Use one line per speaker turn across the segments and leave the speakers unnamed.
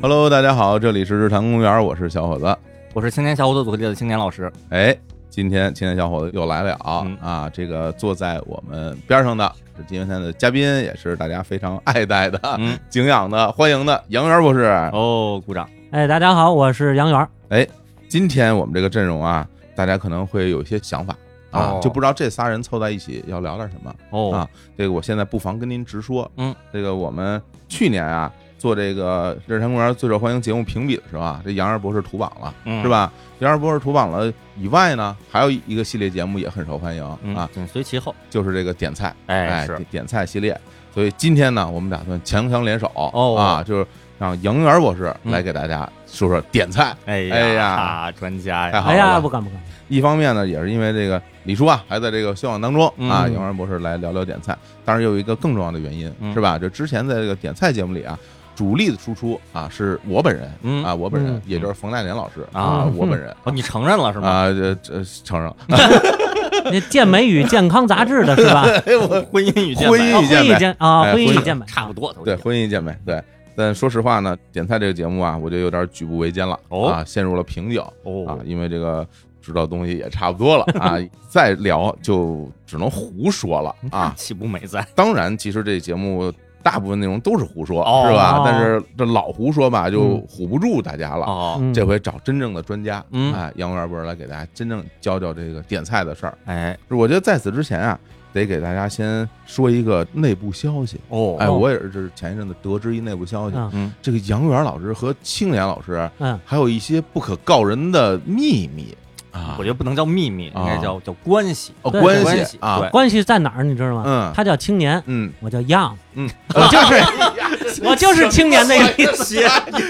Hello，大家好，这里是日坛公园，我是小伙子。
我是青年小伙子组织的青年老师，
哎，今天青年小伙子又来了啊！
嗯
啊，这个坐在我们边上的是今天的嘉宾，也是大家非常爱戴的、
嗯，
敬仰的、欢迎的杨元博士。
哦，鼓掌，
哎，大家好，我是杨元。
今天我们这个阵容啊，大家可能会有一些想法啊，
哦
就不知道这仨人凑在一起要聊点什么。
哦，
啊，这个我现在不妨跟您直说，
嗯，
这个我们去年啊做这个日坛公园最受欢迎节目评比的时候啊，这杨二博士图榜了，
嗯
是？吧？杨二博士图榜了以外呢，还有一个系列节目也很受欢迎
嗯
啊，，
紧随其后，
就是这个点菜，哎，
是
点，点菜系列。所以今天呢，我们打算强强联手
哦嗯
啊，就是让杨元博士来给大家说说点菜。
哎
哎呀
呀，专家
太
呀，
好
哎
了
呀，不敢不敢，
一方面呢，也是因为这个李叔啊还在这个休养当中啊，
嗯
杨元博士来聊聊点菜。当然，也有一个更重要的原因、
嗯
是吧？就之前在这个点菜节目里啊，主力的输出啊是我本人、
嗯
啊，我本人、
嗯
也就是冯大年老师
啊
我本人。
哦，你承认了是吗？
啊，这这承认，
那健美与健康杂志的是 吧？
哎，我
婚姻与健
婚
美
姻
啊，
与
婚
健美
姻与健啊，
哎
婚
婚
姻
姻
与健美，
差不多都
对婚姻健美对，但说实话呢，点菜这个节目啊，我就有点举步维艰了、
哦
啊，陷入了瓶颈啊
哦，，
因为这个知道东西也差不多了 啊，再聊就只能胡说了啊，
岂不美哉？
当然，其实这节目大部分内容都是胡说，
哦嗯
是吧
哦？
但是这老胡说吧，就唬不住大家了。
哦，
嗯
这回找真正的专家，
嗯
哎，杨元博来给大家真正教教这个点菜的事儿。
哎，
我觉得在此之前啊，得给大家先说一个内部消息。
哦，
哎，
哦
我也是前一阵子得知一内部消息，
嗯
嗯，
这个杨元老师和青年老师
嗯，
还有一些不可告人的秘密啊
我觉，得不能叫秘密，应该
啊
叫叫关系，
哦，
对
关
关
系啊，
对，
关系在哪儿你知道吗？
嗯，
他叫青年，
嗯
我叫 young，
嗯，
我哦 就是我就是青年那个意思。
谐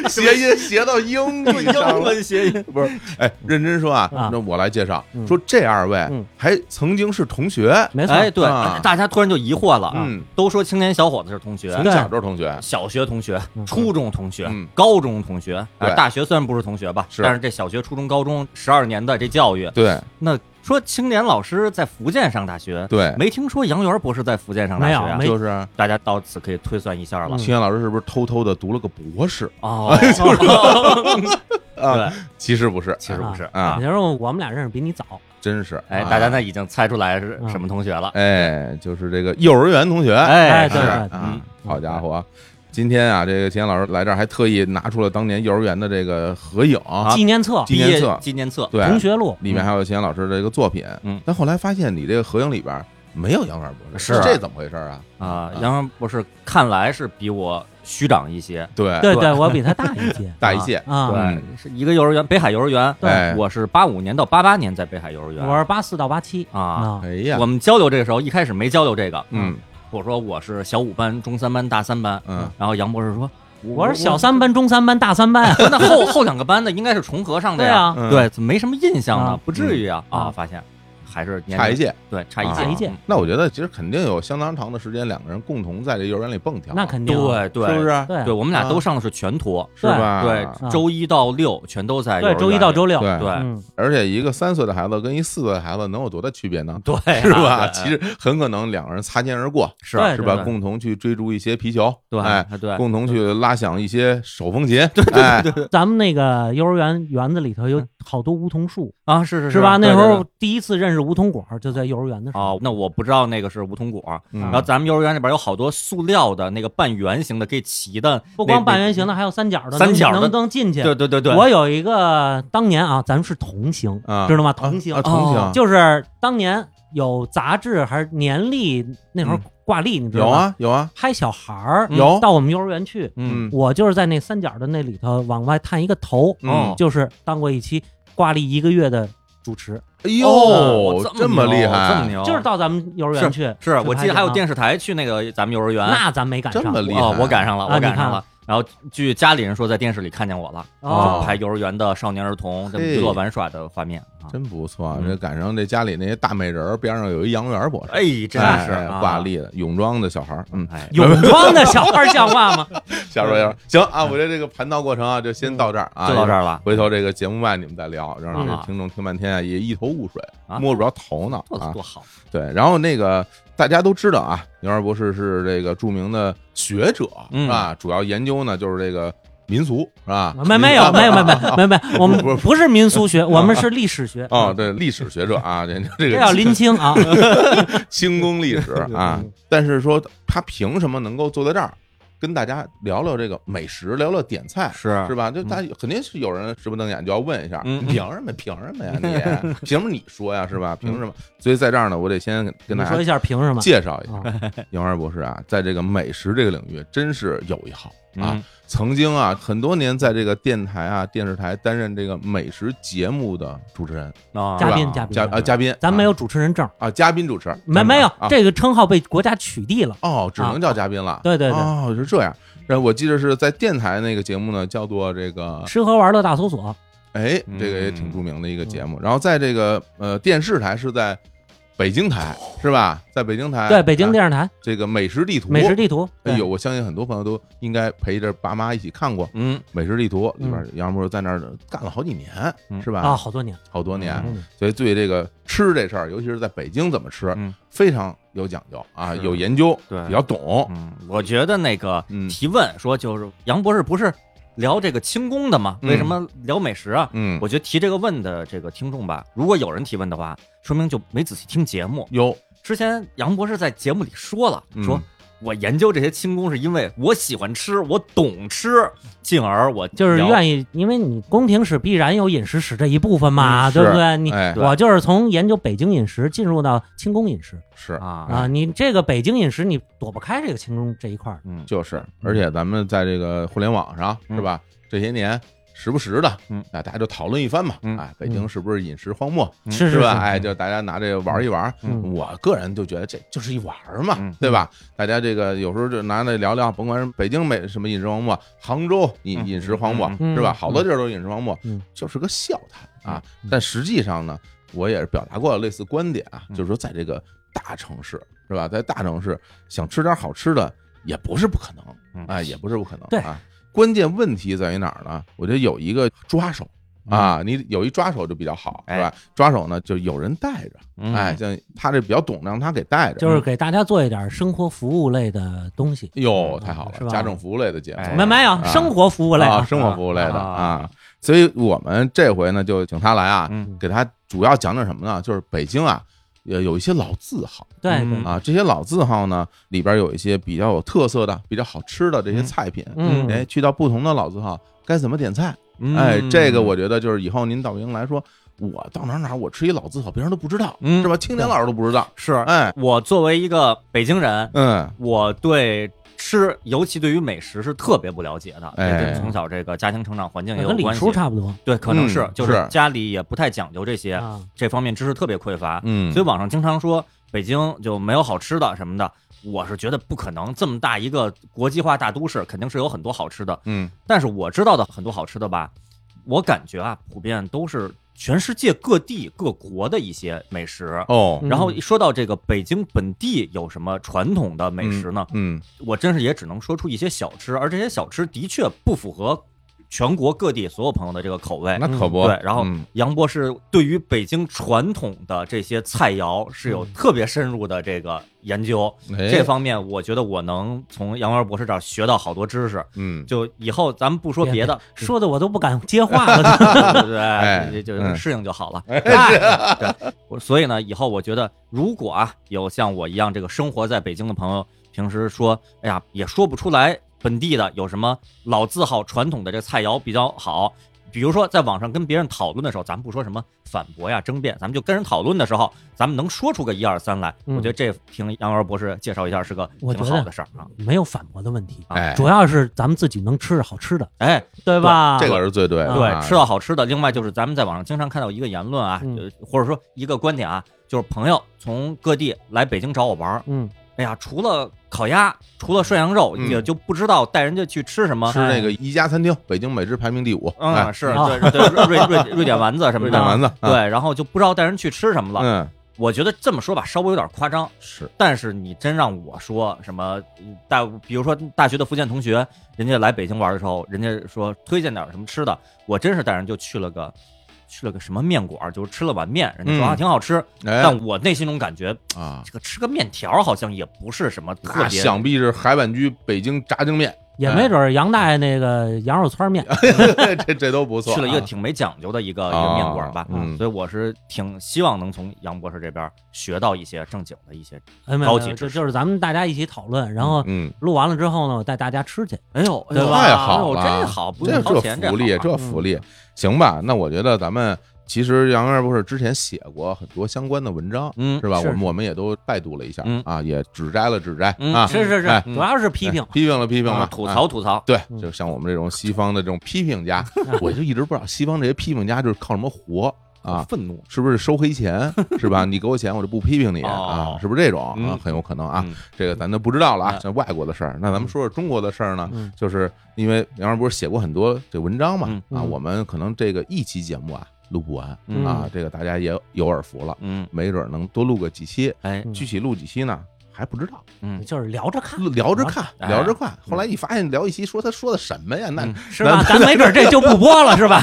谐音谐到 英语
英
上了。
文谐音，
不是，哎，认真说啊，
啊
那我来介绍，
嗯
说这二位
嗯
还曾经是同学，
没错，
哎，对
啊，
大家突然就疑惑了，啊
嗯，
都说青年小伙子是同学
从。小就是同学，
小学同学
嗯、
初中同学
嗯、
高中同学，呃
对
大学虽然不是同学吧，
是
但是这小学、初中、高中十二年的这教育，
对
那说青年老师在福建上大学，
对，
没听说杨元博士在福建上大学啊
没有
就是啊
大家到此可以推算一下了
嗯。
青年老师是不是偷偷的读了个博士
哦，
哎 啊？
对，
其实不是，
其实不是
啊
你，就说我们俩认识比你早，
真是，
哎，
啊
大家，呢已经猜出来是什么同学了。
哎，就是这个幼儿园同学，
哎
哎
是
对
啊
对
嗯，
好家伙啊。今天啊，这个秦岩老师来这儿还特意拿出了当年幼儿园的这个合影，
纪念册、
啊纪
毕
念
业
册
纪念册，
对，
同学录，
里面还有秦岩老师的这个作品，
嗯
但后来发现你这个合影里边没有杨元博士，
是
这怎么回事啊？
啊，杨元博士看来是比我虚长一些，
对，
对
对
啊对，我比他大一届
大一届，
啊，
嗯
对，是一个幼儿园，北海幼儿园，
对
哎，
我是八五年到八八年在北海幼儿园
我是八四到八七
啊。
啊
哎，呀
我，们交流这个时候，一开始没交流这个，
嗯
我说我是小五班、中三班、大三班，
嗯，
然后杨博士说
我是小三班、中三班、大三班 啊，
那后后两个班的应该是重合上的
对
呀，
啊，
嗯
对，怎么没什么印象呢
啊？
不至于啊
嗯
啊！发现还是年龄
差一，届。
对，差一
啊
届，
差一届
嗯
那我觉得其实肯定有相当长的时间，两个人共同在这幼儿园里蹦跳，
那肯定啊
嗯对对，
是不？是？
对啊
对，我们俩
啊
都上的是全托，
是吧？
对，周一到六全都在幼儿园
对，
里，
周一到周六，
啊对
对
嗯，
而且一个三岁的孩子跟一四岁的孩子能有多大区别呢？
对啊，
是吧？
对
其实很可能两个人擦肩而过，
是
对
是吧？
对
共同去追逐一些皮球，
对
哎，
对
共同去拉响一些手风琴，哎对对对对，
咱们那个幼儿园园子里头有好多梧桐树，
啊，是是
是吧？那
对
时
对
候
对
第一次认识梧桐果儿，就在幼儿园的时候。
哦，那我不知道那个是梧桐果，
嗯
然后咱们幼儿园里边有好多塑料的那个半圆形的可以骑的，
不光半圆形的，还有三角的，
三角的
能能能进去
那，。对对对对，
我有一个当年啊，咱们是同行，
啊
知道吗？同行
啊，同
哦
行
就是当年有杂志还是年历，那会儿
嗯
挂历，你知道
有
吗？
啊有啊，
拍小孩儿
嗯有
到我们幼儿园去，
嗯
我就是在那三角的那里头往外探一个头，
嗯
哦
就是当过一期挂历一个月的主持，
哎
哦
呦，这么厉
这么
害，
牛，
就是到咱们幼儿园去。
哦是我记得还有电
视，
视台去那个咱们幼儿园，
那咱没赶上。
这么厉害
哦，我赶上了，
啊
我赶上
你看
了。然后据家里人说，在电视里看见我了，
哦
就拍幼儿园的少年儿童的
嘿
娱乐玩耍的画面啊。
真不错，
嗯
这赶上这家里那些大美人儿边上有一杨元博士，
哎，真
哎
是啊
挂，历的泳装的小孩儿，嗯，
哎，
泳装的小孩儿像 话吗？
瞎说瞎说，行啊，我这这个盘道过程啊，就先到这儿
嗯
啊，
就到这。儿了。
回头这个节目外你们再聊，让这
嗯
听众听半天啊也一头雾水，
啊
摸不着头脑
做的
啊。
多好，
对，然后那个大家都知道啊，牛二博士是这个著名的学者
嗯
啊，主要研究呢就是这个民俗是吧？啊
没没有没有没有没有没有没有，我们
不是啊
不是民俗学，我们是历史学。
哦，对，历史学者啊， 这 这
这
个
要嗯拎清啊，
清宫历史啊
对对对，
但是说他凭什么能够坐在这儿跟大家聊聊这个美食，聊聊点菜？
是
是吧？
嗯
就大家肯定是有人直不瞪眼，就要问一下，
嗯
凭什么？凭什么呀？你 凭什么你说呀？是吧？凭什么？所以在这儿呢，我得先跟
嗯你
大
说一
家
下凭什么？
介绍一下
啊
杨二博士啊，在这个美食这个领域真是有一号啊
嗯。
曾经啊，很多年在这个电台啊、电视台担任这个美食节目的主持人、
啊
嘉
是吧
宾嘉宾
嘉啊嘉宾，
咱
啊
没有主持人证，
啊嘉宾主持，
没没有
啊
这个称号被国家取缔了。
哦，只能叫嘉宾了。
对对对
哦，是这样。然后我记得是在电台那个节目呢，叫做这个
吃喝玩乐大搜索，
哎，
嗯
这个也挺著名的一
嗯
个节目。然后在这个呃电视台是在北京台是吧？在北京台
对北京
啊
电视台
这个美食地图，
美食地图。
哎
对
呦，，我相信很多朋友都应该陪着爸妈一起看过《
嗯
美食地图》里边，杨博士在那儿干了好几年，
嗯
是吧？
啊，好多年。
好多年，
嗯
所以对这个吃这事儿，尤其是在北京怎么吃，
嗯
非常有讲究啊，
是
有研究，
对
比较懂。
嗯，我觉得那个
嗯
提问说就是杨博士不是聊这个清宫的吗？
嗯
为什么聊美食啊？
嗯，
我觉得提这个问的这个听众吧，如果有人提问的话，说明就没仔细听节目。
有
之前杨博士在节目里说了，
嗯
说我研究这些清宫是因为我喜欢吃，我懂吃，进而我
就是
意。
愿意，因为你宫廷史必然有饮食史这一部分嘛，
嗯
啊对不
是
对？你
哎
我就是从研究北京饮食进入到清宫饮食
是
啊
啊，你这个北京饮食你躲不开这个清宫这一块儿，
嗯，
就是，而且咱们在这个互联网上
嗯
是吧？这些年时不时的，
嗯
啊，大家就讨论一番嘛。
嗯
哎，北京是不是饮食荒漠？
嗯
是
是
是
吧？哎，就大家拿这个玩一玩。
嗯
我个人就觉得这就是一玩儿嘛，
嗯
对吧？大家这个有时候就拿来聊聊，甭管是北京美什么饮食荒漠，杭州饮
嗯
饮食荒漠
嗯
嗯
是吧？
嗯
好多地儿都饮食荒漠
嗯，
就是个笑谈啊
嗯。
但实际上呢，我也是表达过类似观点啊，
嗯
就是说在这个大城市是吧？在大城市想吃点好吃的也不是不可能
嗯
啊，也不是不可能。
对
啊，关键问题在于哪儿呢？我觉得有一个抓手。啊，
嗯
你有一抓手就比较好，是吧？
哎
抓手呢，就有人带着，
嗯
哎，，像他这比较懂，让他给带着，
就是给大家做一点生活服务类的东西，
哟，太好
嗯是
了，
吧
家政服务类的节目
哎，
没没有
啊
生活服务类
啊，
啊，
生活服务类的
啊
啊，所以我们这回呢，就请他来啊，
嗯
给他主要讲讲什么呢？就是北京啊，有有一些老字号
对
嗯
对，
啊，这些老字号呢，里边有一些比较有特色的、比较好吃的这些菜品，
嗯
哎，去到不同的老字号该怎么点菜？
嗯
哎，这个我觉得就是以后您到北京来说，我到哪儿哪儿我吃一老字号，别人都不知道，
嗯
是吧？青年老师都不知道，
是，
哎，
我作为一个北京人，
嗯，
我对吃，尤其对于美食是特别不了解的，
哎
也跟从小这个家庭成长环境也有
跟李
关系
叔。差不多
对，可能是
嗯
就是
是
家里也不太讲究这些，
啊，
这方面知识特别匮乏，
嗯
所以网上经常说北京就没有好吃的什么的。我是觉得不可能，这么大一个国际化大都市，肯定是有很多好吃的。
嗯，
但是我知道的很多好吃的吧，我感觉啊，普遍都是全世界各地各国的一些美食。
哦，
然后一说到这个北京本地有什么传统的美食呢？
嗯，
我真是也只能说出一些小吃，而这些小吃的确不符合全国各地所有朋友的这个口味。
那可不，
哎对，然后
嗯
杨博士对于北京传统的这些菜肴是有特别深入的这个研究，
哎
这方面我觉得我能从杨元博士这儿学到好多知识。
嗯，
就以后咱们不说别的，嗯
说的我都不敢接话了，
对不
哎
对？就
嗯
就适应就好了。
啊
哎对，我所以呢，以后我觉得，如果啊有像我一样这个生活在北京的朋友，平时说，哎呀，也说不出来本地的有什么老字号、传统的这菜肴比较好。比如说，在网上跟别人讨论的时候，咱们不说什么反驳呀、争辩，咱们就跟人讨论的时候，咱们能说出个一二三来。
嗯
我觉得这听杨元博士介绍一下是个
我
挺
觉得
好的事儿啊。
没有反驳的问题，
哎，
主要是咱们自己能吃着好吃的，
哎，
对吧？
这个是最对
嗯
的，
对，
啊
吃到好吃的。另外就是咱们在网上经常看到一个言论啊，
嗯
呃或者说一个观点啊，就是朋友从各地来北京找我玩儿，
嗯，
哎呀，除了烤鸭，除了涮羊肉，
嗯
也就不知道带人家去吃什么
吃。那个一家餐厅，北京美食排名第五，哎
嗯，是
啊
对对，瑞瑞瑞瑞典丸子什么
瑞
的
典，丸子，啊，
对，然后就不知道带人去吃什么了。
嗯，
我觉得这么说吧，稍微有点夸张，
是，
但是你真让我说什么嗯大，比如说大学的福建同学，人家来北京玩的时候，人家说推荐点什么吃的，我真是带人就去了个去了个什么面馆，就是吃了碗面，人家说
嗯
啊挺好吃，
哎
但我内心中感觉
啊，
这个吃个面条好像也不是什么特
那
别。
想必是海碗居北京炸酱面，
也没准儿杨大爷那个羊肉汆 面，
这这都不错啊。
去了一个挺没讲究的一个、一个面馆吧
啊，嗯
所以我是挺希望能从杨博士这边学到一些正经的一些。
哎，没
高
有，
级
没有
知
就
识
就是咱们大家一起讨论，然后
嗯，
录完了之后呢，我带大家吃去。
哎呦，
对吧
太好了，
哎呦这好，不
这
用掏钱，
这福利，
好啊
这福利，行吧？那我觉得咱们其实杨元不是之前写过很多相关的文章，
嗯
是吧？
是
我们我们也都拜读了一下
嗯
啊，也指摘了指摘
嗯
啊，
是是是
哎，
主要是批评
哎，批评了批评了
啊，吐
哎
槽吐槽，
对，
嗯
就像我们这种西方的这种批 评家，我就一直不知道西方这些批评家就是靠什么活啊？
愤怒
是不是收黑钱是吧？你给我钱，我就不批评你啊
哦，
是不是这种啊
嗯？
很有可能啊，
嗯
这个咱都不知道了啊。
嗯
像外国的事儿，那咱们说说中国的事儿呢？
嗯
就是因为杨二波写过很多这文章嘛
嗯，
啊，
嗯
我们可能这个一期节目啊录不完
嗯
啊，这个大家也有耳福了，
嗯，
没准能多录个几期，
哎，
嗯
具体录几期呢还不知道，
嗯，
就是聊着看，
聊着看，
哎
聊着看。后来一发现聊一期说他说的什么呀？那
嗯
是吧？咱没准这就不播了，是 吧？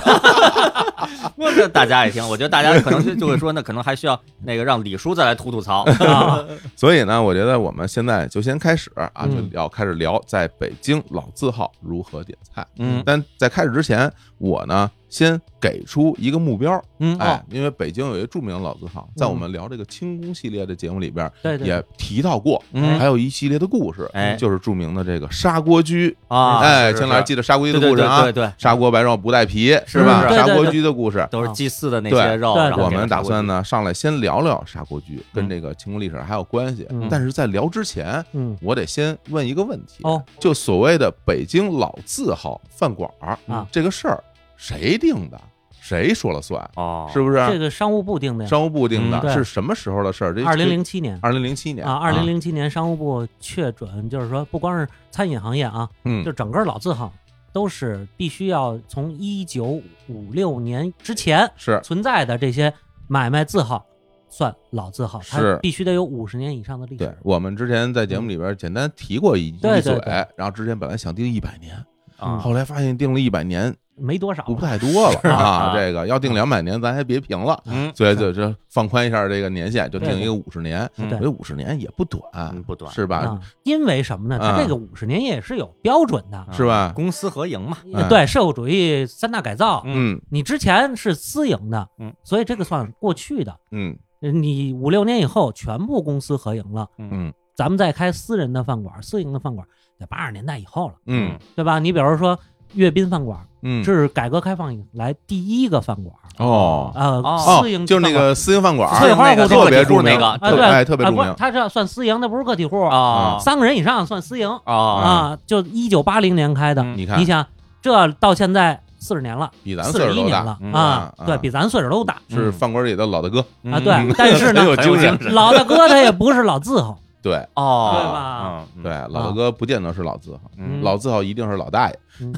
我这大家也听，我觉得大家可能就就会说，那可能还需要那个让李叔再来吐吐 槽，
啊，
所以呢，我觉得我们现在就先开始啊，就
嗯
要开始聊在北京老字号如何点菜。
嗯
但在开始之前，我呢先给出一个目标，
嗯
哎
哦，，嗯
因为北京有一个著名的老字号，在我们聊这个清宫系列的节目里边
对对，
也提到过，
嗯
还有一系列的故事，
哎
就是著名的这个砂锅居，
啊，
哎，
是
青来
是
记得砂锅居
对
的
对
故事
对
啊
对，对，
砂锅白肉不带皮
是
吧？
是
砂锅
对对
居的故事，
都是祭祀的那
对
些肉，
啊对
然后
我
给
们
它
打
过
算
去，
呢上来先聊聊砂锅居跟
嗯
这个清宫历史还有关系，
嗯
但是在聊之前，
嗯
我得先问一个问题，
哦，
就所谓的北京老字号饭馆儿
啊
这个事儿，谁定的？谁说了算？
哦，
是不是？啊
这个商务部定的呀，
商务部定的、
嗯
对
是什么时候的事儿？这
二零零七年
二零零七年
啊，二零，零七年商务部确准，就是说不光是餐饮行业啊，
嗯，
就整个老字号都是必须要从一九五六年之前
是
存在的这些买卖字号算老字号，
是
它必须得有五十年以上的历
对
史。。
我们之前在节目里边简单提过一一
对
嘴
对对，
然后之前本来想定一百年，
啊，
后来发现定了一百年
嗯没多少
不太多了
是啊
啊，这个要定两百年咱还别评了。
嗯，
所以就就放宽一下这个年限，就定一
对
个五十年。
嗯
我觉得五十年也不短
嗯，不短
是吧？
啊，因为什么呢？
啊
它这个五十年也是有标准的，
是吧？
嗯公私合营嘛，
哎
对社会主义三大改造，
嗯
你之前是私营的
嗯，
所以这个算过去的。
嗯
你五六年以后全部公私合营了，
嗯
咱们再开私人的饭馆、私营的饭馆，在八十年代以后了，
嗯
对吧？你比如说阅兵饭馆，
嗯，
这是改革开放以来第一个饭馆，
哦
呃，
哦
哦
私营，
就是那
饭馆
个私营饭馆儿，
翠花胡同
特别
个体
著
户
名
那个，
啊，
特
对，
别哎特别
啊
著
不是
名哦
它是算私营的，不是个体户，
啊
嗯
三个人以上算私营
啊
啊。就一九八零年开的，
嗯
你看
你想这到现在四十年了，
比咱
四
岁
十
数
一
都
年
大
了，
嗯
啊
啊，
对比咱岁数都大
是饭馆里的老大哥，
啊，对。但是呢
嗯 很，有
很有
精神
精，神
老大哥他也不是老字号，
对
哦，
对吧
嗯？嗯
对，老大哥不见得是老字号，
嗯
老字号一定是老大爷，
嗯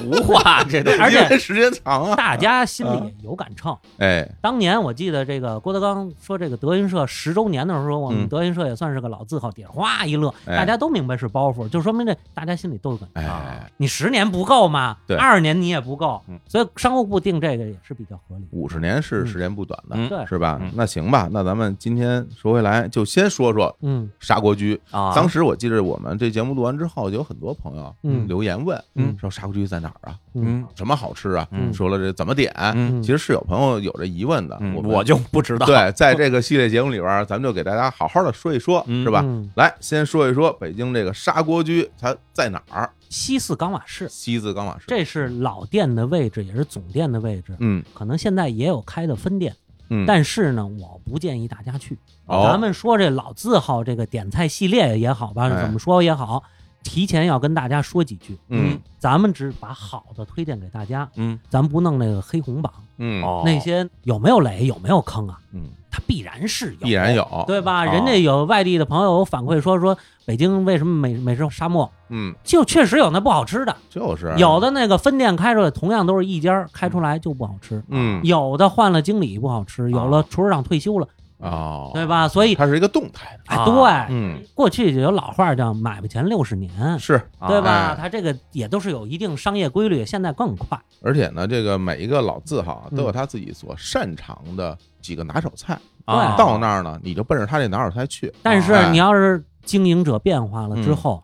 胡话，这都是
而且
因为 时间长啊，
大家心里也有杆秤。
哎，
当年我记得这个郭德纲说这个德云社十周年的时候，我
嗯
们德云社也算是个老字号，底下哗一乐，
哎
大家都明白是包袱，就说明这大家心里都有杆秤。
哎，
你十年不够嘛
对，
二十年你也不够
嗯，
所以商务部定这个也是比较合理。
五十年是
嗯
时间不短的，
嗯
对
是吧
嗯？
那行吧，那咱们今天说回来，就先说说
嗯
砂锅居。
啊，
当时我记着我们这节目录完之后，就有很多朋友
嗯
留言问，
嗯
说砂锅居在哪儿啊？
嗯
什么好吃啊？
嗯
说了这怎么点？
嗯
其实是有朋友有这疑问的，
嗯，
我
我就不知道，
对，在这个系列节目里边儿，咱们就给大家好好的说一说，
嗯
是吧？
嗯
来，先说一说北京这个砂锅居它在哪儿？
西四港瓦市，
西子钢瓦市。
这是老店的位置，也是总店的位置，
嗯
可能现在也有开的分店，
嗯，
但是呢，我不建议大家去。
哦
咱们说这老字号这个点菜系列也好吧，
哎
怎么说也好，提前要跟大家说几句。
嗯
咱们只把好的推荐给大家，
嗯，
咱不弄那个黑红榜，
嗯
哦，
那些有没有雷，有没有坑啊？
嗯，
它必然是有，
必然，有。
对吧？
哦
人家有外地的朋友有反馈说说北京为什么美美食沙漠，
嗯，
就确实有那不好吃的，
就是
有的那个分店开出来同样都是一家开出来就不好吃，
嗯
有的换了经理不好吃，有了厨师长退休了，
哦，
对？吧？所以
它是一个动态的。
哎
啊，
对，
嗯，
过去有老话叫“买卖前六十年
是，”，
对
哎
吧？它这个也都是有一定商业规律，现在更快。
而且呢，这个每一个老字号啊
嗯
都有他自己所擅长的几个拿手菜，
啊？
对
到那儿呢，你就奔着他这拿手菜去。
但是
哎嗯
你要是经营者变化了之后，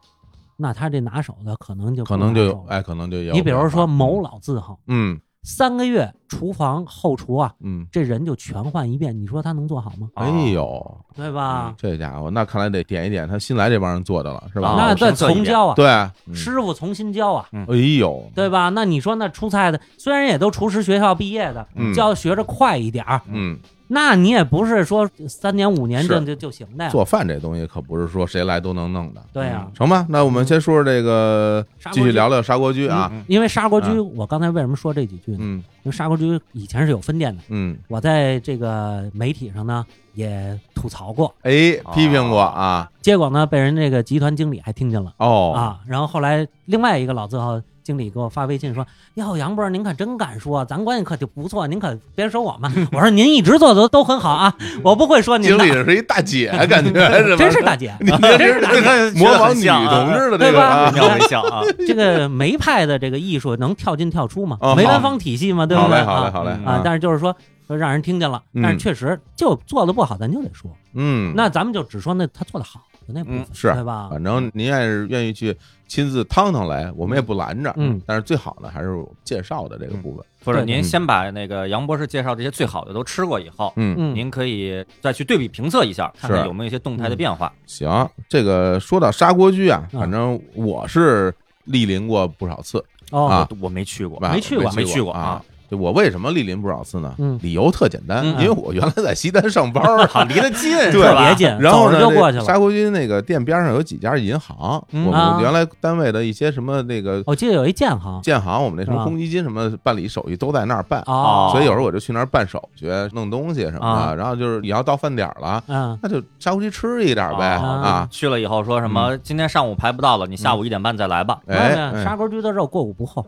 那他这拿手的可能就不
可能就
拿
有
手了
哎，可能就有。
你比如说某，老字号，
嗯
三个月厨房后厨啊，
嗯，
这人就全换一遍，你说他能做好吗？
哎呦，
对吧？
这家伙，那看来得点一点他新来这帮人做的了，是吧？
啊
那再
评测一
重
遍
教啊，
对，嗯
师傅重新教啊，
哎呦，
对吧？那你说那出菜的，虽然也都厨师学校毕业的
嗯，
就要学着快一点儿，
嗯，
那你也不是说三年五年
是
就就就行的呀。
做饭这东西可不是说谁来都能弄的。嗯
对呀嗯
成吧，那我们先说说这个，
砂锅
继续
居
聊聊砂锅居啊，
嗯因为砂锅居，我刚才为什么说这几句呢？
嗯
因为砂锅居以前是有分店的，
嗯，
我在这个媒体上呢也吐槽过，
哎，批评过啊，
结果呢被人这个集团经理还听见了
哦，
啊。然后后来另外一个老字号经理给我发微信说：“哟，杨波，您可真敢说，咱关系可就不错，您可别说我们。” 我说：“您一直做的都很好啊，我不会说
嗯
您
经
的
理，是一大 姐，感觉是吧？
真是大姐。” 啊
你这是模仿女同志的这个啊
妙很像啊，
这个梅派的这个艺术能跳进跳出吗
哦？
梅
好
兰芳体系 嘛，对
好
不对
嘞，
啊？
好嘞，好嘞
嗯
啊，但是就是说说让人听见了，
嗯
但是确实就做的不好，咱就得说。
嗯，
那咱们就只说那他做的好的那部分，
嗯
是啊
对吧？
反正您要是愿意去亲自趟趟来，我们也不拦着。
嗯，
但是最好呢还是介绍的这个部分。
不是，
对
您先把那个杨博士介绍这些最好的都吃过以后，
嗯，
嗯，
您可以再去对比评测一下，看看有没有一些动态
嗯
的变化。
行，这个说到砂锅居啊，
嗯
反正我是莅临过不少次，
哦，
啊
我我没去过，
吧
没去过
没
没
去过
啊
啊。
就我为什么莅临不少次呢？
嗯
理由特简单，
嗯
因为我原来在西单上班儿
好啊离得近，是
对
特
吧
别？近，
然后
走
呢，
着就过去
那
了。
砂锅居那个店边上有几家银行，
嗯
我
啊
们原来单位的一些什么那个
我记得有一建行
建行，我们那什么
啊
公积金什么办理手续都在那儿办。
哦，
所以有时候我就去那儿办手续、弄东西什么的。
啊
然后就是你要到饭点儿了，
嗯
那就砂锅居吃一点儿呗
哦
啊。嗯
去了以后说什么？今天上午排不到了，你下午一点半再来吧。
没有
哎，
没有
哎
砂锅居的肉过午不候，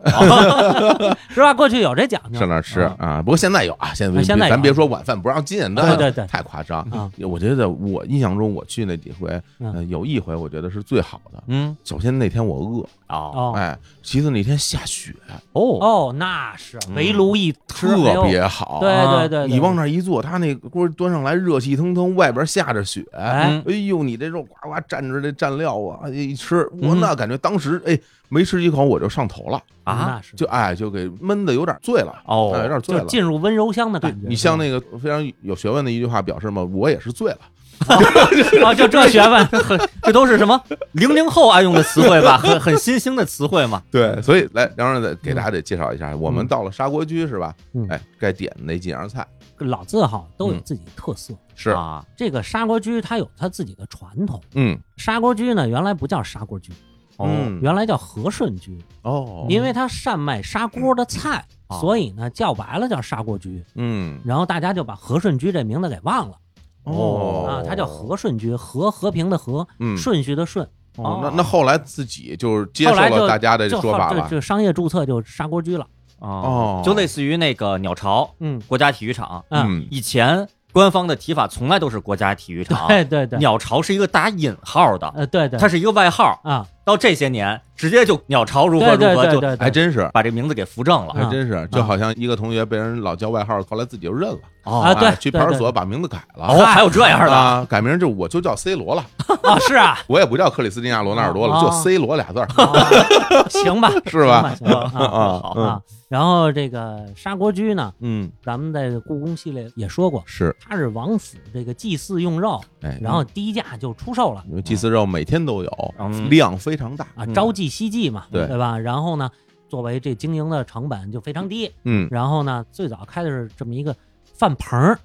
是吧？过去有这讲究，
上那儿吃
啊
啊，不过现在有啊，现在
啊现在有
咱别说晚饭不让进，那
对对对
太夸张
啊。
我觉得我印象中我去那几回，
嗯
呃有一回我觉得是最好的。
嗯，
首先那天我
哦
饿，
哦
哎，其次那天下雪，
哦，
哦，那是
嗯
围炉一吃，哎
特
呦
别好。
对
啊
对对，对
你往那儿一坐，他那锅端上来热气腾腾，外边下着雪，
哎
嗯
哎呦，你这肉呱呱蘸着这蘸料啊，哎一吃，我
嗯
那感觉当时哎没吃几口我就上头了，
啊
那是
就哎就给闷的有点醉了，
哦
哎有点醉
就
了。
进入温柔乡的
对
感觉。
你像那个非常有学问的一句话表示嘛，我也是醉了，
个哦，就这学问，
这都是什么零零后爱用的词汇吧？很很新兴的词汇嘛。
对，所以来，然后再给大家得介绍一下，我们到了砂锅居是吧？
嗯
哎，该点的那几样菜
老字号都有自己的特色。
是，
啊，
这个砂锅居它有它自己的传统。
嗯
砂锅居呢，原来不叫砂锅居，
哦，
嗯
原来叫和顺居，
哦，
因为它善卖砂锅的菜，
啊
所以呢叫白了叫砂锅居。
嗯
然后大家就把和顺居这名字给忘了、
哦
啊，它叫和顺居，和和平的和，
嗯，
顺序的顺。
哦
哦
那那后来自己就是接受
后来
了
就
大家的
就
说法
就
了，
就商业注册就砂锅居了。
哦
就类似于那个鸟巢
嗯
国家体育场，
啊，
嗯
以前官方的提法从来都是国家体育场，
对对对，
鸟巢是一个打引号的，
呃对对，
啊它是一个外号。
啊，
到这些年，直接就鸟巢如
对
何
对
如何
对
就
对
还
对，
真是，
把这名字给扶正了。
还真是，就好像一个同学被人老叫外号，后来自己就认了
啊对
哎去
对
派出
对
所把名字改了。
哦，还有这样的，哦
啊，改名就我就叫 C 罗了，
啊是啊，
我也不叫克里斯蒂亚·罗纳尔多了，
哦
就 C 罗俩字儿，
啊 行吧，
是吧？
行吧
嗯
行吧啊
啊
好
啊，然后这个砂锅居呢，
嗯，
咱们在故宫系列也说过，
是，
它是王府这个祭祀用肉，
哎，
然后低价就出售了
因为祭祀肉每天都有，
嗯
量非常大，
啊，
嗯
朝祭夕祭嘛，
对
对吧？然后呢，作为这经营的成本就非常低。
嗯，
然后呢，最早开的是这么一个饭棚儿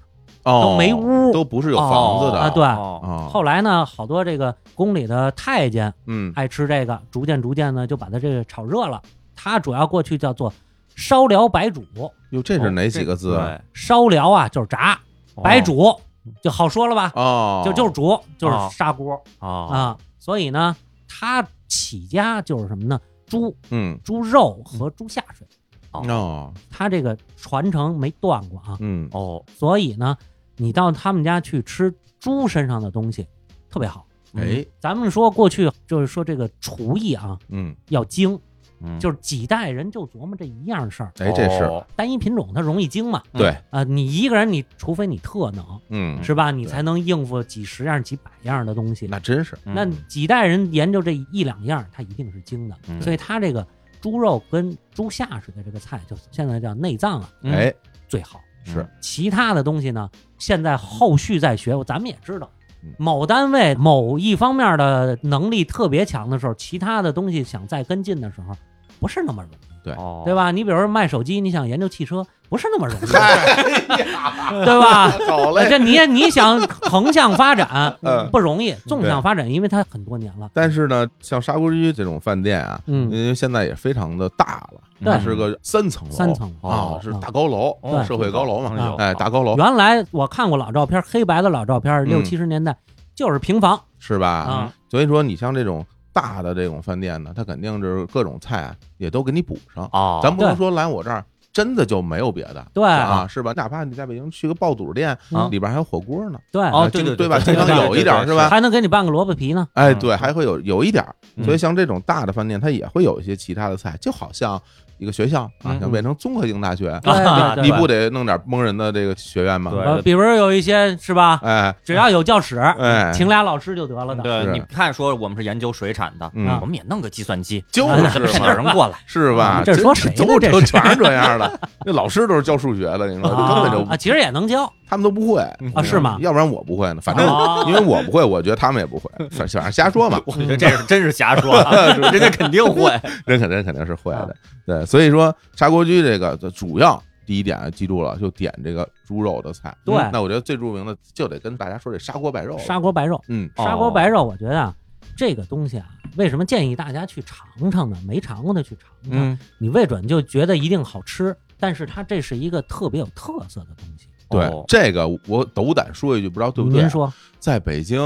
哦，
都没屋
都不是有房子的
啊，对。
哦
啊，
后来呢，好多这个宫里的太监
嗯，
爱吃这个，逐渐逐渐呢就把它这个炒热了。它主要过去叫做烧寮白煮，
哟，这是哪几个字啊？
对
烧寮啊就是炸，白
哦主
煮就好说了吧？
哦，
就就是煮，就是
哦
砂锅
啊
啊。所以呢，它起家就是什么呢？猪、
嗯，
猪肉和猪下水，
哦，
它这个传承没断过啊。
嗯，
哦，
所以呢，你到他们家去吃猪身上的东西，特别好。嗯
哎，
咱们说过去就是说这个厨艺啊
嗯，
要精，
嗯
就是几代人就琢磨这一样事儿，
哎，这是
哦
单一品种它容易精嘛。
嗯
对，
啊、你一个人你除非你特能
嗯，
是吧，你
对
才能应付几十样几百样的东西。
那真是，
那
嗯
几代人研究这一两样，它一定是精的。
嗯
所以它这个猪肉跟猪下水的这个菜，就现在叫内脏啊，
嗯
哎，
最好。
是
其他的东西呢，现在后续在学，咱们也知道
嗯。
某单位某一方面的能力特别强的时候，其他的东西想再跟进的时候，不是那么容易，
哦，
对？吧？你比如说卖手机，你想研究汽车，不是那么容易，
哎呀
对吧？
好嘞，
这你也你想横向发展
嗯
不容易，纵向发展，因为它很多年了。
但是呢，像砂锅居这种饭店啊，
嗯
因为现在也非常的大了，
对
它是个三层楼，
三层
啊、
哦
是大高楼，
哦
社会高楼嘛，
啊
哎呦
哎，大高楼
原来我看过老照片，黑白的老照片，
嗯
六七十年代就是平房
是吧？
啊
所以说你像这种大的这种饭店呢，它肯定就是各种菜啊也都给你补上，
哦，
咱不能
对
说来我这儿真的就没有别的，
对
啊，是吧？哪怕你在北京去个爆肚店，
嗯
里边还有火锅呢，
对，
哦
啊
对对
经对
对
吧？
对
经
对
常有
对
一点儿
对
是吧？
还能给你拌个萝卜皮 呢。
哎，
嗯
对，还会有有一点儿，
嗯
所以像这种大的饭店，它也会有一些其他的菜，就好像一个学校啊
嗯，
想变成综合性大学，
对对
啊
对，
你不得弄点蒙人的这个学院吗？
对
呃，比如有一些是吧，
哎
只要有 教室，
哎，
请俩老师就得了的。
对，
是
你看，说我们是研究水产的，
嗯哦
我们也弄个计算机，
就是
派点
嘛，
人 过来。
是吧？
这是说谁呢
都
这
都
是
全是这样的，那老师都是教数学的，你说根本
啊
就哦
啊，其实也能教
他们都不会
啊
是吗
要不然我不会呢，反正
啊
因为我不会，我觉得他们也 不会，反反正瞎说嘛，
我觉得这是真是瞎说啊，人家肯定会。
人肯定肯定是会
啊
的。对，所以说砂锅居这个主要第一点啊记住了，就点这个猪肉的菜。
对
嗯那我觉得最著名的就得跟大家说这砂锅白肉了。
砂锅白肉。
嗯，
哦
砂锅白肉，我觉得啊，这个东西啊，为什么建议大家去尝尝呢？没尝过的去尝尝，
嗯，
你未准就觉得一定好吃，但是它这是一个特别有特色的东西。
对
哦，
这个我斗胆说一句，不知道对不对啊？
您说
在北京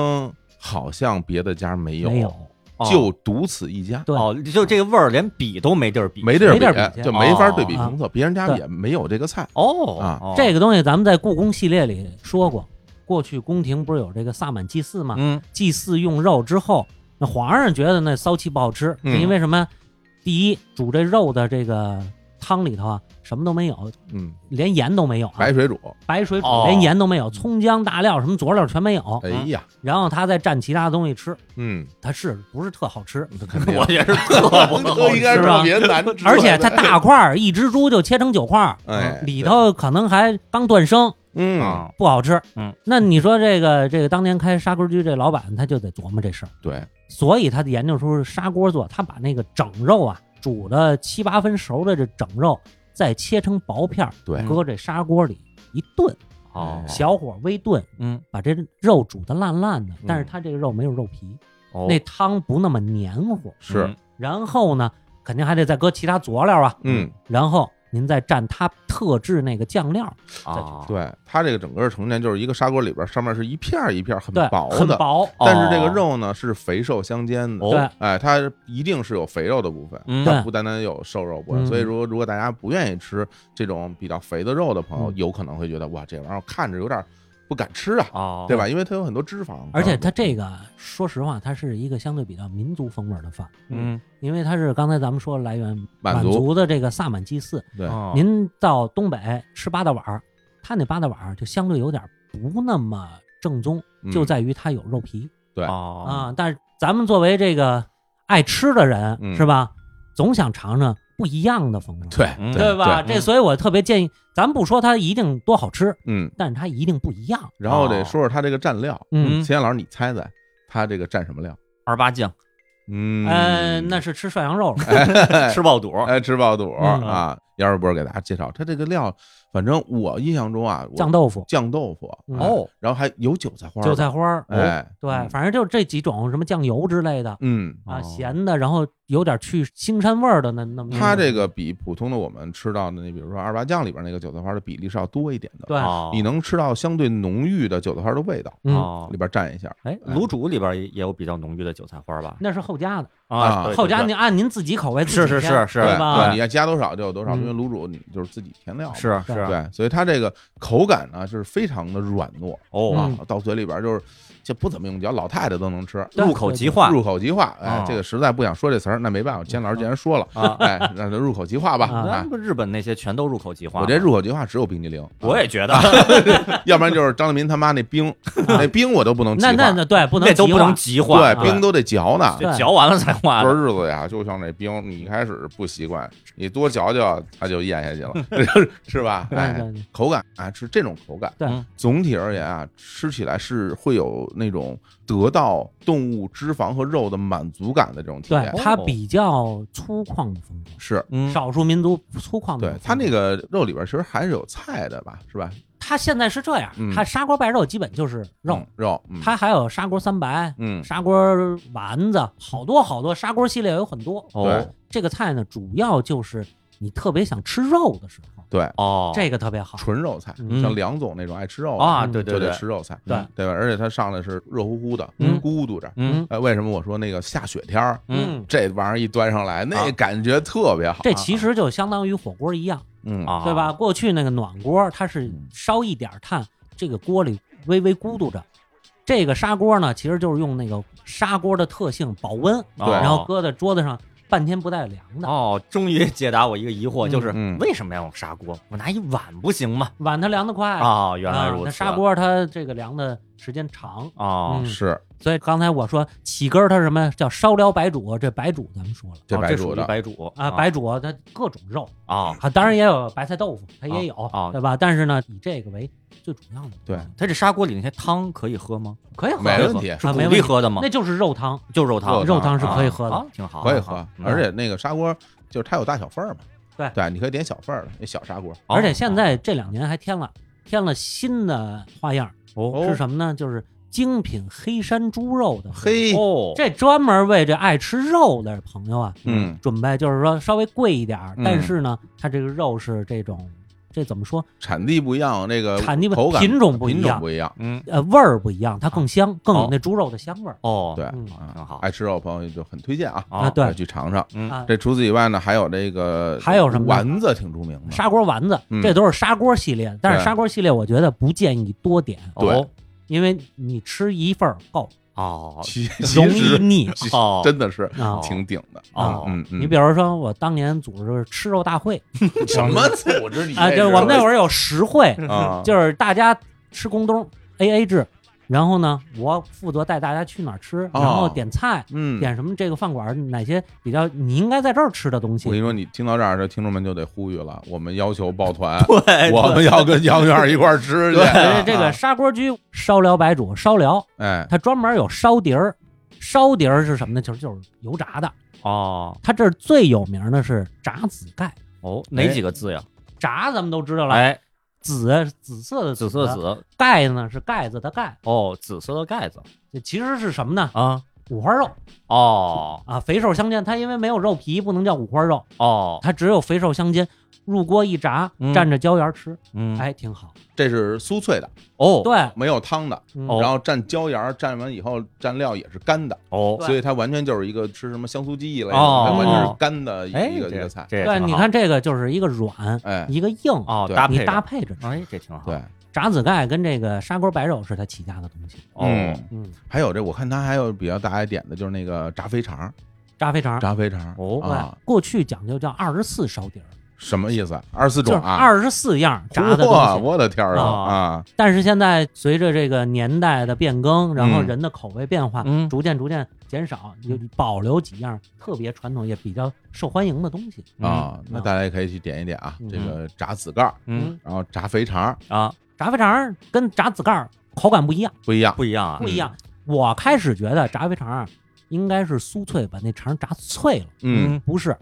好像别的家没有，
没有？ 哦
就独此一家。
对
哦，就这个味儿，连比都没地儿比，
没地儿
没地儿比
就没法
哦
对比评测，别人家
对
也没有这个菜。
哦
啊
哦
这个东西咱们在故宫系列里说过，过去宫廷不是有这个萨满祭祀吗？
嗯
祭祀用肉之后，那皇上觉得那骚气不好吃，
嗯
是因为什么？第一，煮这肉的这个汤里头啊，什么都没有，
嗯，
连盐都没有、啊，
白水煮，
白水煮，
哦
连盐都没有，葱姜大料什么佐料全没有，
哎呀，
然后他再蘸其他东西吃，
嗯，
它是不是特好吃？
肯定
我也是特 不
都
能
应该
哦是
特
吧
别难吃。
而且它大块儿，一只猪就切成九块儿，
哎
里头可能还刚断生，
嗯，
啊，
不好吃。
嗯，
那你说这个这个当年开砂锅居这老板他就得琢磨这事儿，
对，
所以他研究出砂锅做，他把那个整肉啊煮的七八分熟的这整肉，再切成薄片儿，
对
搁这砂锅里一炖，
哦，
小火微炖，
嗯
把这肉煮的烂烂
嗯
的，但是它这个肉没有肉皮，
哦
那汤不那么黏糊。
是，
然后呢，肯定还得再搁其他佐料啊，
嗯，
然后您再蘸它特制那个酱料，
啊，
对，它这个整个呈现就是一个砂锅里边儿上面是一片儿一片儿很
对，
薄
很
的，
薄，
但是这个
哦
肉呢是肥瘦相间的。
哦
对
哎，它一定是有肥肉的部分，
嗯
它不单单有瘦肉部分。
嗯
所以如果如果大家不愿意吃这种比较肥的肉的朋友，
嗯
有可能会觉得哇，这玩意儿看着有点不敢吃啊，
哦，
对吧？因为它有很多脂肪，
而且它
啊
这个，说实话，它是一个相对比较民族风味儿的饭，
嗯？
因为它是刚才咱们说来源
满
满
族啊
族的这个萨满祭祀。
对
哦
您到东北吃八大碗儿，它那八大碗儿就相对有点不那么正宗，
嗯
就在于它有肉皮
对
哦
啊。但是咱们作为这个爱吃的人，
嗯
是吧？总想尝尝不一样的风味儿，
对
嗯
对吧？
对
这所以我特别建议，咱不说它一定多好吃，
嗯，
但是它一定不一样。
然后
哦
得说说它这个蘸料，
嗯，
秦岩老师，你猜猜它这个蘸什么料？
二八酱
嗯，
呃，那是吃涮羊肉了。
吃爆肚，
哎，吃爆肚
嗯
啊！杨二波给大家介绍，它这个料，反正我印象中啊，我
酱豆腐、
酱豆腐
嗯
哎
哦
然后还有韭菜花，
韭菜，花儿，
哎，
对，
嗯
反正就这几种，什么酱油之类的
嗯，
啊，
哦
咸的，然后有点去腥膻味儿的那那么一种。
它这个比普通的我们吃到的那，比如说二八酱里边那个韭菜花的比例是要多一点的，
对，
哦
你能吃到相对浓郁的韭菜花的味道，
嗯，
哦
里，边蘸一下，
哎，
卤煮里边也也有比较浓郁的韭菜花吧？
那是后加的，
啊
对
后加
对
您按您自己口味自己
是是
添
是是，
对
对吧
你要加多少就有多少，
嗯
因为卤煮你就是自己填料嘛，
是啊是
对，所以它这个口感呢是非常的软糯
哦
嗯
啊，到嘴里边就是这不怎么用脚，老太太都能吃。
对
入口即化
入口即化，哎
哦，
这个实在不想说这词儿，那没办法，钱老师既然说了，
啊。
哎，那就入口即化吧。
嗯哦 啊
哎
那，不日本那些全都入口即化吗，
我这入口即化只有冰激 凌，
我也觉
啊
得
啊要不然就是张德民他妈那 冰，那冰我都不能即
那
化，
那那对，不能
那都
急
不
化
能即化，
对，
啊
冰都得嚼呢。
对
嚼完了才化
过
的。
日子呀，就像这冰，你一开始不习惯，你多嚼嚼，它就咽下去 了，是吧？
对
哎，
对对
口感啊是这种口感。
嗯对
嗯
总体而言啊，吃起来是会有那种得到动物脂肪和肉的满足感的这种体验
对，。它比较粗犷的风格，
是，
哦嗯，
少数民族粗犷的
对
风格。
它那个肉里边其实还是有菜的吧，是吧？
它现在是这样
嗯，
它砂锅白肉基本就是肉
嗯，肉，嗯
它还有砂锅三白、
嗯
砂锅丸子，好多好多砂锅系列有很多。
哦
这个菜呢，主要就是你特别想吃肉的时候，
对，
哦，
这个特别好。
纯肉菜，
嗯
像梁总那种爱吃肉的
啊，
嗯
对对
就
对
得，吃肉菜，
对
对吧？而且它上来是热乎乎的，
嗯
咕嘟着。
嗯
哎，为什么我说那个下雪天儿，
嗯
嗯，
这玩意儿一端上来，那
啊
感觉特别好。
这其实就相当于火锅一样，
嗯，
啊，
对吧？？过去那个暖锅，它是
嗯
烧一点炭，这个锅里微微咕嘟着。这个砂锅呢，其实就是用那个砂锅的特性保温，
对
然后搁在桌子上半天不带凉的，
哦，终于解答我一个疑惑，
嗯
就是
嗯
为什么要用砂锅？我拿一碗不行吗？
碗它凉得快。
啊，原来
啊
如
那
此。
砂锅它这个凉的时间长，
哦，
嗯
是
所以刚才我说起根儿它是什么叫烧撩白煮，这白煮咱们说了
这
哦
白
属
煮
于
的，
白煮
啊，白煮它各种肉
啊，
啊，当然也有白菜豆腐，它
哦
也有，
哦
对吧？但是呢，以这个为最主要的，
对，
它这砂锅里那些汤可以喝吗？
可以喝，
没问题
是
啊
鼓
没问
励
题
喝的吗
那？就是肉汤，
就肉汤，
肉汤是可以喝的
啊，挺好，
可以
挺好
喝，
嗯
而且那个砂锅就是它有大小份儿嘛，
对
对，你可以点小份儿的，那小砂锅
哦
而且现在这两年还添了添了新的花样，
哦
是什么呢？就是精品黑山猪肉的，
嘿，
哦，
这专门为这爱吃肉的朋友啊，
嗯，
准备就是说稍微贵一点儿，
嗯
但是呢，它这个肉是这种，这怎么说？
产地不一样，那个
产地不
呃口感
品种不一
品种
样
不一样，
嗯
呃，味儿不一样，它更香，更
哦
有那猪肉的香味儿
哦
对
嗯
啊
挺好
爱吃肉的朋友就很推荐啊，
啊
对
哎去尝尝。
嗯
啊。
这除此以外呢，还有这个
还有什么呢
丸子挺著名的，
砂锅丸子
嗯，
这都是砂锅系列，但是
对
砂锅系列我觉得不建议多点，
对
哦
因为你吃一份儿够，
哦
其
容
其
易
实
腻
其
哦
真的是
啊。
挺顶的
哦
嗯嗯，
你比如说，我当年组织吃肉大会
什么组织？你
啊，就是我们那会儿有实惠，
儿 啊，
就是大家吃工东 A A 制，然后呢，我负责带大家去哪儿吃，然后点菜，
嗯，
点什么这个饭馆哪些比较你应该在这儿吃的东西
我跟你说，你听到这儿的听众们就得呼吁了，我们要求抱 团，
哎对
我们要跟杨院一块儿吃去。啊
这这个砂锅居烧辽白煮烧辽，
哎，
它专门有烧碟儿。烧碟儿是什么呢？就是就是油炸的。
哦
它这儿最有名的是炸子盖，
哦，哪几个字呀？
炸咱们都知道了，
哎，
紫啊紫色的
紫色的，紫
盖呢是盖子的盖，
哦，紫色的盖子
这其实是什么呢？
啊
五花肉
哦
啊，肥瘦相间。它因为没有肉皮，不能叫五花肉，
哦
它只有肥瘦相间，入锅一炸
嗯，
蘸着椒盐吃，
嗯
哎，挺好。
这是酥脆的，
哦
对，
没有汤的，
嗯
哦
然后蘸椒盐儿，蘸完以后蘸料也是干的，
哦
对
所以它完全就是一个吃什么香酥鸡一类的，
哦
它完全是干的一
哎
个一
这
个菜。
这也
对，
挺
你
好
看这个就是一个软，
哎，
一个硬，
哦
对
搭
你
配
搭
着
配着吃。
哎这挺好
对，
炸子盖跟这个砂锅白肉是它起家的东西。
哦
嗯
嗯，
还有这，我看它还有比较大一点的，就是那个炸肥肠，
炸肥肠，
炸肥肠
哦
啊
对，，过去讲究叫二十四烧底儿，
什么意思？二十四
就是
种啊，
二十四样炸的
哇
东西。
我的天儿啊
啊
啊！
但是现在随着这个年代的变更，然后
嗯
人的口味变化，
嗯
逐渐逐渐减少，就保留几样特别传统也比较受欢迎的东西。
啊，那
嗯
大家也可以去点一点啊，
嗯
这个炸子盖儿，
嗯
然后炸肥肠儿
啊
炸肥肠儿跟炸子盖儿口感不一样，
不一样，
不一样啊
不一样。我开始觉得炸肥肠儿应该是酥脆，把那肠儿炸脆了，
嗯
不是，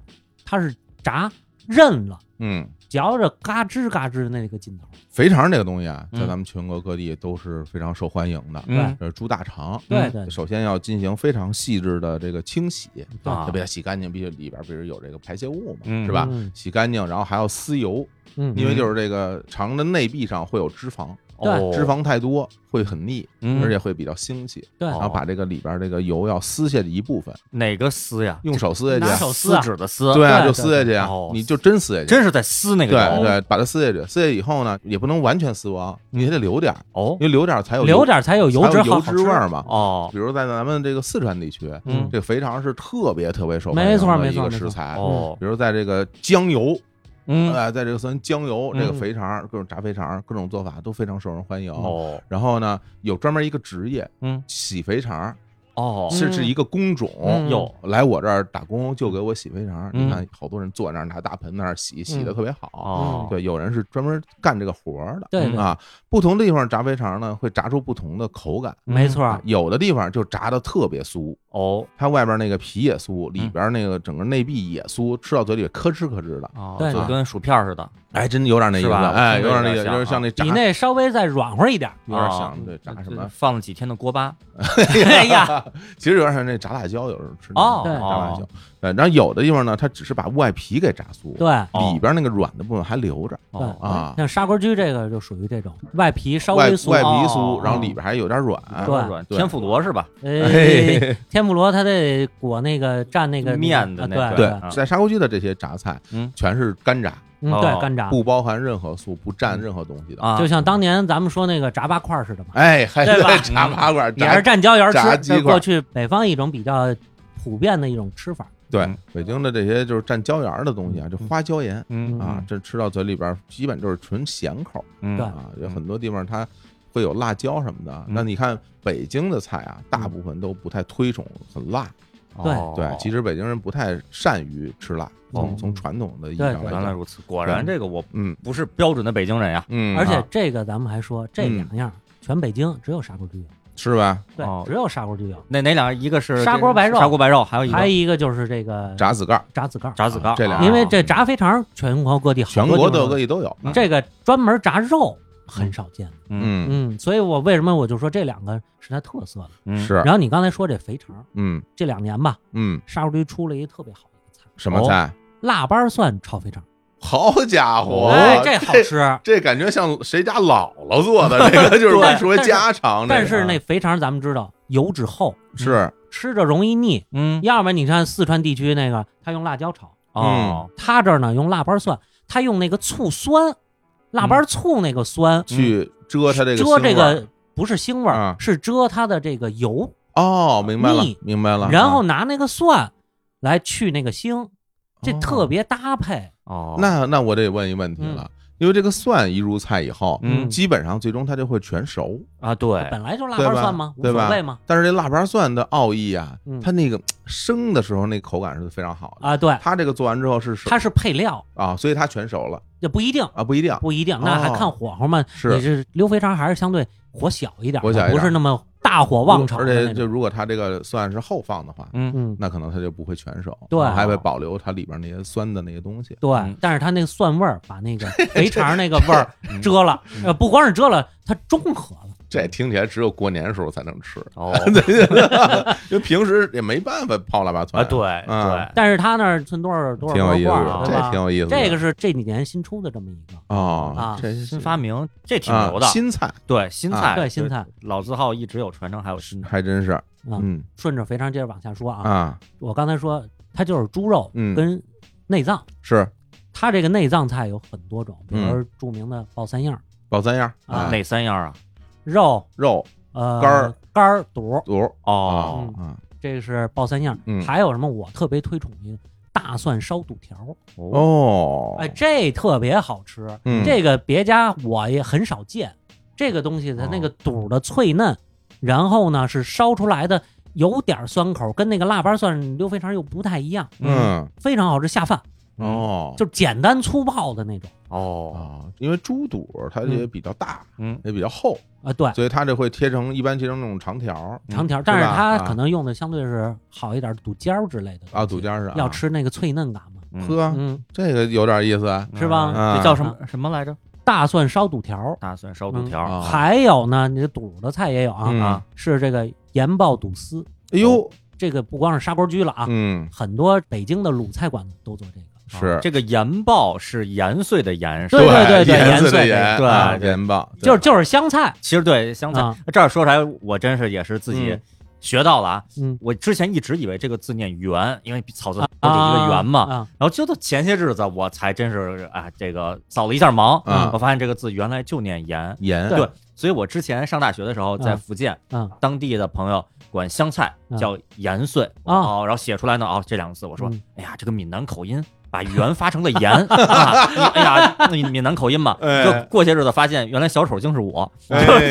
它是炸韧了，
嗯，
嚼着嘎吱嘎吱的那个劲头。
肥肠这个东西啊，在
嗯
咱们全国各地都是非常受欢迎的。
嗯
呃，猪大肠，
对
嗯
对
首先要进行非常细致的这个清洗，
对
啊
要被它洗干净，必须里边儿不是有这个排泄物嘛，
嗯
是吧
嗯？
洗干净，然后还要撕油，
嗯
因为就是这个肠的内壁上会有脂肪，
对
哦
脂肪太多会很腻，
嗯
而且会比较腥气。
对
然后把这个里边这个油要撕下去一部分，
哦哪个撕呀？
用手撕下
哦拿
去啊，
手撕啊
纸的撕，
对啊，
对
就撕下去啊
哦，
你就真撕下去。
真是在撕那
对
个油。
对，把它撕下去，撕下去以后呢，也不能完全撕光，你还得留点儿，
哦
因为留点儿才有
留点儿才有
油
油
才
脂
有油
好好
脂
吃
味儿嘛。
哦
比如在咱们这个四川地区，
嗯
这肥肠是特别特别受
没
欢迎
错
的
没
一
错
个
没
食
错
材。
哦，
比如在这个江油，
嗯
哎，在这个算江油，这个
嗯
肥肠，各种炸肥肠，各种做法都非常受人欢迎。
哦
然后呢，有专门一个职业，
嗯，
洗肥肠，
哦
是是一个工种
嗯。
哟
来我这儿打工就给我洗肥肠，
嗯
你看好多人坐那儿拿大盆那儿洗，洗的特别好。
哦，
对，有人是专门干这个活儿的。
对对
啊，不同地方炸肥肠呢，会炸出不同的口感。
没错
啊
儿，
有的地方就炸的特别酥，
哦
它外边那个皮也酥，
嗯
里边那个整个内壁也酥，吃到嘴里咯吱咯吱的，
哦，
对
就跟薯片似的。
哎，真有点那意
是
思，
吧
哎，
听
有
着
点那
有点
意思，有点像那炸，
比那稍微再软和一点儿。
有点
哦
像对炸什么，
放了几天的锅巴？
哎呀，
其实有点像那炸辣椒，有时候吃那
哦
个
对
炸辣椒，对，然后有的地方呢，它只是把外皮给炸酥，
对
哦
里边那个软的部分还留着
对
哦
啊，
像砂锅居这个就属于这种外皮稍
外
微
外皮
酥，
酥，
哦
然后里边还有点软，啊
对
软
对
天妇罗是吧？
哎，天妇罗它得裹那个蘸那个
面的
啊
那
对
个
对
啊，
在砂锅居的这些榨菜
嗯，
全是干炸，
嗯
哦
对干炸，
不包含任何素，不蘸任何东西的。
啊，
就像当年咱们说那个炸八块儿似的嘛，
哎，还
对吧
炸八块，
也
炸
是蘸椒盐儿
哎炸
吃。
鸡
这
块
过去北方一种比较普遍的一种吃法，
对
嗯，
北京的这些就是蘸椒盐儿的东西啊，就花椒盐
嗯
啊，这吃到嘴里边儿基本就是纯咸口
嗯
对
儿啊，有很多地方它会有辣椒什么的。
嗯
那你看北京的菜啊，
嗯
大部分都不太推崇很辣，
对
哦
对，其实北京人不太善于吃辣，
哦
从从传统的意义上来
原来
讲，
如此，果然
对
这个我
嗯
不是标准的北京人呀。
嗯，
而且
啊
这个咱们还说这两样儿全北京只有砂锅居有，
是吧？
对
哦，
只有砂锅居有。
那哪两样？一个是
砂锅白肉
砂锅白肉，还有一
还有
个
一个就是这个
炸子盖儿，
炸子盖儿，
炸子干。
这俩
啊
因为这炸肥肠全国各地好
全
多
国
地
各
方
个地都有。啊
有这个专门炸肉很少见。
嗯
嗯，所以我为什么我就说这两个是它特色的。
嗯
是
然后你刚才说这肥肠，
嗯
这两年吧，
嗯，
砂锅居出了一个特别好的一个菜，
什么菜？
腊八蒜炒肥肠。
好家伙，
哎，这好吃。
哦这感觉像谁家姥姥做的， 这个就是
对
属于
但是
家常这个啊。
但是那嗯肥肠咱们知道油脂厚，
是
吃着容易腻。
嗯
要么你看四川地区那个，他用辣椒炒，
嗯
哦
他这儿呢用腊八蒜，他用那个醋酸，腊八醋那个酸
去遮嗯它这个
遮这
腥味儿
个不是腥味儿
啊，
是遮它的这个油，
哦，明白了
腻，
明白了。
然后
啊
拿那个蒜来去那个腥，这
哦
特别搭配。
哦，
那那我得问一问题了，
嗯
因为这个蒜一入菜以后，
嗯
基本上最终它就会全熟，
啊对，
本来就腊
哎对
八
吧
蒜嘛，无
对吧
所谓嘛。
但是这腊八蒜的奥义啊
嗯，
它那个生的时候那口感是非常好的。
啊，对，
它这个做完之后是熟
它是配料，
啊，所以它全熟了
也不一定，
啊，不一定。
不一定，那还看火候嘛。
是
你是溜肥肠还是相对火小一点的，
火小一点
不是那么大火旺炒
而
的
且
那
就
种。
如果它这个蒜是后放的话，
嗯
嗯，
那可能它就不会全熟，啊
对哦
还会保留它里边那些酸的那些东西。
对
嗯，
但是它那个蒜味儿把那 个肥肠那个味儿
嗯
遮了，呃，不光是遮了，它中和了。
这听起来只有过年时候才能吃，
哦
因为平时也没办法泡腊八
啊
蒜。
对
嗯
对
但是它那儿存多少多少
挺有意思
多少罐
的
儿，，
这
对吧
挺？有意思的。
这个是这几年新出的这么一个，
哦
啊，
这
新发明，这挺牛的
啊，。新菜
对新
啊
菜，
对新菜，
老字号一直有传承，还有新的。
还真是，
啊
嗯
顺着肥肠接着往下说啊，
啊，
我刚才说它就是猪肉
嗯
跟内脏，
是
它这个内脏菜有很多种，比如
嗯
说著名的爆三样儿，
爆三样
啊
哎
哪三样啊？
肉、
肉
呃
肝儿、
肝儿、肚儿，
肚
哦
啊啊
这是爆三样。
嗯
还有什么？我特别推崇一个大蒜烧肚条儿，
哦，
哎，这特别好吃。
嗯
这个别家我也很少见，这个东西它
哦
那个肚儿的脆嫩，然后呢是烧出来的有点儿酸口，跟那个腊八蒜溜肥肠又不太一样，
嗯
非常好吃下饭，
哦
嗯就是简单粗暴的那种
哦
啊，因为猪肚它也比较大，
嗯
也比较厚，
啊、对。
所以它这会贴成一般切成那种长条
长条，
吧
但是它
啊
可能用的相对是好一点儿肚尖儿之类的
啊，肚
东西
尖儿是啊啊
要吃那个脆嫩感嘛，
呵，
嗯，
这个有点意思啊
是吧
嗯这叫什么什么来着？
大蒜烧肚条儿，
大蒜烧肚条
啊
儿
还有呢，你这肚的菜也有啊，哦
嗯
啊。
是这个盐爆肚丝，
哎呦，
这个不光是砂锅居了啊，
嗯
很多北京的鲁菜馆子都做这个，
是
这个盐爆是盐碎的盐，是
啊对
吧
对对
盐
盐
的
碎
盐，
对
啊
对
盐棒，
就是
对
就是香菜，
其实对香菜
啊
这儿说出来，我真是也是自己
嗯
学到了啊。
嗯，
我之前一直以为这个字念圆，因为草字头有一个圆嘛。
啊，
然后就到前些日子，我才真是啊，这个扫了一下盲，
啊
嗯
我发现这个字原来就念盐。
盐，
对，所以我之前上大学的时候，在
嗯
福建
嗯
当地的朋友管香菜
嗯
叫盐碎
啊
哦，然后写出来呢哦这两个字，我说
嗯
哎呀，这个闽南口音把圆发成了 盐，啊你哎呀，闽闽南口音嘛，
哎
就过些日子发现原来小丑竟是我，
哎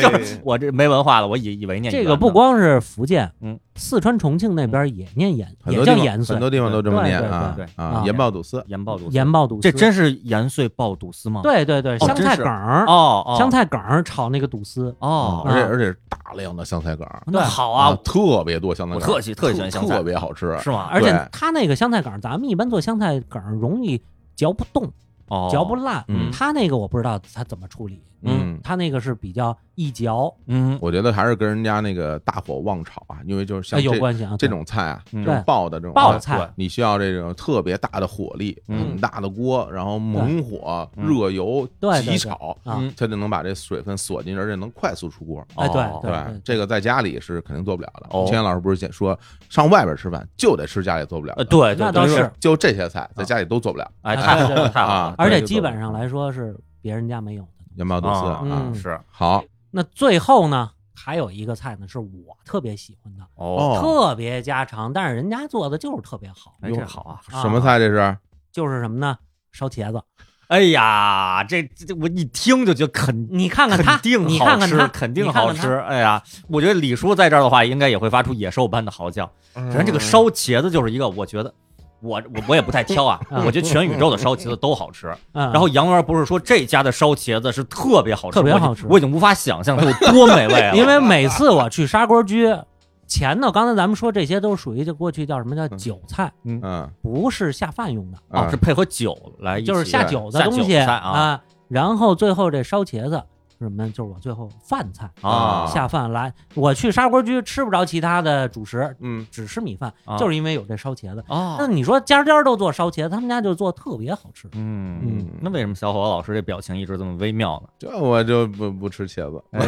就就是我这没文化了，我以以为念
这
圆
个
呢
不光是福建，
嗯，
四川、重庆那边也念盐，
很
也
多
叫
地方
盐碎
很，多地方都这么
对
念
对
啊
对对
啊
啊，
盐爆肚丝，
盐爆肚丝，
盐爆肚丝，
这真是盐碎爆肚丝吗？
对对对，
哦
香
真
菜
是
梗儿，
哦，哦
香菜梗儿炒那个肚丝，
哦，
嗯而且
啊
而且是大量的香菜梗
嗯
儿
那好
啊，
啊，
特别多香菜
我
梗儿，
特喜特喜欢香菜
特别好吃，
是吗？
而且
对
它那个香菜梗儿，咱们一般做香菜梗儿容易嚼不动、
哦，
嚼不烂，
嗯
它那个我不知道它怎么处理，
嗯。
它那个是比较易嚼，
嗯
我觉得还是跟人家那个大火旺炒啊，因为就是
哎
像
有
这
关系啊，
这
对
种菜啊，
嗯
这种
对
爆的这种
爆
菜
菜，
你需要这种特别大的火力，
嗯
很大的锅，然后猛火、
嗯
热油、
对对
急
对
炒，
啊，
嗯
它就能把这水分锁进去，而且能快速出锅。
哎对
哦
对吧
对
这个在家里是肯定做不了的。
哦
以前老师不是说上外边吃饭就得吃家里做不了的，
呃，对啊对，
那倒
对
是，
就这些菜在家里都做不了，
哎，
啊
太好
对对
了，
对
太好
啊
了，
而且
对
基本上来说是别人家没有的。
盐爆肚丝
啊
啊
嗯。
是
好，
那最后呢，还有一个菜呢，是我特别喜欢的，
哦
特别家常，但是人家做的就是特别好，
哎，这好啊！
啊
什么菜这是？
就是什么呢？烧茄子，
哎呀，这这我一听就觉得肯
你看看它
肯，定
你
好
看看
吃，
它，
肯定
你看
好
看它
吃。哎呀，我觉得李叔在这儿的话，应该也会发出野兽般的嚎叫。
嗯
咱这个烧茄子就是一个，我觉得我我我也不太挑啊，
嗯
我觉得全宇宙的烧茄子都好吃。
嗯
然后杨元不是说这家的烧茄子是特别好吃，
特别
我已
好吃
我已经无法想象它有多美味了。
因为每次我去砂锅居，前头刚才咱们说这些都属于就过去叫什么叫酒菜，
嗯
不是下饭用的，
哦，
啊
是，配合酒来一起，
就是下酒的东西
下酒菜啊
然后最后这烧茄子是什么呢？就是我最后饭菜
啊
下饭来，我去砂锅居吃不着其他的主食，
嗯，
只吃米饭
啊，
就是因为有这烧茄子。那
哦，
你说家家都做烧茄子，他们家就做特别好吃。
嗯。
嗯
那为什么小伙老师这表情一直这么微妙呢？
这我就不不吃茄子，
哎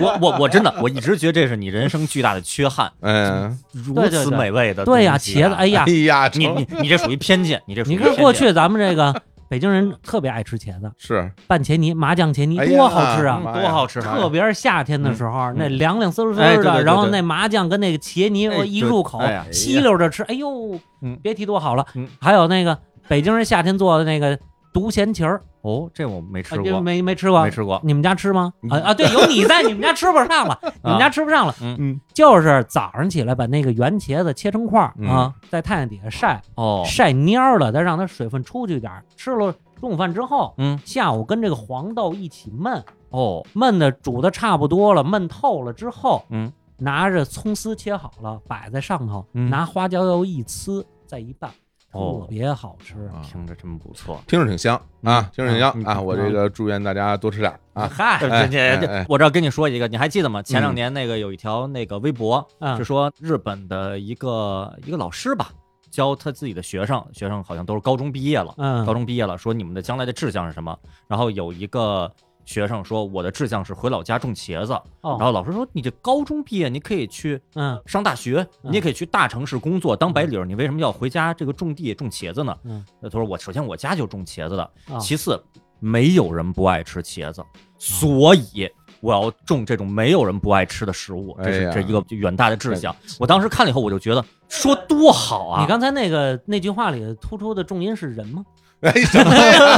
我我我真的我一直觉得这是你人生巨大的缺憾，
嗯，
如
对对
此
对
美味的东西啊。
对呀，茄子，哎呀
哎，呀，
你
成
你你这属于偏见，你这属啊于
你看
偏
过
见
去咱们这个北京人特别爱吃茄子，
是
拌茄泥、麻酱茄泥
哎呀
多好吃啊！
嗯
妈呀
多好吃
妈呀
特别是夏天的时候，
嗯
那凉凉丝丝
哎对对对
的，
对
然后那麻酱跟那个茄泥
哎
一入口
对哎呀，
吸溜着吃，哎呦
嗯，
别提多好了
嗯。
还有那个北京人夏天做的那个独咸芹儿，
哦，这我没吃
啊
过，
没没吃过
没。吃过。嗯啊
你们家吃吗？啊啊，对，有你在，你们家吃不上 了，你们家吃不上了。
嗯
嗯，
就是早上起来把那个圆茄子切成块儿
嗯
啊，在太阳底下晒
哦，
晒蔫了，再让它水分出去点儿。吃了中午饭之后，
嗯，
下午跟这个黄豆一起焖，
哦，
焖的煮的差不多了，焖透了之后，
嗯，
拿着葱丝切好了，摆在上头，
嗯
拿花椒油一呲，再一拌，
哦
特别好吃。
啊
听着真不错。
听着挺香啊，听着挺香
嗯
啊，我这个祝愿大家多吃点儿 啊，
嗨，
这
哎
这
哎
这
哎，
我这儿跟你说一个，你还记得吗？前两年那个有一条那个微博，
嗯
是说日本的一个一个老师吧，教他自己的学生，学生好像都是高中毕业了，
嗯，
高中毕业了，说你们的将来的志向是什么？然后有一个学生说，我的志向是回老家种茄子。然
哦，
后老师说，你这高中毕业，你可以去
嗯
上大学，
嗯
你也可以去大城市工作当白领儿，你为什么要回家这个种地种茄子呢？
嗯，
他说我首先我家就种茄子的，
哦
其次没有人不爱吃茄子，所以。我要种这种没有人不爱吃的食物，这
哎
是
呀
这一个远大的志向。我当时看了以后，我就觉得说多好啊！
哎你刚才那个那句话里突出的重音是人吗？
哎什么呀，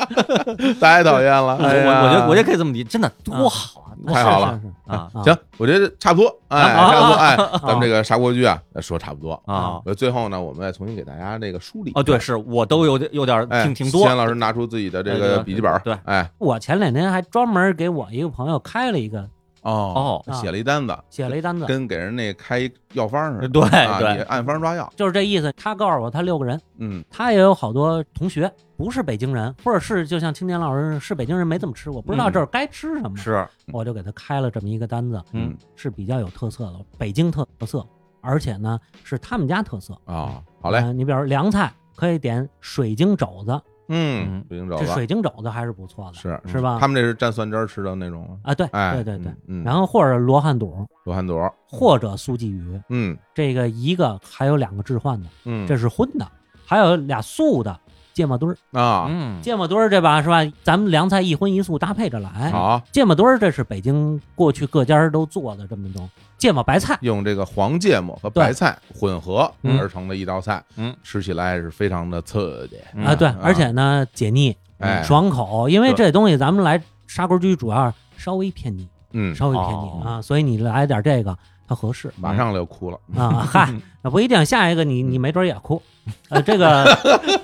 太讨厌了，
我
哎呀
我我觉得我觉得可以这么理，解，真
嗯
的多好啊！多
太好了
是，是是
啊
啊
行，我觉得差不多，哎，
啊
差不多，哎，咱们这个砂锅居 啊，说差不多
啊
呃最后呢，我们再重新给大家这个梳理一下
哦，对，，是我都有点有点
哎，
挺挺多
钱老师拿出自己的这
对对
个
对
笔记本，
对，
哎，
我前两天还专门给我一个朋友开了一个，
哦
哦
啊
写了一单子，
写了一单子，
跟给人那开药方似的，
对
啊
对
你按方抓药，
就是这意思。他告诉我他六个人，
嗯，
他也有好多同学不是北京人，或者是就像青年老师是北京人没怎么吃过，不知道
嗯
这儿该吃什么。
是
我就给他开了这么一个单子，
嗯
是比较有特色的，北京特色，而且呢是他们家特色。
啊，好嘞，
呃你比如凉菜可以点水晶肘子，
嗯
嗯，
北京肘
这
子
水晶肘子还是不错的，
是嗯
是吧
他们这是蘸蒜汁儿吃的那种吗？
啊，对
哎，
对对对，
嗯，嗯，嗯
然后或者罗汉肚，
罗汉朵，
或者苏鲫鱼，
嗯
这个一个还有两个置换的，
嗯，
这是荤的，还有俩素的芥末墩儿，
啊，
嗯，
芥末墩儿这吧是吧？咱们凉菜一荤一素搭配着来，
好，
芥末墩儿这是北京过去各家儿都做的这么一种芥末白菜，
用这个黄芥末和白菜混合
嗯
而成的一道菜，
嗯，
吃起来是非常的刺激，
嗯
啊，对，
啊
而且呢解腻、嗯
哎，
爽口，因为这东西咱们来砂锅居主要稍微偏腻，
嗯，
稍微偏腻、
哦
啊，所以你来点这个它合适
马上就哭了，
嗯
啊。嗨，那不一定，下一个你你没准也哭。呃，这个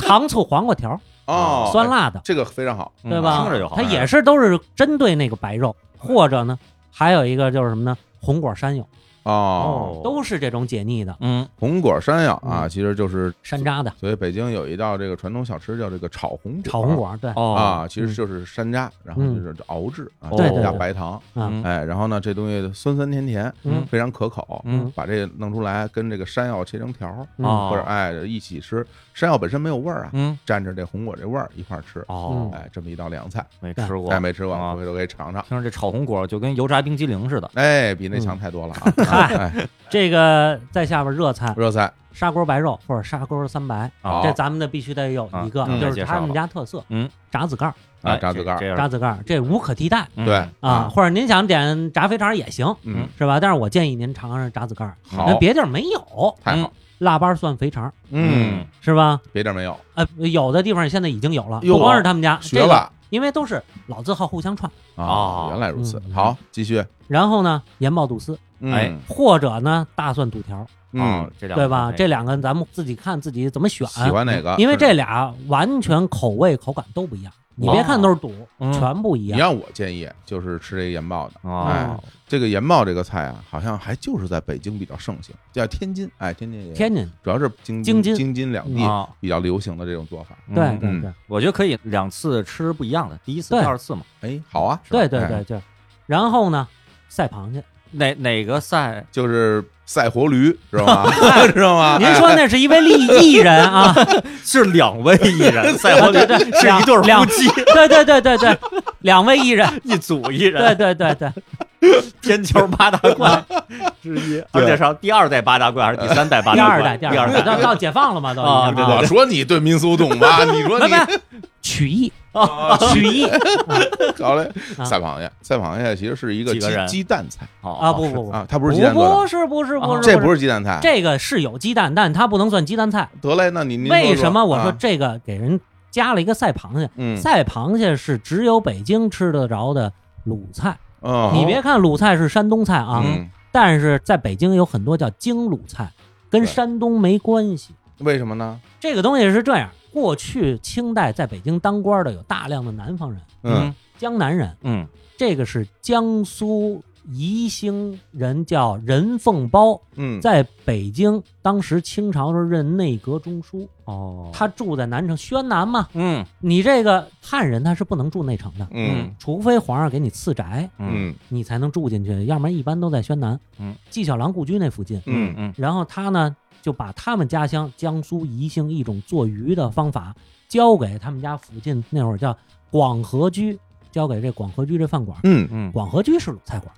糖醋黄瓜条儿，
哦，
酸
哎，
辣的，
这个非常好，
嗯
对吧？
听着就好。嗯
它也是都是针对那个白肉，或者呢还有一个就是什么呢？红果山药
哦，
都是这种解腻的
嗯
红果山药啊，
嗯
其实就是，
山楂的
所以北京有一道这个传统小吃叫这个炒红果，
炒红果，对，
哦
啊，其实就是山楂，然后就是熬制啊，
对对
加
对
白糖，
嗯
哎，然后呢，这东西酸酸甜甜，
嗯
非常可口，
嗯
把这弄出来跟这个山药切成条儿，
嗯
哦
或者哎一起吃，山药本身没有味儿啊，
嗯
蘸着这红果这味儿一块儿吃，
哦，
哎，这么一道凉菜，
没吃过
哎，，没吃过，
啊
回头可以尝尝，
听着这炒红果就跟油炸冰激凌似的。
哎，比那强太多了啊！哎，
这个在下边热菜
热菜
砂锅白肉或者砂锅三白，
好
这咱们的必须得有一个
啊嗯，
就
介
是
绍
他
了
们家特色，
嗯，
炸子盖儿
啊，
哎
炸子盖儿，
这
炸
样
子盖儿这无可替代
嗯
对
啊，
啊，
或者您想点炸肥肠也行，
嗯，
是吧？但是我建议您尝尝炸子盖儿，那
好，
别地儿没有，
太好，
腊八蒜肥肠
嗯，
是吧？
别地儿没有，
呃，有的地方现在已经有了，
哟
不光是他们家，
学
这个
了
因为都是老字号互相串。
哦
啊，原来如
嗯
此，好，继续，
然后呢，盐爆肚丝，
嗯
哎，
或者呢大蒜肚条，
哦
嗯，，
这两个
对吧？
哎
这两个咱们自己看自己怎么选，
喜欢哪个？嗯
因为这俩完全口味口感都不一样。你别看都是肚，
嗯
全不一
你
样。嗯
让我建议就是吃这个盐爆的，哎
哦，，
这个盐爆这个菜啊，好像还就是在北京比较盛行，叫天津，哎，天津也有
天津，
主要是京
京津
京津两地
啊，
比较流行的这种做法，
嗯
对对
嗯
对
我觉得可以两次吃不一样的，第一次、
对
第二次嘛。
哎，好啊，是吧
对对
哎
对对。然后呢，赛螃蟹，
哪哪个赛？
就是赛活驴，知道 吗？知道吗？
您说那是一位艺艺人 啊？
是两位艺 人赛
对对对，两
儿
两
妻，
对对对对对，两位艺人，
一组艺
对，对对对，
天球八大怪之一，而且 是第二代八大怪还是第三代八
第
大
二
怪？
代二代，到到解放了嘛，都
啊
已经
哎我说你对民俗懂 吧？你说
拜
你
拜，曲艺，
啊
啊曲艺
好嘞，
啊
赛螃蟹，赛螃蟹其实是一个
几个
鸡
人
鸡蛋菜
啊！
啊
不不不，
啊，它
不
不是鸡蛋做
不
的，
是不是不
啊
是，
这
不
不是鸡蛋菜。
这个是有鸡蛋，但它不能算鸡蛋菜。
得嘞，那你您
为什么我说
说啊
这个给人加了一个赛螃蟹？
嗯
赛螃蟹是只有北京吃得着的鲁菜。
嗯，
你别看鲁菜是山东菜啊，
嗯，
但是在北京有很多叫京鲁菜，跟
对
山东没关系。
为什么呢？
这个东西是这样，过去清代在北京当官的有大量的南方人、
嗯，
江南人，
嗯
这个是江苏宜兴人叫任凤包，
嗯，
在北京当时清朝时候任内阁中
嗯
书，
哦
他住在南城宣南嘛。
嗯
你这个汉人他是不能住内城的，
嗯
除非皇上给你赐宅，
嗯
嗯
你才能住进去，要不然一般都在宣南。
嗯，
纪晓岚故居那附近。
嗯
嗯
然后他呢就把他们家乡江苏宜兴一种做鱼的方法交给他们家附近那会儿叫广和居，交给这广和居这饭馆。
嗯
嗯
广和居是鲁菜馆，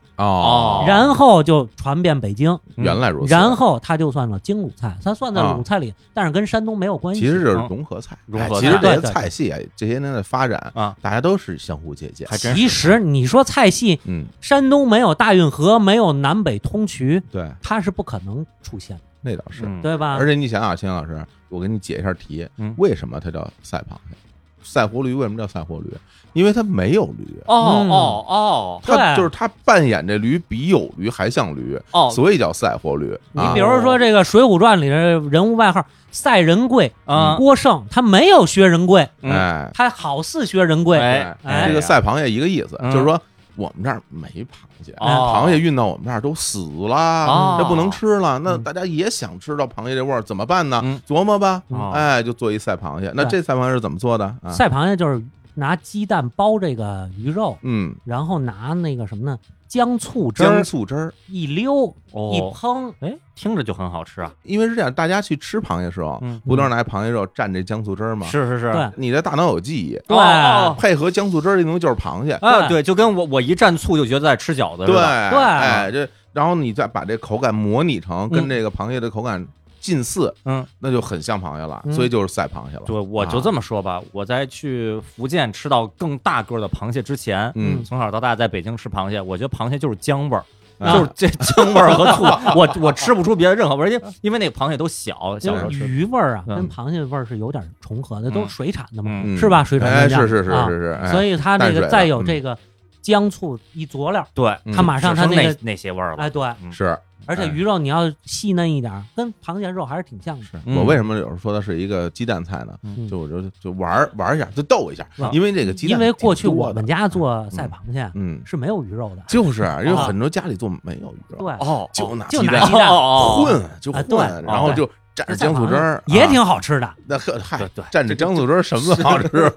哦，
哦
然后就传遍北京，
原来如此。
然后它就算了京鲁菜，它算在
啊
鲁菜里，但是跟山东没有关系。
其实就是
嗯
融合菜，
融
哎
合
其实
菜
这些
对对
菜系啊，这些年的发展
啊，
大家都是相互借鉴。
还真
其
啊
实你说菜系，
嗯，
山东没有大运河，没有南北通衢，
对，
它是不可能出现的，
那倒是。
嗯
对吧？
而且你想想，啊秦老师，我给你解一下题
嗯，
为什么它叫赛螃蟹？赛活驴为什么叫赛活驴？因为它没有驴，
哦
嗯
哦哦
它
对
就是它扮演这驴比有驴还像驴，
哦，
所以叫赛活驴。
你
啊
比如说这个《水浒传》里的人物外号赛仁贵、
啊
郭胜，他没有学仁贵，
嗯
哎，
他好似学仁贵，
哎
哎
这个赛螃蟹一个意思，
嗯
就是说我们这儿没螃蟹，
哦
哎螃蟹运到我们这儿都死
哦
了，这不能吃了。那
嗯
大家也想吃到螃蟹这味儿，怎么办呢
嗯？
琢磨吧
嗯，
哎，就做一赛螃蟹。那
对
这赛螃蟹是怎么做的啊？
赛螃蟹就是拿鸡蛋包这个鱼肉，
嗯，
然后拿那个什么呢，姜醋汁
姜
儿
醋汁儿，
一溜一
哦，
烹，
哎，听着就很好吃啊。
因为是这样，大家去吃螃蟹时候，
嗯，
不都是拿螃蟹肉蘸这姜醋汁儿吗？
是是是，
对
你的大脑有记忆，
对
哦
配合姜醋汁儿这东西就是螃蟹，
啊，
对
对，就跟我我一蘸醋就觉得在吃饺子似
对
的。
对
对
哎，这然后你再把这口感模拟成
嗯
跟这个螃蟹的口感近似，
嗯，
那就很像螃蟹了，
嗯
所以就是赛螃蟹了。
对，我就这么说吧，我在去福建吃到更大个儿的螃蟹之前，
嗯，
从小到大在北京吃螃蟹，我觉得螃蟹就是姜味儿，
嗯
啊
就是 这姜味儿和醋，我我吃不出别的任何味儿，因为因为那个螃蟹都小，
因
小时
为
候吃。
鱼味儿啊
嗯
跟螃蟹味儿是有点重合的，都
嗯
是水产的嘛，
嗯
嗯
是吧水产
哎，
虾
是是是
啊
是是，哎
所以它那
淡水
个
的
再有
嗯
这个姜醋一佐料，
对，
嗯
它马上它
只剩
那
那啊
个
那些味儿了。
哎对，
是
而且
哎
鱼肉你要细嫩一点儿，跟螃蟹肉还是挺像的。
是
嗯
我为什么有时候说它是一个鸡蛋菜呢？
嗯
就我就就玩儿玩儿一下，就逗一下
啊，
因为这个鸡蛋
因为过去
挺多
我
的
们家做赛螃蟹
嗯，
是没有鱼肉的，
就是因为
啊
很多家里做没有鱼肉，
对，
哦，
就拿
就
鸡
拿
蛋
鸡蛋
哦哦哦，
混就
啊对
混，然后
对
就蘸着姜醋汁儿
也。
啊
挺好吃的。
那呵，嗨
对对，
蘸着姜醋汁儿什么都好吃。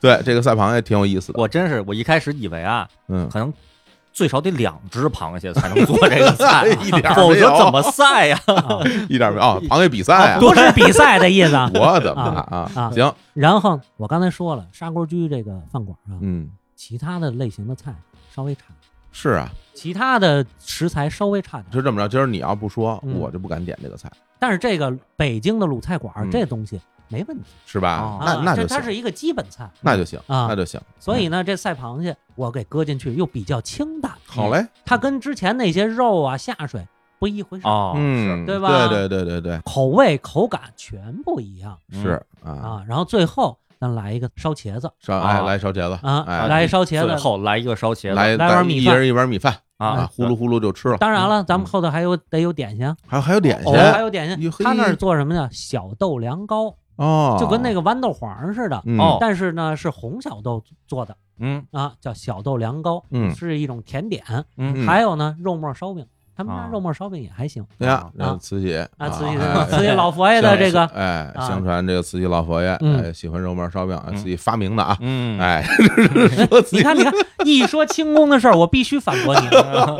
对，这个赛螃蟹挺有意思的。
我真是我一开始以为啊，
嗯，
可能最少得两只螃蟹才能做这个菜，啊
一 点儿
否
没有
则怎么赛 呀？
啊
一点儿没有哦，螃蟹比赛啊！。
不是比赛的意思啊
我的妈啊！
啊
行，
然后我刚才说了，砂锅居这个饭馆啊，
嗯，
其他的类型的菜稍微差，
是啊，
其他的食材稍微差点。
就这么着。今儿你要不说，
嗯
我就不敢点这个菜，
但是这个北京的鲁菜馆儿
嗯
这东西没问题，
是吧
哦？
那
啊
那
这
就
它是
行，
一个基本菜，
那就行，
啊
那就嗯行。
所以呢，这赛螃蟹我给搁进去又比较清淡，
好嘞，
它跟之前那些肉啊下水不一回事，
哦，
嗯，
对吧
对对对对
口味口感全不一样
对，是啊，
啊。然后最后咱来一个烧茄子
烧哎
啊
来烧茄子
啊，
哎
来一烧茄
最
子。
后来一个烧茄子，
来
来碗米
一
饭
人一碗米饭啊
啊，，
呼噜呼噜就吃了。
当然了，咱们后头还有得有点心啊，
还有还有点心
哦还有点
哟
心。
嘿
他那儿做什么呢？小豆凉糕，
哦，嗯
就跟那
个
个豌豆黄似的，
哦
但是呢是红小豆做的
嗯
啊，叫小豆凉糕，
嗯
是一种甜点。
嗯
嗯，
还有呢，肉末烧饼，他们家
啊
肉末烧饼也还行
对哎呀，
啊
慈禧
啊。慈 禧
哎
慈禧老佛爷的这个
哎，
啊
相传这个慈禧老佛爷
嗯
哎喜欢肉末烧饼，哎
嗯
自己发明的啊，
嗯，
哎， 说自
你
己
看，你看，一说清宫的事儿，我必须反驳 你，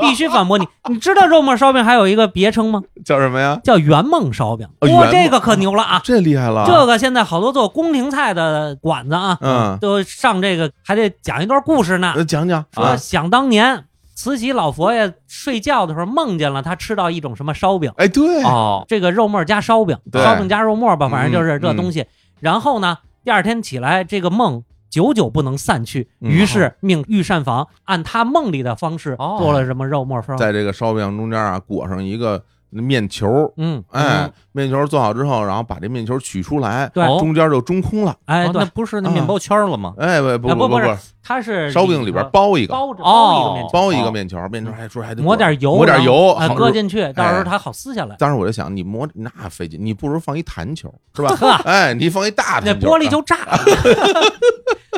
必须反驳你。你知道肉末烧饼还有一个别称吗？
叫什么呀？
叫圆梦烧饼。
哦
哇、
圆梦
这个可牛了啊！
这厉害了，
这个现在好多做宫廷菜的馆子啊，
嗯
都上这个还得讲一段故事呢。
呃讲讲
说
啊，
想当年，慈禧老佛爷睡觉的时候梦见了他吃到一种什么烧饼，
哎，对，
哦，
这个肉末加烧饼，
对
烧饼加肉末吧，
嗯
反正就是这
嗯
东西。然后呢，第二天起来，这个梦久久不能散去，
嗯
于是命御膳房按他梦里的方式
哦
做了什么肉末烧饼。
在这个烧饼中间啊裹上一个面球，
嗯，
哎，面球做好之后，然后把这面球取出来，
对
哦
中间就中空了，
哎，
哦那
对，
不是那
嗯
面包圈了吗？
哎，不
啊
不不
不不是它是
烧饼里边
头
包一个，
包着包一个
哦
面条。
包一个面球，面球还说还得
抹
裹
点油，
抹点
然后
油，
啊
好
搁。进去，到时
哎
候它好撕下来。
当时我就想，你磨那费劲，你不如放一弹球，是吧？
呵，
哎，你放一大
那
弹球，
玻璃就炸 了。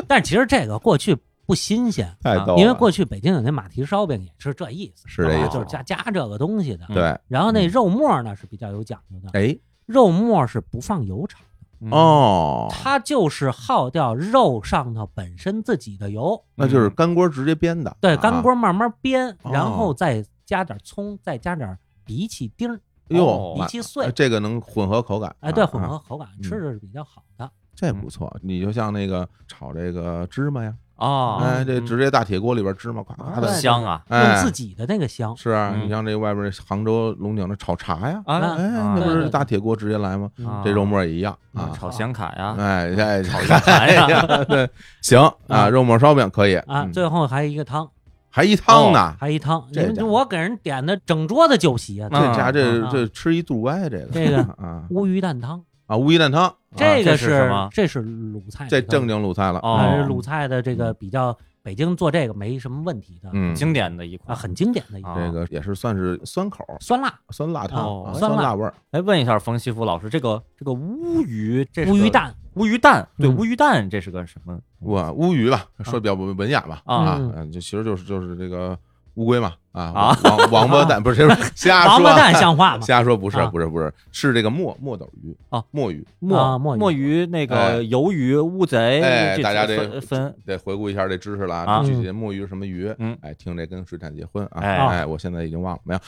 但是其实这个过去不新鲜，
太哎逗了，
啊因为过去北京有那马蹄烧饼也是这意思，
啊
啊
是这意啊
思
就是加加这个东西的。
对，嗯
然后那肉末呢是比较有讲究的，
哎，
肉末是不放油炒，
嗯，
哦，
它就是耗掉肉上头本身自己的油，
那就是干锅直接煸的，
对，
啊
干锅，慢慢煸，
哦
然后再加点葱，再加点荸荠丁儿、
哎呦
哦，
荸
那
荠碎，
这个能混合口感，
哎，对，
啊
混，合
啊
口感
嗯
吃着是比较好的。
这不错。你就像那个炒这个芝麻呀，
哦，
哎，这
嗯
直接大铁锅里边芝麻夸夸的
啊对，
香啊
哎
用自己的那个香，
是啊，
嗯
你像这外边杭州龙井的炒茶呀，
啊，
嗯
哎，
啊
那不
对
是
对
大铁锅直接来吗？
嗯
这肉末也一样
嗯
啊，
炒显卡呀，
哎哎，炒
哎 呀，
对，行啊，
啊
肉末烧饼可以
啊，哦
嗯
最后还有一个汤，
还一汤呢，
还有一汤，
这
你们
家伙
我给人点的整桌子酒席啊，
这家这
啊
这吃一肚歪这个
这个
啊
乌鱼蛋汤，
啊乌鸡蛋汤，
这
这
个
是什么
哎这是鲁菜的汤，
这正经鲁菜了，
哦
啊，这是鲁菜的这个比较北京做这个没什么问题的
嗯，哦
经典的一
啊，
款。
很经典的一个
啊
这个也是算是酸口
酸辣
酸辣汤，
哦
啊
酸
酸
辣
辣味儿，
哎，问一下冯西夫老师，这个这个乌鱼，这是
乌鱼
个
蛋，
乌鱼蛋，对，
嗯
乌鱼蛋，这是个什么
我乌鱼吧，说比较文雅吧，
啊？
啊，嗯，就其实就是就是这个乌龟嘛啊
啊
王王八 蛋不是瞎说啊
王八蛋像 话吗？
瞎说不是
啊
不是不是是这个墨墨斗鱼
哦
墨鱼
啊
墨
墨鱼
墨鱼那
哎
个鱿鱼乌贼，
哎
这
大家这
分分
得回顾一下这知识了
啊
具体这墨鱼是什么鱼？
嗯
哎，听这跟水产结婚啊！
哎
哎，我现在已经忘了没有。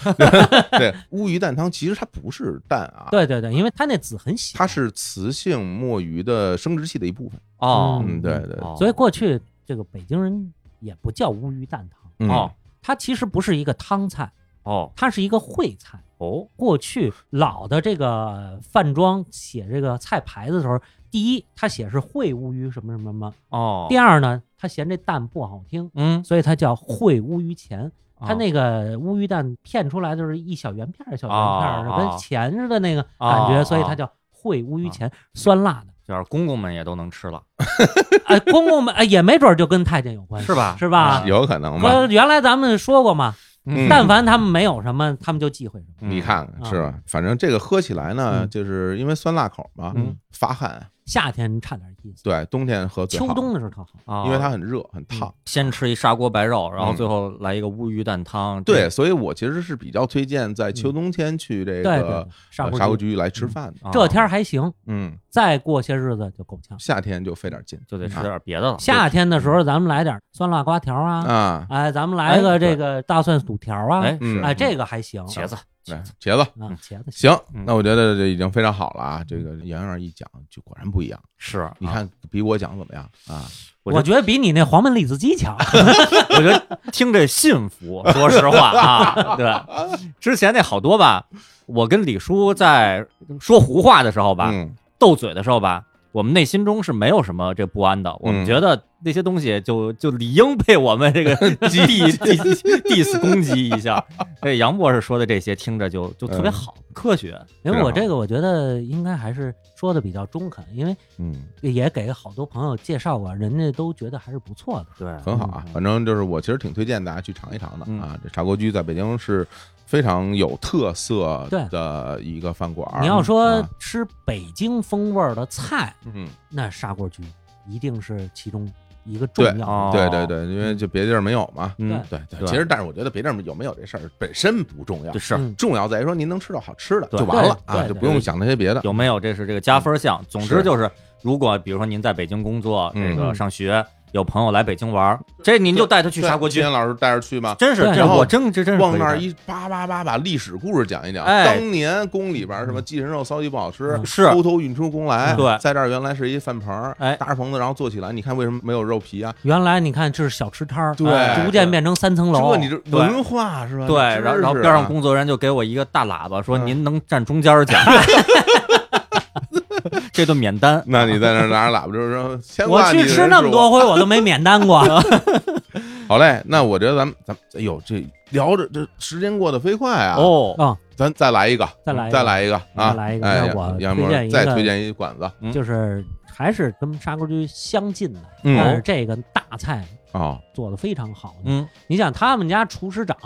对，乌鱼蛋汤其实它不是蛋啊，
对对对，因为它那籽很小，
它是雌性墨鱼的生殖器的一部分。
哦
嗯，对对，
哦
所以过去这个北京人也不叫乌鱼蛋汤，
嗯
哦
它其实不是一个汤菜，
哦
它是一个烩菜。
哦
过去老的这个饭庄写这个菜牌子的时候，第一他写是烩乌鱼什么什么什么，
哦，
第二呢，他嫌这蛋不好听，
嗯，
所以他叫烩乌鱼钱。他
哦
那个乌鱼蛋片出来就是一小圆片儿、小圆片儿的，
哦
跟钱似的那个感
哦
觉，
哦
所以它叫烩乌鱼钱，酸辣的。
就是公公们也都能吃了，
哎，公公们哎也没准儿就跟太监有关系，
是吧啊
是吧？
有可能吧？
呃，原来咱们说过嘛，
嗯
但凡他们没有什么，他们就忌讳什么。
你看看
啊
是吧？反正这个喝起来呢，
嗯
就是因为酸辣口嘛
嗯，
发汗。
夏天差点意思，
对，冬天喝最好
秋冬的时候特好。
啊，嗯
因为它很热很烫。
先吃一砂锅白肉，然后
嗯
最后来一个乌鱼蛋汤，这
对，所以我其实是比较推荐在秋冬天去这
对
个
对
呃，
砂锅
砂锅
居
居来吃饭
啊
的。
这天儿还行，
嗯，
再过些日子就够呛。
夏天就费点劲
就得吃
啊嗯
点别的了，
夏天的时候，咱们来点酸辣瓜条啊，
啊。
哎，咱们来
哎
个
对
这个大蒜肚条啊，
哎
嗯
是
哎，这个还行。
茄子
对
茄子，
茄子
啊，茄子行
行
嗯，
那我觉得这已经非常好了啊。这个洋洋一讲就果然不一样，
是
你
啊
看比我讲怎么样啊？
我
我觉得比你那黄焖栗子鸡 强。
我觉得听着信服，说实话啊，对，之前那好多吧，我跟李叔在说胡话的时候吧，
嗯
斗嘴的时候吧，我们内心中是没有什么这不安的，我
嗯
们觉得那些东西就就理应被我们 这个 diss diss 攻击一下。这杨博士说的这些听着就就
嗯
特别好，科学，
因为我这
非常
个，我觉得应该还是说的比较中肯，因为
嗯，
也给好多朋友介绍过，人家都觉得还是不错的。
对，
很好啊。反正就是我其实挺推荐大家去尝一尝的
嗯
啊。这砂锅居在北京是非常有特色
对
的一个饭馆儿。
你要说嗯
啊
吃北京风味儿的菜，
嗯，
那砂锅居一定是其中一个重
对
要的。嗯
对对对，因为就别地儿没有嘛。
嗯，
对对，
对
其实但是我觉得别地儿有没有这事儿本身不重要
对，是。
嗯
重要在于说您能吃到好吃的
对
就完了
对
啊，
对
就
对
不用想那些别的。
有没有这是这个加分项。总之
是
就是，如果比如说您在北京工作，
嗯
这个上学，有朋友来北京玩儿，这您就带他去
对
砂锅
今
居
天，老师带着去吗？
真是
对
这
然后
我真这真是
往
可以
那儿
的
一叭叭叭把历史故事讲一讲。
哎
当年宫里边儿什么鸡人肉烧鸡不好吃，
嗯
是
偷偷运出宫来。
嗯对
在这儿原来是一饭棚儿，
哎
搭着棚子，然后做起来。你看为什么没有肉皮啊？
原来你看这是小吃摊儿，
对
哎逐渐变成三层楼。
这你这文化是吧？
对，
知识
然后然后
啊
边上工作人员就给我一个大喇叭，说
嗯
您能站中间儿讲， 这顿免单。
那你在那儿拿着喇叭就是说，牵
我
挂你
去
的
吃
人
那
是
么
我
多回，我都没免单 过。
好嘞，那我觉得咱们咱们，哎呦，这聊着这时间过得飞快啊！，
哦，
啊，
咱再来一个，
再来一个
再来一个啊！
再来一个
哎
那
呀
我
杨
推
博
荐一
再
个
推荐一馆子，
嗯
就是还是跟砂锅居相近的，
嗯
但是这个大菜
哦，
做的非常好的。
嗯，
你想，他们家厨师长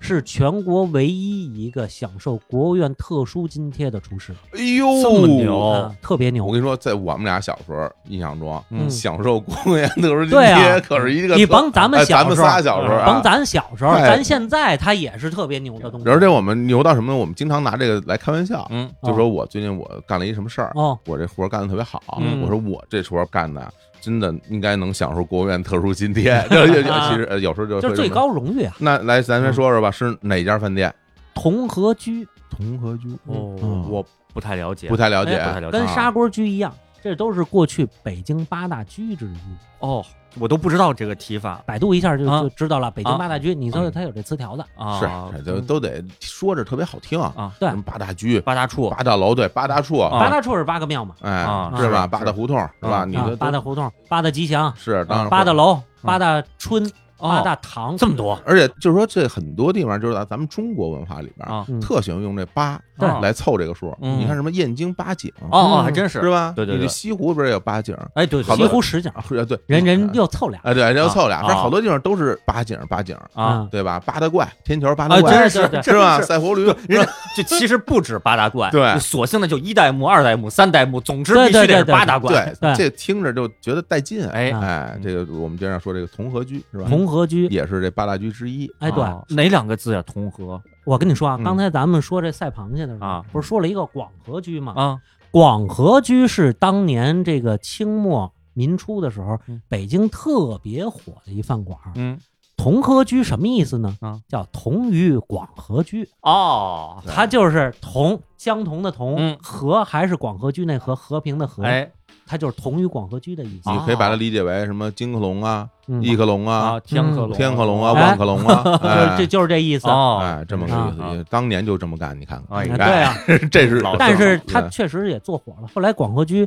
是全国唯一一个享受国务院特殊津贴的厨师，
哎呦，
这么牛哦
啊，特别
我
牛。
跟你说，在我们俩小时候印象中，啊
嗯
享受公务员特殊津
对
贴
啊
可是一个特，
你甭咱们
哎咱
小
们
时候
仨小时候啊，
甭咱小时候，
哎
咱现在他也是特别牛的东西。
而且我们牛到什么呢？我们经常拿这个来开玩笑，
嗯，
就说我最近我干了一什么事儿，
哦，
我这活儿干的特别好，
嗯
我说我这活儿干的。真的应该能享受国务院特殊津贴， 这这这其实 呃有时候就
就
会
是最
这么
高荣誉啊，
那来，咱先说说吧，是哪家饭店？
同和居
同和居
哦
嗯
我不太了解，哎
不
哎
太了解。
不太了解啊
跟砂锅居一样，这都是过去北京八大居之一。
哦，我都不知道这个提法
百度一下就
啊
就知道了，北京
啊
八大居，你说它有这词条子，
啊，
是，都都得说着特别好听
啊
对
什么八大居、
八大处
八大楼，对，八大处，
啊
八大处是八个庙嘛，
哎
啊，
是吧？
是
八大胡同是吧？
啊
你
啊
的，
八大胡同、八大吉祥、
是当然
八大
会。
楼、八大春、八
哦
大堂，
啊这么多
而且就是说，这很多地方就是在咱们中国文化里边，
啊，
嗯
特喜欢用这八
对
来凑这个数。
嗯
你看什么燕京八景，
哦哦，
嗯
还真是
是，吧？
对对
你
对
这西湖不是也有八景？
哎对，对
好
西
对
多
湖十景，
啊，是啊对，
人人又凑俩
哎对，人家凑俩，
啊
反正好多地方都是八景八景，
啊，
嗯
对吧？八大怪，天桥八大
啊，
怪，
真
对
是
对对
是吧？
真
赛活驴，
人家就其实不止八大怪，
对
就索性的就一代目、二代目、三代目，总之
对
必须得
对
是
对啊
八大怪。
对，
对
这听着就觉得带劲。
哎
哎，
嗯
这个我们经常说这个同和居是吧？
同和居。
也是这八大居之一。
哎，对，
哦哪两个字呀？同和
我跟你说啊，
嗯
刚才咱们说这赛螃蟹的时候，
啊
不是说了一个广和居吗？
啊，
广和居是当年这个清末民初的时候
嗯，
北京特别火的一饭馆。
嗯，
同和居什么意思呢？
啊，
叫同于广和居，
哦，
对
它就是同相同的同，
嗯
和还是广和居那和和平的和，
哎
它就是同于广和居的意思。
你可以把它理解为什么金克隆啊、
哦嗯，
异克隆啊
啊，、天克龙，
天克隆啊、
哎
万克隆啊，
就是
哎
这就是这意思。
哦
哎，，这么个
啊
意思。也当年就这么干，你看看。
哎
嗯对啊，
这是
老
但是
他
他确实也做火了。后来广和居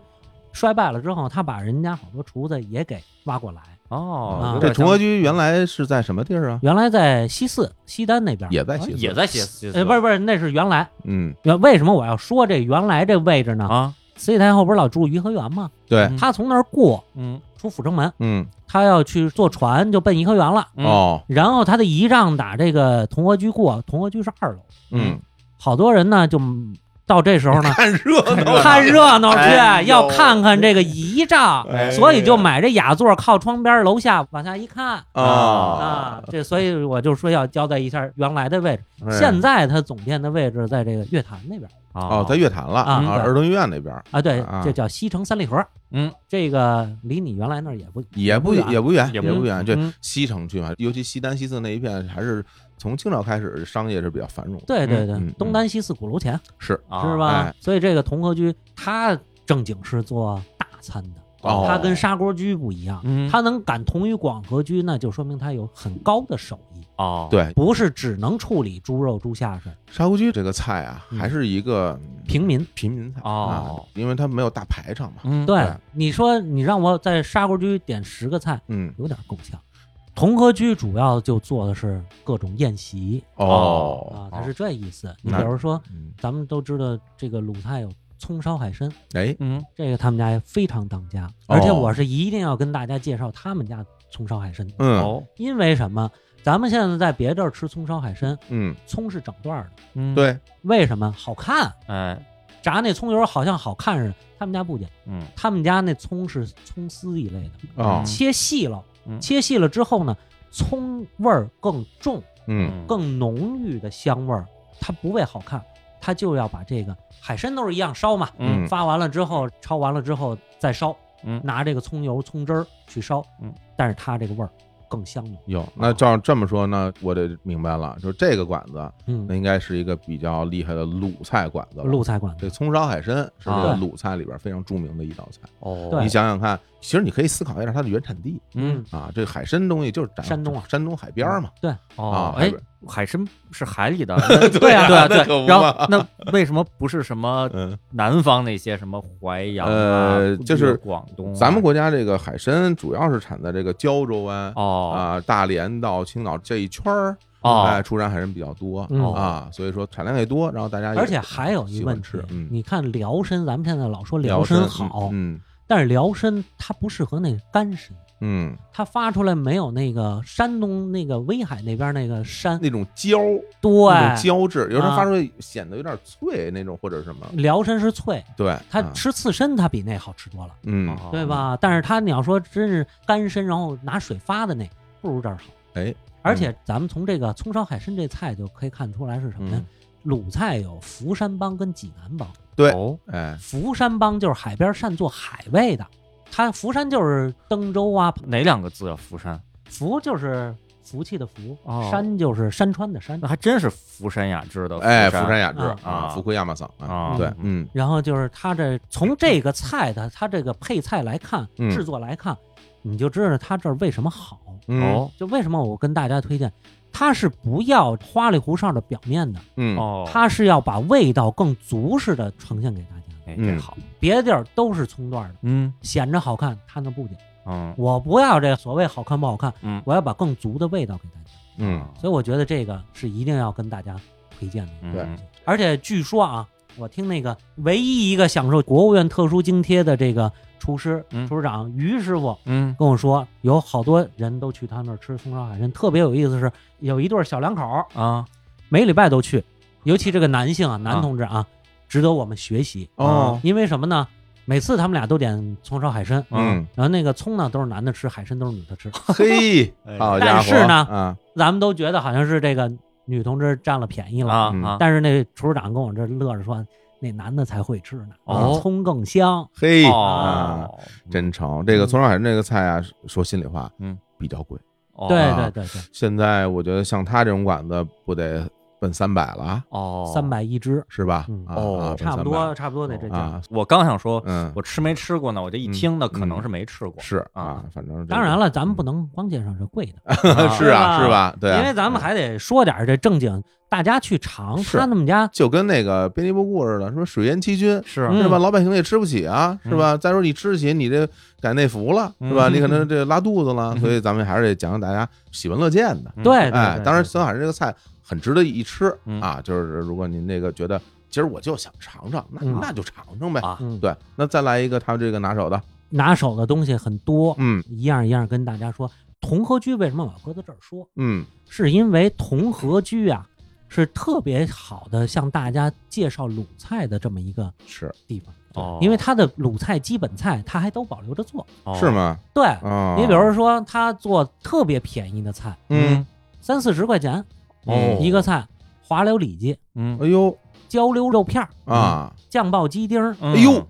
衰败了之后，他把人家好多厨子也给挖过来。啊
哦，有
这
点
崇
像
和居原来是在什么地儿啊？
原来在西四西单那边，
也在
啊
西四，
也在写写，
呃，不是不是，那是原来。
嗯，
原为什么我要说这原来这位置呢？
啊，
慈禧太后不是老住颐和园吗？
对，
嗯
她从那儿过
嗯
出阜成门，
嗯，
她要去坐船就奔颐和园了。
嗯
哦，
然后她的仪仗打这个同和居过，同和居是二楼，
嗯，。
好多人呢就到这时候呢
看 热闹，
看热闹
哎呦
去，要看看这个仪仗，
哎呀
所以就买这雅座靠窗边，楼下往下一看
啊
啊，，这所以我就说要交代一下原来的位置。
哎
现在它总店的位置在这个乐坛那边
哦，在乐坛了
啊对
儿童医院那边儿
啊，对
啊，
这叫西城三里河，
嗯，
这个离你原来那儿也不
也不
远
也不远，也
也
不
不
远，
嗯
这西城区嘛，尤其西单、西四那一片，还是从清朝开始商业是比较繁荣的，
对对对
嗯嗯，
东单西四鼓楼前
是
啊
是
哎
吧？所以这个同和居它正经是做大餐的，
哦
它跟砂锅居不一样，
嗯
它能敢同于广和居，那就说明它有很高的手艺，
哦，
对。
不是只能处理猪肉猪下水，
沙锅居这个菜啊，
嗯
还是一个
平民。
平民菜
哦
啊因为它没有大排场嘛，
嗯，
对
嗯对，
你说你让我在砂锅居点十个菜，
嗯，
有点够呛。同和居主要就做的是各种宴席
哦，
啊，它是这意思。你
那
比如说，
嗯，
咱们都知道这个鲁菜有葱烧海参，
哎，
嗯
这个他们家也非常当家，
哦
而且我是一定要跟大家介绍他们家葱烧海参的，
嗯
哦
因为什么？咱们现在在别地儿吃葱烧海参，
嗯，
葱是整段儿的，
嗯，，
对，
为什么？好看，
哎
炸那葱油好像好看似的。他们家不讲，
嗯
他们家那葱是葱丝一类的，
哦，
切细了，
嗯
切细了之后呢，葱味儿更重，
嗯，
更浓郁的香味儿，它不为好看，它就要把这个海参都是一样烧嘛，
嗯
嗯
发完了之后，焯完了之后再烧，
嗯
拿这个葱油、葱汁儿去烧，
嗯，
但是它这个味儿更香浓，
有，那照这么说呢，我得明白了，就是这个馆子，那
嗯，
应该是一个比较厉害的鲁菜馆子了。
鲁菜馆
这
子，
葱烧海参是这个
啊
鲁菜里边非常著名的一道菜。
哦，
对
你想想看，其实你可以思考一下它的原产地
嗯
啊，这海参东西就是在
山东啊
山东海边嘛。啊
哦，
海
哎
边，
海参是海里 的，
对啊
对啊
那可
对，
不
然
嘛
后那为什么不是什么
嗯，
南方那些什么淮扬啊
呃就是
广东啊，
咱们国家这个海参主要是产在这个胶州湾
哦
啊、大连到青岛这一圈儿，哎，
哦
出产海参比较多
嗯
啊，所以说产量也多，然后大家也
而且还有一
喜
问
欢
题
吃，，嗯，
你看辽参，咱们现在老说
辽
参
参
好，
嗯
但是辽参它不适合那个干参。
嗯，
它发出来没有那个山东那个威海那边那个山，
那种胶那种
对，
胶质，有时候
啊
发出来显得有点脆那种或者什么，
辽参是脆，
对，
它
啊
吃刺身它比那好吃多了，
嗯，
哦
对？吧？但是它你要说真是干参，然后拿水发的那不如这儿好。
哎，
而且咱们从这个葱烧海参这菜就可以看出来是什么呀
嗯？
鲁菜有福山帮跟济南帮，
对
哦
哎，
福山帮就是海边善做海味的，它福山就是登州啊，
哪两个字啊？福山，
福就是福气的福，
哦嗯
山就是山川的山
那。还真是福山雅治的
哎，福
山
山雅治
啊
啊，福奎亚麻桑
啊
对，嗯
然后就是它这从这个菜的它这个配菜来看
嗯，
制作来看，你就知道它这儿为什么好。
嗯
哦
就为什么我跟大家推荐，它是不要花里胡哨的表面的，
嗯
哦，
它是要把味道更足实的呈现给大家。
哎
嗯
这好，
别的地儿都是葱段儿的，
嗯
显着好看，它那不讲。
嗯
我不要这所谓好看不好看，
嗯
我要把更足的味道给大家。
哦
嗯，
所以我觉得这个是一定要跟大家推荐的。
嗯
对
而且据说啊，我听那个唯一一个享受国务院特殊津贴的这个厨师、
嗯
厨师长于师傅
嗯
跟我说，有好多人都去他那儿吃葱烧海参。特别有意思是，有一对儿小两口儿
啊
每礼拜都啊去，尤其这个男性啊，男同志啊，值得我们学习。
哦
因为什么呢？每次他们俩都点葱烧海参，
嗯，
然后那个葱呢都是男的吃，海参都是女的吃。
哦
嘿，
哎
好家伙，
但是呢
啊，
咱们都觉得好像是这个女同志占了便宜了，
啊
嗯
啊，
但是那厨师长跟我这乐着说，那男的才会吃呢，
哦
葱更香。
嘿，啊，
哦，
真成
嗯
这个葱烧海参这个菜啊，说心里话，
嗯，
比较贵。
哦
对
啊
对对对，
现在我觉得像他这种馆子，不得奔三百了啊，
哦，
三。百一只，
是吧
嗯？
啊
哦
啊奔
差不
300
多差不多得这价。
啊，
我刚想说，
嗯，
我吃没吃过呢？我这一
嗯
听呢，可能
嗯
是没吃过。
是啊
啊，
反正这
当然
个，
了，咱
嗯
们不能光介绍这贵的，
啊
是啊，
对吧
是吧？对啊，
因为咱们
嗯
还得说点儿这正经，大家去尝。
是
他们家
就跟那个编辑部故事似的，什么水淹七军，
是
嗯
是吧？老百姓也吃不起啊，
嗯
是吧？再说你吃得起，你这改内服了，是吧？
嗯
你可 能这拉肚子了，
嗯
所以咱们还是得讲给大家喜闻乐见的。
嗯
对，对
哎，
对
当然，
对
孙海这个菜很值得一吃
嗯
啊，就是如果您这个觉得今儿我就想尝尝，那
嗯
那就尝尝呗。
啊
嗯，
对，那再来一个他这个拿手的，
拿手的东西很多，
嗯
一样一样跟大家说。同和居为什么我要搁到这儿说？
嗯
是因为同和居啊，是特别好的向大家介绍鲁菜的这么一个
是
地方。
哦
因为它的鲁菜基本菜，它还都保留着做。
哦
是？吗？
对，
啊，
你比如说，他做特别便宜的菜，
嗯，
三四十块钱
哦
一个菜，滑溜里脊、
嗯
哎呦
焦溜肉片儿、
啊，
酱爆鸡丁儿
哎
哎呦，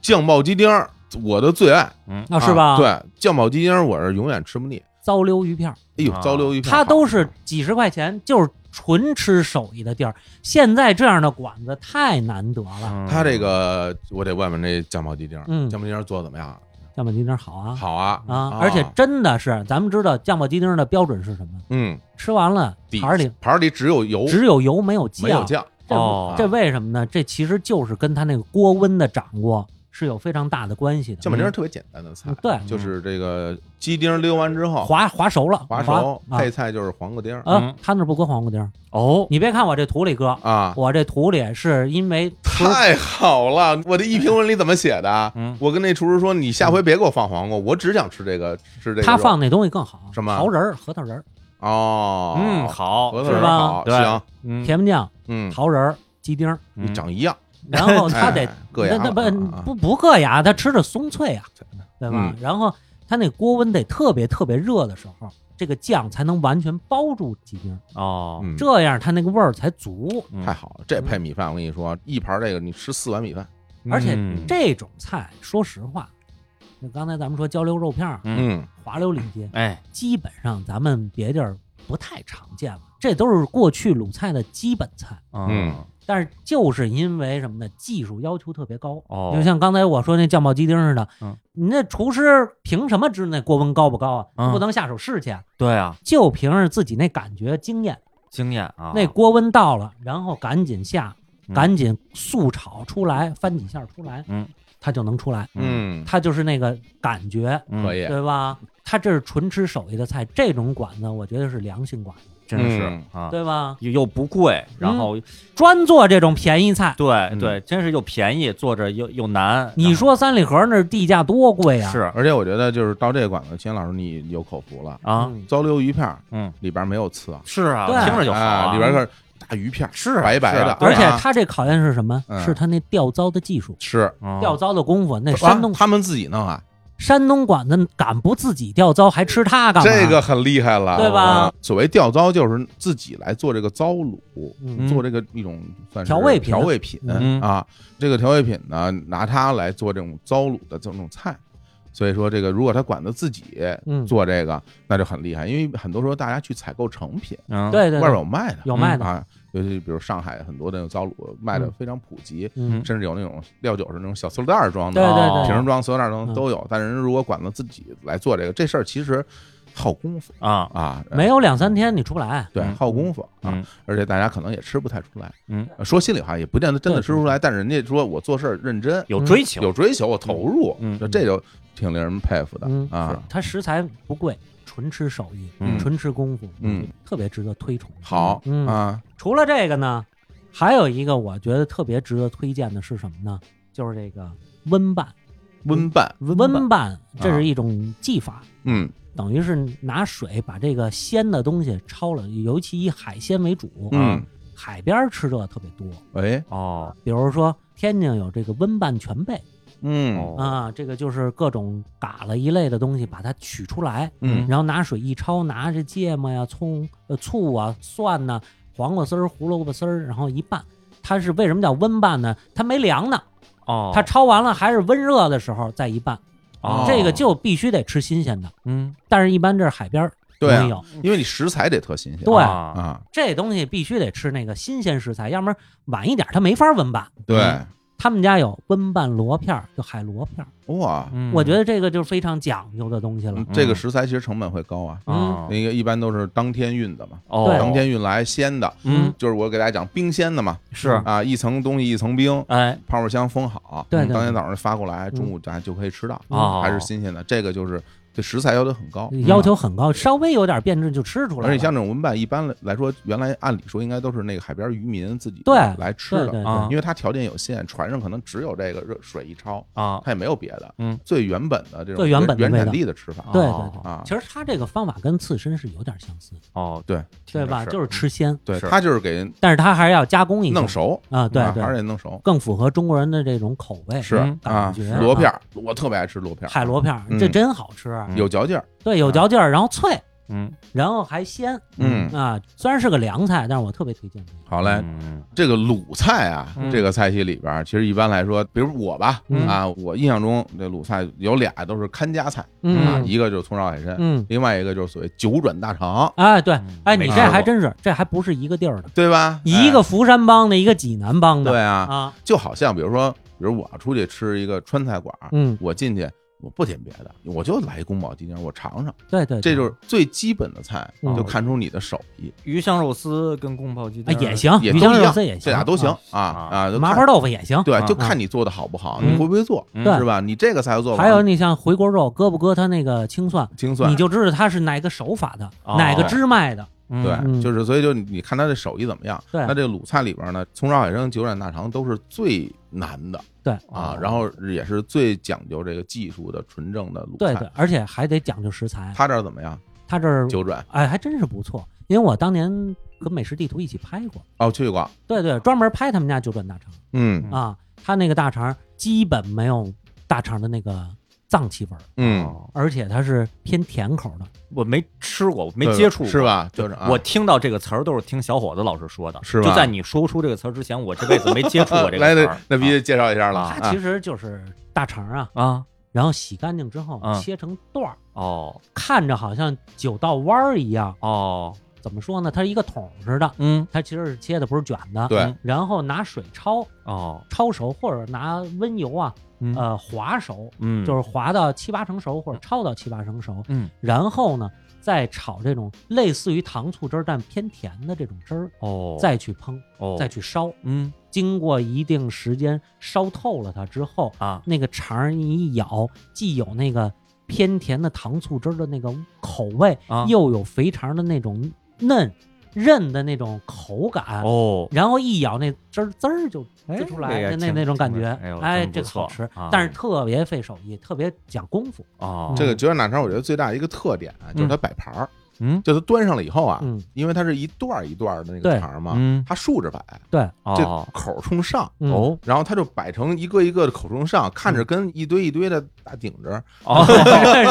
酱爆鸡丁儿，我的最爱
嗯
啊，是吧？，
对，酱爆鸡丁儿我是永远吃不腻。
糟溜鱼片儿，
哎呦
啊，
糟溜一片好，
它都是几十块钱，就是纯吃手艺的地儿。现在这样的馆子太难得了，
嗯
他这个我得问问这酱爆鸡丁儿，
嗯
酱爆鸡丁儿做的怎么样？啊
酱爆鸡丁儿好啊
好啊，
啊！而且真的是，咱们知道酱爆鸡丁儿的标准是什么？
嗯，
吃完了
底
盘儿里
盘儿里只有油，
只有油没有
没有
酱，
酱。啊
这
哦
这为什么呢？这其实就是跟它那个锅温的掌握是有非常大的关系的。
酱爆丁儿特别简单的菜
嗯，对
就是这个鸡丁儿溜完之后
滑滑熟了，
滑熟，
啊
配菜就是黄瓜丁儿
啊
嗯！
他那儿不搁黄瓜丁儿，
哦，
你别看我这土里搁，
啊，
我这土里是因为 厨
太好了！我这一评论里怎么写的？
嗯
我跟那厨师说，你下回别给我放黄瓜，我只想吃这个，吃这个
他
肉
放那东西更好，
什么啊
桃仁儿、核桃仁儿、
哦，
嗯，好，
核桃
是
仁儿
吧
好，
对
行，
嗯
甜面酱、
嗯，
桃仁儿、鸡丁儿，
你长一样，
然后他得
哎硌
那
牙
那
了
不
啊啊嗯
不不硌牙，他吃着松脆啊，对吧？然后他那锅温得特别特别热的时候，这个酱才能完全包住鸡丁儿，
哦，
嗯
这样它那个味儿才足。
嗯
太好了，这配米饭，我跟你说，一盘这个你吃四碗米饭，
而且
嗯
这种菜，说实话，就刚才咱们说焦溜肉片儿、
嗯
嗯，
滑溜里脊，
哎，
基本上咱们别地儿不太常见了，这都是过去鲁菜的基本菜。
嗯
但是就是因为什么呢？技术要求特别高，
哦，
就像刚才我说那酱爆鸡丁似的，
嗯
你那厨师凭什么知那锅温高不高啊？
嗯
不能下手试去啊，
对啊，
就凭着自己那感觉经验，
经验啊，
那锅温到了，然后赶紧下，
嗯
赶紧速炒出来，翻几下出来，
嗯，
它就能出来，
嗯，
它就是那个感觉，
嗯
可，以，
对吧？它这是纯吃手艺的菜，这种馆子我觉得是良心馆子，
真是
嗯
啊，
对吧？
又又不贵，然
嗯
后
专做这种便宜菜，
嗯
对对，真是又便宜，做着又又难。
你说三里河那儿地价多贵
然后
啊？
是
而且我觉得就是到这个馆子，秦老师你有口福了，
啊，
嗯
糟溜鱼片儿
嗯，
里边没有刺，
是啊，
对
听着就好
哎
啊，
里边是大鱼片儿，
是啊
白白的
是啊
对
而且
啊
他这考验是什么？
嗯
是他那吊糟的技术，
吃，
嗯
吊糟的功夫。那
啊
哎山东
他们自己弄啊，
山东馆子敢不自己吊糟，还吃它干嘛？
这个很厉害了，
对吧
啊？所谓吊糟就是自己来做这个糟卤，
嗯
做这个一种算是
调味品
调味品
嗯
啊，这个调味品呢，拿它来做这种糟卤的这种菜。所以说，这个如果他管他自己
嗯，
做这个，那就很厉害，因为很多时候大家去采购成品，
嗯
对对
外边
对
有卖的，
有卖的，
啊，尤其比如上海很多的那种糟卤卖的
嗯
非常普及，
嗯
甚至有那种料酒是那种小塑料袋儿装
对
的，啊
对
哦
对，
瓶儿装、塑料袋儿装
嗯
都有。但人如果管子自己来做这个，这事儿其实耗功夫
啊，
啊，
没有两三天你出不来。
对
嗯
耗功夫啊
嗯，
而且大家可能也吃不太出来。呃
嗯，
说心里话，也不见得真的
对
吃出来，但人家说我做事儿认真，
有追求，
嗯有追求，我投入
嗯，
这这就挺令人佩服的
嗯
啊。
它食材不贵，纯吃手艺，
嗯
纯吃功夫，
嗯，
特别值得推崇。
好
嗯
啊，
除了这个呢，还有一个我觉得特别值得推荐的是什么呢？就是这个温拌。
温拌，
温拌这
啊
是一种技法，
嗯
等于是拿水把这个鲜的东西焯了，尤其以海鲜为主。啊
嗯，
海边儿吃这个特别多，
哎，
哦，
比如说天津有这个温拌全贝，
嗯
啊，这个就是各种嘎了一类的东西，把它取出来，
嗯
然后拿水一焯，拿着芥末呀、葱、呃醋啊、蒜呐、黄瓜丝儿、胡萝卜丝儿，然后一拌。它是为什么叫温拌呢？它没凉呢，
哦，
它焯完了还是温热的时候再一拌，
哦
这个就必须得吃新鲜的。
嗯
但是，一般这是海边儿
对啊
没有，
因为你食材得特新鲜，
对
啊
啊，
这东西必须得吃那个新鲜食材，要不然晚一点它没法温拌。
对，
他们家有温拌螺片儿，就海螺片儿，
哇，
嗯
我觉得这个就是非常讲究的东西了
嗯。这个
嗯
食材其实成本会高啊，
啊
那个一般都是当天运的嘛，
哦
对
当天运来鲜的，
嗯
就是我给大家讲冰鲜的嘛，
是
啊，一层东西一层冰，
哎
泡沫箱封好，嗯
对对
当天
对嗯
早上发过来，中午咱就可以吃到，
哦
嗯还是新鲜的，这个就是对食材要求很高，嗯
要求很高，稍微有点变质就吃出来
而
了。
且像这种温拌，一般来说，原来按理说应该都是那个海边渔民自己
对
来吃
对
的，
对
啊
对，
因为它条件有限，船上可能只有这个热水一焯，
啊
它也没有别的，
嗯，
最原本的这种
最原本的
原
味道
产地的吃法
对
哦
对
啊
其，实他这个方法跟刺身是有点相似，
哦
对
对吧？
是
就是吃鲜，
对，
是
它就是给
但是他还是要加工一下
嗯弄熟，
啊，对
啊还是
对，
得弄熟，
更符合中国人的这种口味。
是
嗯
啊
感觉，
螺
啊
片儿，我特别爱吃螺片儿，
海螺片儿
嗯
这真好吃，
有嚼劲儿，
对，有嚼劲儿，然后脆，
嗯
然后还鲜
嗯，
啊。虽然是个凉菜，但是我特别推荐这个。
好嘞，
嗯
这个鲁菜啊
嗯，
这个菜系里边儿，其实一般来说，比如我吧，
嗯
啊，我印象中这鲁菜有俩都是看家菜啊，
嗯
一个就是葱烧海参，
嗯，
另外一个就是所谓九转大肠，
哎对，哎你
没
这
吃过
还真是，这还不是一个地儿的，
对吧？
一
嗯哎
个福山帮的，一个济南帮
对
的
啊，
啊，
就好像比如说，比如我要出去吃一个川菜馆儿，
嗯，
我进去我不点别的，我就来一宫保鸡丁，我尝尝，
对对，
这
对
就是最基本的菜，
嗯
就看出你的手艺，
鱼香肉丝跟宫保鸡
啊
丁
也，行，
也
鱼
都
香
一
肉
样，
丝也行，
这俩都行啊
啊
啊，就
麻
看
婆豆腐也行，
对
啊，
就看你做的好不好，
嗯
你会不会做，
嗯
是吧？你这个菜做法
还有你像回锅肉，搁不搁它那个青蒜，
精算
你。就知道它是哪个手法的，
哦
哪个支脉的。
嗯
对，
嗯
就是所以就你看他的手艺怎么样？
对
那这个鲁菜里边呢，葱烧海参、九转大肠都是最难的
对
啊
哦，
然后也是最讲究这个技术的纯正的鲁
对
菜。
对，而且还得讲究食材。
他这儿怎么样？
它这儿
九转
哎，还真是不错，因为我当年跟美食地图一起拍过，
哦，去过，
对对，专门拍他们家九转大肠
嗯
哦
啊，他那个大肠基本没有大肠的那个脏气味儿，
嗯，
哦
而且它是偏甜口的。
我没吃过，我没
对
接触过，
是？吧？就是啊
我听到这个词儿都是听小伙子老师说的，
是吧
就在你说出这个词儿之前，我这辈子没接触过这
呃来
个词
那
儿。
那必须介绍一下了
啊
啊。
它其实就是大肠啊，
啊，
然后洗干净之后
嗯
切成段儿，
哦
看着好像九道弯儿一样，
哦，
怎么说呢？它是一个桶似的，
嗯
它其实是切的，不是卷的。
对
嗯，
然后拿水焯
哦，
焯熟，或者拿温油啊，
嗯
呃，滑熟，
嗯，
就是滑到七八成熟，或者焯到七八成熟。
嗯
然后呢，再炒这种类似于糖醋汁儿但偏甜的这种汁儿，
哦，
再去烹，
哦
再去烧。
嗯
经过一定时间烧透了它之后，
啊
那个肠儿你一咬，既有那个偏甜的糖醋汁儿的那个口味，
啊
又有肥肠的那种嫩韧的那种口感，
哦，
然后一咬那汁儿滋儿就
哎
滋出
这
来，
也
那那
挺
那种感
挺
觉
哎呦，
哎，
真不
这个好
错
吃
啊，
但是特别费手艺，特别讲功夫。
哦，
这个九转大肠，我觉得最大一个特点啊，就是它摆盘儿，
嗯
就它端上了以后啊，
嗯
因为它是一段儿一段儿的那个
对
肠儿嘛，
嗯
它竖着摆，
对，
这
哦
口儿冲上。
嗯，
哦
然后它就摆成一个一个的口冲上，看着跟一堆一堆的大顶着，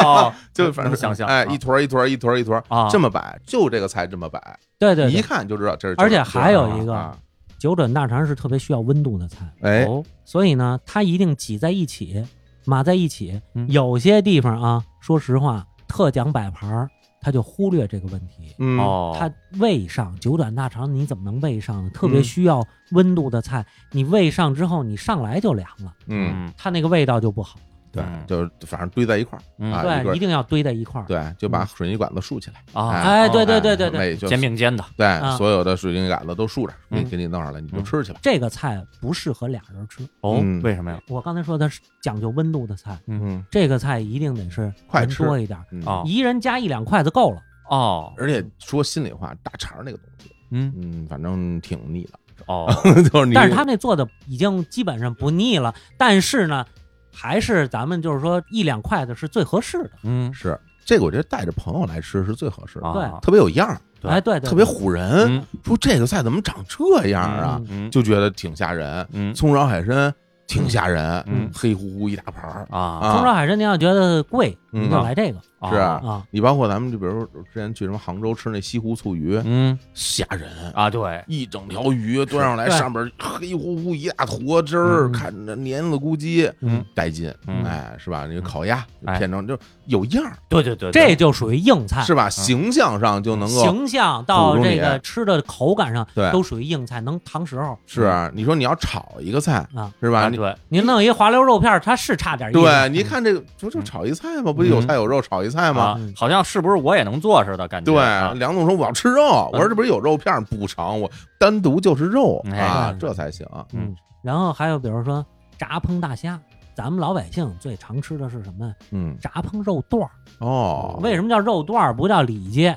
哦，
就反正
能想象
哎，
啊
一坨儿一坨儿一坨儿一坨儿
啊
这么摆，就这个菜这么摆，
对对
你一
对，
看就知道这是九转大肠。
而且还有一个
啊，
九转大肠是特别需要温度的菜，
哎，
哦
所以呢，它一定挤在一起，码在一起
嗯。
有些地方啊，说实话，特讲摆盘儿，他就忽略这个问题。
嗯，
哦，
它喂上九转大肠，你怎么能喂上呢？特别
嗯
需要温度的菜，你喂上之后，你上来就凉了，
嗯，
它那个味道就不好。
对
嗯，
就是反正堆在一块儿，
嗯
啊一
对，
个
一定要堆在一块儿。
对，就把水泥管子竖起来，
啊
哎
嗯哎，对对对
哎
对对，
每就
肩并肩的
对
啊
所有的水泥杆子都竖着，给
嗯
给你弄上来，你就吃去吧。
这个菜不适合俩人吃。
哦
嗯，
为什么呀？
我刚才说它是讲究温度的菜，
嗯，
这个菜一定得是
快
人
吃
多一点儿，
嗯
哦
一人夹一两筷子够了。
哦，
而且说心里话，大肠那个东西，
嗯
嗯，反正挺腻的，
哦，
就是你，
但是他那做的已经基本上不腻了，但是呢，还是咱们就是说一两筷子是最合适的。
嗯
是这个，我觉得带着朋友来吃是最合适的，
啊
对
特别有样儿，
对
哎，对对，
特别唬人。
嗯
说这个菜怎么长这样啊？
嗯
就觉得挺吓人。
嗯
葱烧海参挺吓人，
嗯
黑乎乎一大盘儿，
啊
啊
丰收海参您要觉得贵，您就
嗯
来这个
是啊
啊。
你包括咱们就比如说之前去什么杭州吃那西湖醋鱼，
嗯
吓人。
啊，对，
一整条鱼端上来，
对
上面黑乎乎一大坨汁儿，
嗯
看着黏了咕叽，
嗯，
带劲，
嗯
哎，是吧？那个烤鸭
哎
片成就有样儿，
对对对，
这就属于硬菜，
是吧？
嗯
形象上就能够
形象到
住
这
你
个吃的口感上
对
都属于硬菜，能扛时候。
是。啊你说你要炒一个菜
嗯啊，
是吧？
啊
你
对，
您弄一滑溜肉片儿，它是差点意思。
对，
嗯
你看这个不就炒一菜吗？不就有菜有肉炒一菜吗？
啊，好像是不是我也能做似的感觉
对
啊，，
梁总说我要吃肉，
嗯
我说这不是有肉片儿不成，我单独就是肉
哎
啊
嗯，
这才行。
嗯
然后还有比如说炸烹大虾，咱们老百姓最常吃的是什么呀？
嗯，
炸烹肉段儿。
哦，
为什么叫肉段儿不叫里脊？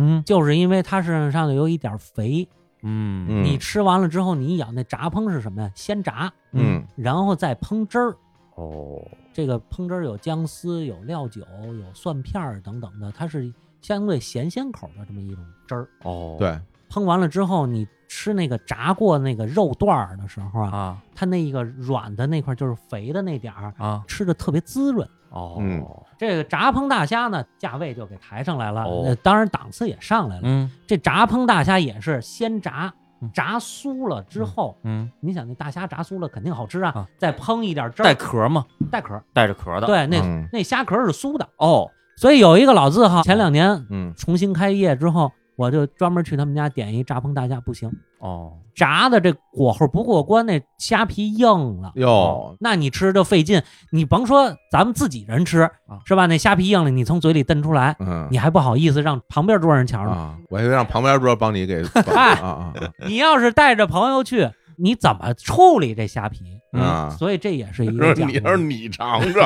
嗯
就是因为它是上头有一点肥，
嗯
嗯
你吃完了之后，你一咬那炸烹是什么呀？先炸，
嗯
然后再烹汁儿。
哦，
这个烹汁儿有姜丝、有料酒、有蒜片儿等等的，它是相对咸鲜口的这么一种汁儿。
哦，
对，
烹完了之后，你吃那个炸过那个肉段儿的时候啊，
啊
它那个软的那块儿就是肥的那点儿，
啊
吃的特别滋润。
哦，
嗯
这个炸烹大虾呢，价位就给抬上来了，
哦
呃当然档次也上来了。
嗯
这炸烹大虾也是先炸
嗯，
炸酥了之后，
嗯，
你想那大虾炸酥了肯定好吃啊，
啊
再烹一点汁
带
儿，
壳嘛，
带壳儿，
带着壳的，，
对，那、
嗯
那虾壳儿是酥的。
哦，
所以有一个老字号，前两年
嗯
重新开业之后，我就专门去他们家点一炸烹大虾，不行，
哦，
炸的这火候不过关，那虾皮硬了。
哟，
那你吃就费劲，你甭说咱们自己人吃
啊，
是吧？那虾皮硬了，你从嘴里蹬出来，
嗯
你还不好意思让旁边桌上瞧呢。
啊，我还以为让旁边桌帮你 给绑
哎
啊啊
你要是带着朋友去，你怎么处理这虾皮？嗯
啊啊！
所以这也是一
说
个讲
你
究嗯
说你尝 尝，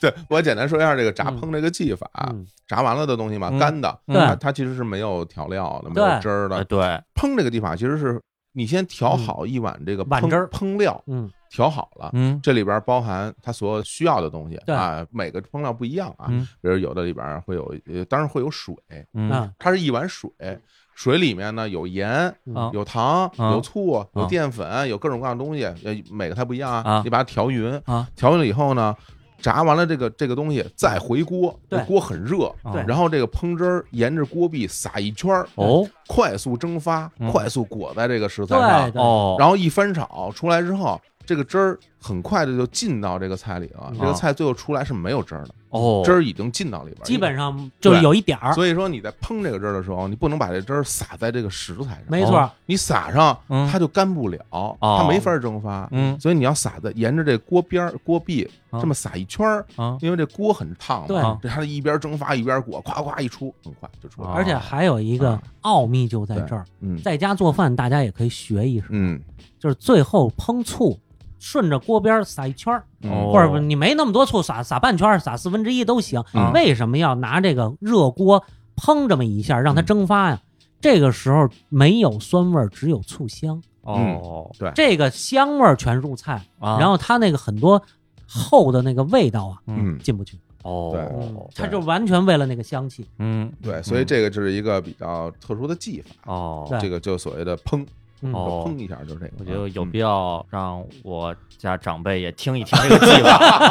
对我简单说一下这个炸烹这个技法，啊
嗯
炸完了的东西嘛，
嗯
干的，
嗯
它它其实是没有调料的，没有
对嗯
汁儿的
呃，对，
烹这个地方其实是你先调好一碗这个
碗
烹
汁儿
烹料，
嗯
调好了。
嗯
这里边包含它所有需要的东西
对
啊，每个烹料不一样啊，
嗯
比如有的里边会有，呃当然会有水，
嗯
啊
它是一碗水，水里面呢有盐、
嗯
啊
有糖、
啊
有醋、有淀粉、有各种各样的东西，呃，每个它不一样
啊
啊，你把它调匀，
啊，
调匀了以后呢，炸完了这个这个东西再回锅，
对
这锅很热，
对
然后这个烹汁儿沿着锅壁撒一圈儿，
哦
快速蒸发，
嗯
快速裹在这个食材
对
上，
对
哦，
然后一翻炒出来之后，这个汁儿很快的就进到这个菜里了
嗯。
这个菜最后出来是没有汁儿的，
啊哦，
汁儿已经进到里边儿，
基本上就是有一点儿，
所以说你在烹这个汁儿的时候，你不能把这汁儿撒在这个食材上，
没错儿，
你撒上
嗯
它就干不了，它没法蒸发。
嗯
所以你要撒在沿着这锅边儿、锅壁
啊
这么撒一圈儿，
啊
因为这锅很烫
对
嘛，这它一边蒸发一边裹，咵咵一出，很快就出来了。
而且还有一个
啊
奥秘就在
对
这儿，
嗯
在家做饭大家也可以学一手，
嗯，
就是最后烹醋，顺着锅边儿撒一圈儿，
嗯
哦
或者你没那么多醋，撒撒半圈儿，撒四分之一都行。
嗯
为什么要拿这个热锅烹这么一下，
嗯
让它蒸发呀？这个时候没有酸味儿，只有醋香，
哦
这个香味儿全入菜，
啊，
然后它那个很多厚的那个味道啊
嗯
嗯，
进不去，
哦，
它就完全为了那个香气。
嗯
对，所以这个就是一个比较特殊的技法，
哦，
对
这个就所谓的烹，
嗯
哦
烹一下就是这个。
我觉得有
嗯
必要让我家长辈也听一听这个技法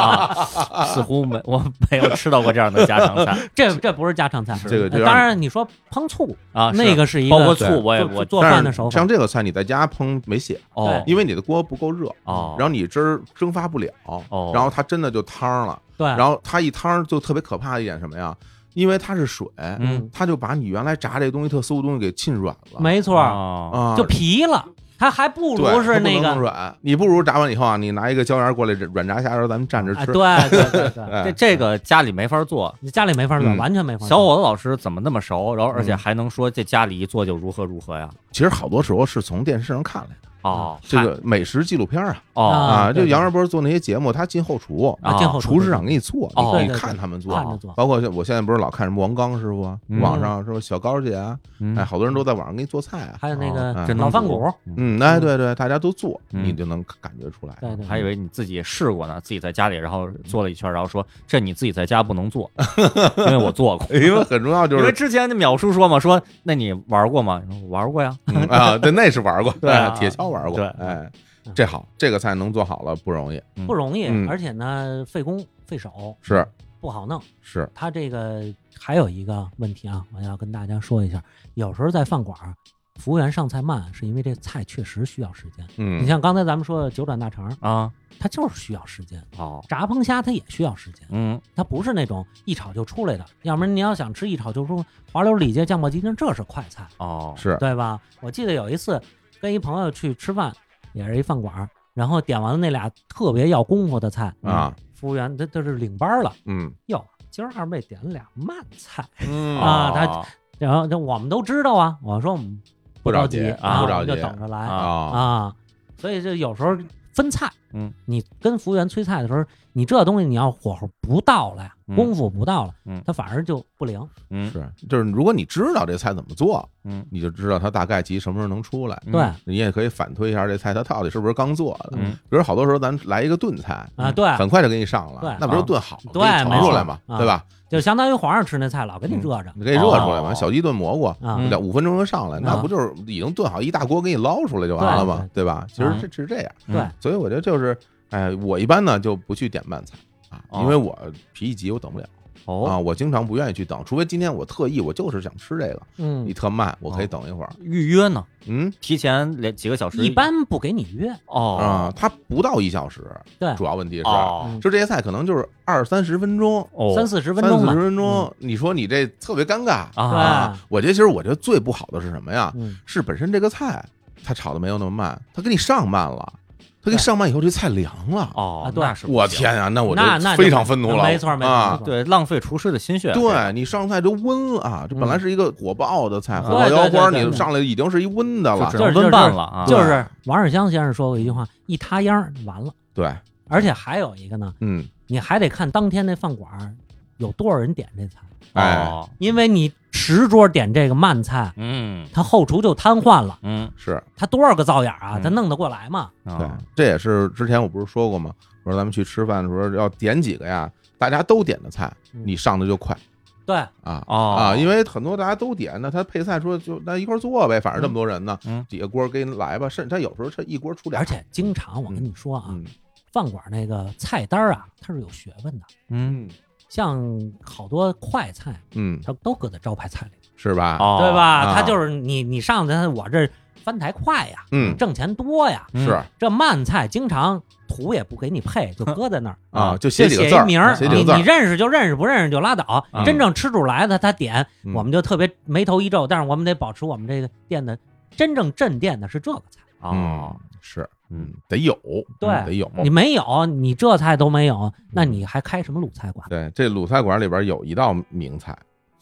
啊， 似乎没我没有吃到过这样的家常菜
这这不是家常菜，
这个就
呃
让
当然你说烹醋
啊，
那
是
个是一个
包括醋，
对
我也
做
我
做
但
饭
是
的手法
像这个菜你在家烹没写，
哦
因为你的锅不够热
哦
然后你汁儿蒸发不了，
哦
然后它真的就汤了，
对，
然后它一汤就特别可怕的一点什么呀？因为它是水，
嗯
它就把你原来炸这东西特馊的东西给浸软了，
没错儿，
啊
啊，
就皮了，它还不
对
如是
它不能
那
弄
个
软，你不如炸完以后啊，你拿一个椒盐过来软炸虾仁，咱们蘸着
啊，
吃，
对对对对，
哎
这这个家里没法做。
你家里没法做，
嗯
完全没法做。
小伙子老师怎么那么熟？然后而且还能说这家里一做就如何如何呀？
其实好多时候是从电视上看来的，
哦，
嗯这
嗨
个美食纪录片啊
哦
啊，
对
就
对
杨二波做那些节目，他进后厨，
啊，进后
厨师长给你做，
哦对
你可
对
以
对
看他们做，
看着做，
包括像我现在不是老看什么王刚师傅啊，
嗯
网上什么小高姐啊，
嗯
哎，好多人都在网上给你做菜啊。
还有那
哦
个
真
老
能
饭
做
骨，
嗯，哎，对对，大家都做，
嗯
你就能感觉出来。
对对，
还以
有
为你自己也试过呢，自己在家里，然后
嗯
做了一圈，然后说这你自己在家不能做，因为我做过。
因为很重哎要就
因为
是
之前那淼叔说嘛，说那你玩过吗？我说玩过呀。
嗯啊，对，那是玩过，
对啊
铁锹玩过。
对
哎，
嗯
这好，这个菜能做好了不容易，
不容易
嗯，
而且呢费工费手，
是
不好弄。
是，
它这个还有一个问题啊，我要跟大家说一下，有时候在饭馆儿，服务员上菜慢，是因为这菜确实需要时间。你
嗯，
像刚才咱们说的九转大肠，
啊，
它就是需要时间；
哦
好，
炸烹虾它也需要时间，
嗯，
它不是那种一炒就出来的。要不然你要想吃一炒就出滑溜里脊、酱爆鸡丁，这是快菜，
哦，
是
对吧？我记得有一次跟一朋友去吃饭，也是一饭馆儿，然后点完了那俩特别要功夫的菜，
啊，
服务员他他是领班儿了，
嗯
哟，今儿二妹点了俩慢菜。
嗯
啊他
哦
然后这我们都知道啊，我说我们
不着
着
急
啊，
不
着
我们就
急
等着来
啊
啊，
啊。所以这有时候分菜，
嗯，
你跟服务员催菜的时候，你这东西你要火候不到了呀，
嗯
功夫不到了，
嗯
它反而就不灵。
嗯
是，就是如果你知道这菜怎么做，
嗯，
你就知道它大概其什么时候能出来。
嗯
对
你也可以反推一下这菜它到底是不是刚做的。
嗯
比如好多时候咱来一个炖菜，嗯
啊，对，
很快就给你上
对
了，那不是
啊
炖好了，
对
给你盛出来
没
嘛，
错
对吧？
就相当于皇上吃那菜老给你热着
你给你热出来嘛，
哦
小鸡炖蘑菇。
啊
嗯。
两五分钟就上来，那
啊
不就是已经炖好一大锅，给你捞出来就完了嘛，对吧？其实
嗯
这是这样，
对
嗯
所以我觉得就是，哎，我一般呢就不去点慢菜啊，
哦
因为我脾气急，我等不了啊，
哦，
我经常不愿意去等，除非今天我特意，我就是想吃这个，你
嗯，
特慢，我可以
哦
等一会儿。
预约呢，
嗯
提前连几个小时，
一般不给你约，
啊
哦，，
它不到一小时，
对
主要问题是，
哦
嗯
就这些菜可能就是二三十分钟，
哦，
三四十分
三
钟
四
吧
十。分钟，你说你这特别尴尬
啊，
啊！我觉得其实我觉得最不好的是什么呀？
嗯，
是本身这个菜它炒的没有那么慢，它给你上慢了，它给你
对
上慢以后这菜凉了。
哦
啊，对
那是不
我
行，
天呀，那我
那那就
非常愤怒了，
没错没错
啊
没错
对，浪费厨师的心血，啊
对你上菜就温了，这本来是一个火爆的菜，
嗯
火爆腰
嗯对对
花，
对
你
对
上来已经是一温的
就
了
只。
就
能
是
温拌了啊，
就
对
是王世襄先生说过一句话：“一塌秧儿完了。
对，”
而且还有一个呢，
嗯，
你还得看当天那饭馆儿有多少人点这菜，
哎，
哦，
因为你十桌点这个慢菜，
嗯
他后厨就瘫痪了，
嗯，
是
他多少个灶眼儿啊，
嗯
他弄得过来吗？
对
啊，
这也是之前我不是说过吗？我说咱们去吃饭的时候要点几个呀，大家都点的菜，
嗯
你上的就快
对，
啊。
哦
啊，因为很多大家都点，那他配菜说就那一块儿做呗，反正这么多人呢，
嗯嗯
几个锅给你来吧，甚至他有时候他一锅出俩，
而且经常我跟你说啊，
嗯
饭馆那个菜单儿啊，它是有学问的，
嗯
像好多快菜，
嗯，
它都搁在招牌菜里，
是吧？
哦，
对吧？
啊
它就是你你上的，我这翻台快呀，
嗯
挣钱多呀，
嗯
是
这慢菜经常图也不给你配，就搁在那儿。
啊，就
就
几个
写
字
一
儿，
名儿，
写几
你
个字儿，啊
你认识就认识，不认识就拉倒。
嗯
真正吃主来的，他点
嗯
我们就特别眉头一皱，但是我们得保持我们这个店的真正镇店的是这个菜，
哦，
嗯是，嗯
嗯，
得有，
对
嗯得有。
你没有，你这菜都没有，那你还开什么鲁菜馆？
对，这鲁菜馆里边有一道名菜，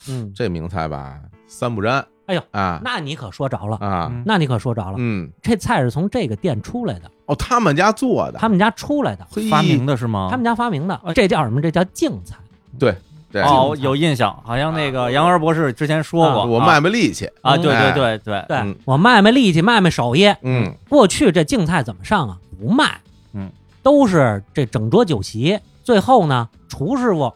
嗯，
这名菜吧，三不沾。
哎呦
啊
那你可说着了，
啊，
那你可说着了，
嗯，
这菜是从这个店出来的，
哦，他们家做的，
他们家出来的，
嘿
发明的是
啊
吗？
他们家发明的，这叫什么？这叫净菜。
对，
哦，有印象，好像那
啊
个杨元博士之前说过，
我
啊
卖卖力气，
啊，对
哎
对对对，
对、
嗯
我卖卖力气，卖卖手艺。
嗯，
过去这净菜怎么上啊？不卖，
嗯，
都是这整桌酒席，最后呢，厨师傅，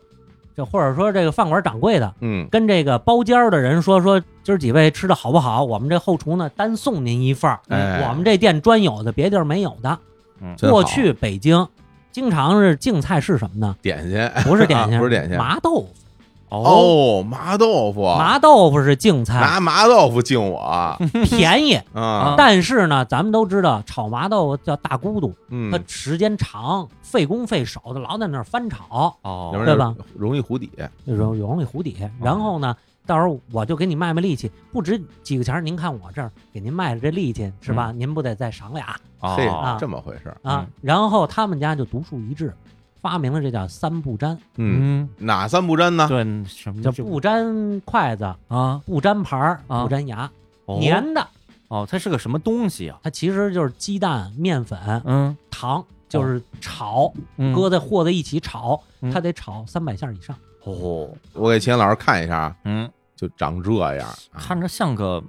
这或者说这个饭馆掌柜的，
嗯
跟这个包间儿的人说说，今儿几位吃的好不好？我们这后厨呢，单送您一份儿，
哎
我们这店专有的，别地儿没有的。
嗯
真好
过去北京经常是净菜是什么 呢？
点心，
不是点心，
不是点心
麻豆腐，
哦，麻豆腐，
麻豆腐是净菜，
拿麻豆腐敬 我啊，
便宜。
啊
嗯
但是呢，咱们都知道炒麻豆腐叫大咕嘟，它
嗯，
时间长，费工费手的，老在那儿翻炒，
要不
哦
然
对吧
就容易糊底，
嗯
容容易糊
啊
底。然后呢，到时候我就给你卖卖力气，不值几个钱儿。您看我这儿给您卖了这力气是吧？您不得再赏俩
嘿
哦，，
这么回事儿，
嗯？
啊然后他们家就独树一帜，发明了这叫三不沾，
嗯，啊
嗯，
哪三不沾呢？
对，什么
叫
就
不沾筷子、
啊？
不沾盘儿、
啊
不沾牙，
哦
粘的。
哦，它是个什么东西啊？
它其实就是鸡蛋、面粉、
嗯，
糖，就是炒，
嗯
搁在和在一起炒，
嗯
它得炒三百下以上。
哦，
我给秦岩老师看一下啊，
嗯，
就长这样啊，
看着像个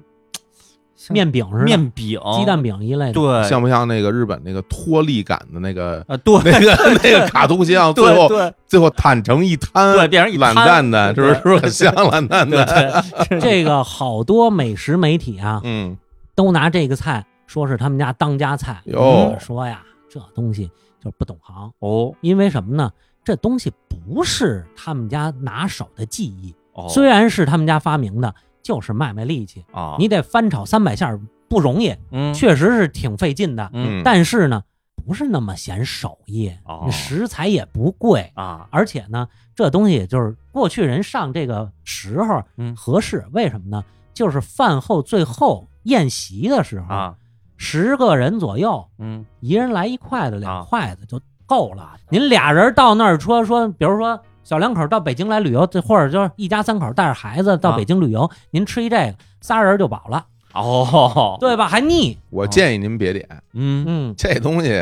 像
面饼似的，
面饼、
鸡蛋饼一类的。
对，
像不像那个日本那个脱力感的那个
啊， 对，
那个那个卡通形象？最
对
后
对
最后坦诚一摊，
对，变成一
懒
摊
蛋的，是不是？
对
是不是很像懒蛋
对
的？
对，
这个好多美食媒体啊，
嗯
都拿这个菜说是他们家当家菜。
哟
我说呀，这东西就是不懂行，
哦
因为什么呢？这东西不是他们家拿手的技艺，
哦，
虽然是他们家发明的，就是卖卖力气。
啊，
你得翻炒三百下儿不容易，
嗯
确实是挺费劲的。
嗯
但是呢，不是那么显手艺
哦，
食材也不贵，
啊
而且呢，这东西就是过去人上这个时候
嗯
合适，为什么呢？就是饭后最后宴席的时候，
啊
十个人左右，
嗯
一人来一筷子、
啊
两筷子就够了。您俩人到那儿说说，比如说小两口到北京来旅游，这或者就是一家三口带着孩子
啊
到北京旅游，您吃一这个，仨人就饱了，
哦，
对吧？还腻，
我建议您别点
嗯
嗯，
这东西，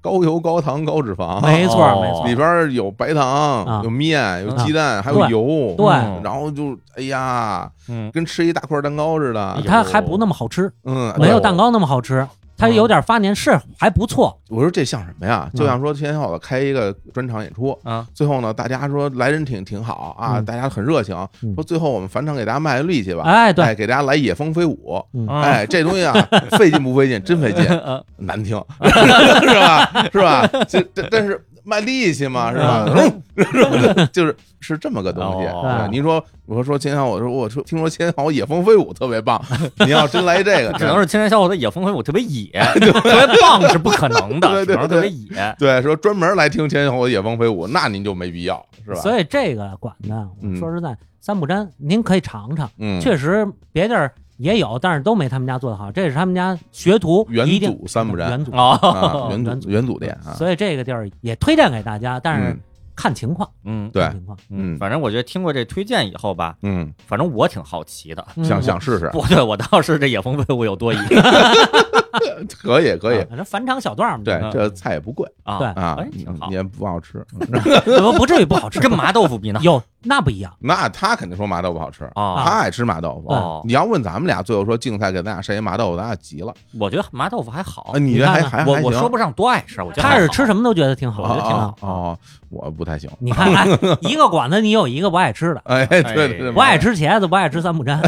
高油、高糖、高脂肪，
没错
哦
没错，
里边儿有白
啊
糖、有面、有鸡蛋，还有
对
油，
对
嗯然后就哎呀，
嗯
跟吃一大块蛋糕似的
哎，呦哎
它还不那么好吃，
嗯，
嗯没有
对
蛋糕那么好吃，它
嗯
有点发黏，是还不错，
我说这像什么呀？就
嗯
像说天天小子开一个专场演出，
啊
最后呢，大家说来人挺挺好啊，
嗯
大家很热情，
嗯
说最后我们返场给大家卖个力气吧，
哎，对，
哎，给大家来野蜂飞舞。
嗯
啊
哎，这东西啊，费劲不费劲？真费劲，
呃
难听， 是吧？是吧？这这但是卖力气嘛，是吧？嗯是吧？就是 是这么个东西。
哦
对您说，我说千行，我说我说听说千行野蜂飞舞特别棒，你要真来这个，
只能是青年小伙子野风飞舞特别 野，特别棒是不可能的，只
对对
能是特别野。
对说专门来听千行野蜂飞舞，那您就没必要，是吧？
所以这个馆子，我
嗯
说实在，三不沾，您可以尝尝，
嗯，
确实别地儿也有，但是都没他们家做的好，这是他们家学徒一
元
定
祖三不沾
元祖，
啊，
哦，
元
元
祖元祖店啊，
所以这个地儿也推荐给大家，但是
嗯
看情况，
嗯，
对
看，情况，
嗯
反正我觉得听过这推荐以后吧，
嗯，
反正我挺好奇的。
嗯
想想试试，
不对，我倒是这野风飞舞有多野
可以可以
啊，反正返场小段儿嘛，
对
嗯，
这菜也不贵
啊，
对
啊
哎，，挺好
嗯。也不好吃，
不不至于不好 吃，
跟麻豆腐比呢？
有那不一样，
那他肯定说麻豆腐好吃，
啊，
他爱吃麻豆腐。
哦
你要问咱们俩，最后说竞赛给咱俩谁麻豆腐，咱俩急了。
我觉得麻豆腐还好
啊，，你这
哦看
还
看
还
我
还
我
行
说不上多爱吃，我觉得
他是吃什么都觉得挺好，
啊哦
我觉得挺好嗯
哦。哦，我不太行。
你看，哎， 一个馆子你有一个不爱吃的，
哎，对对，对
不爱，吃茄子，不爱吃三不沾。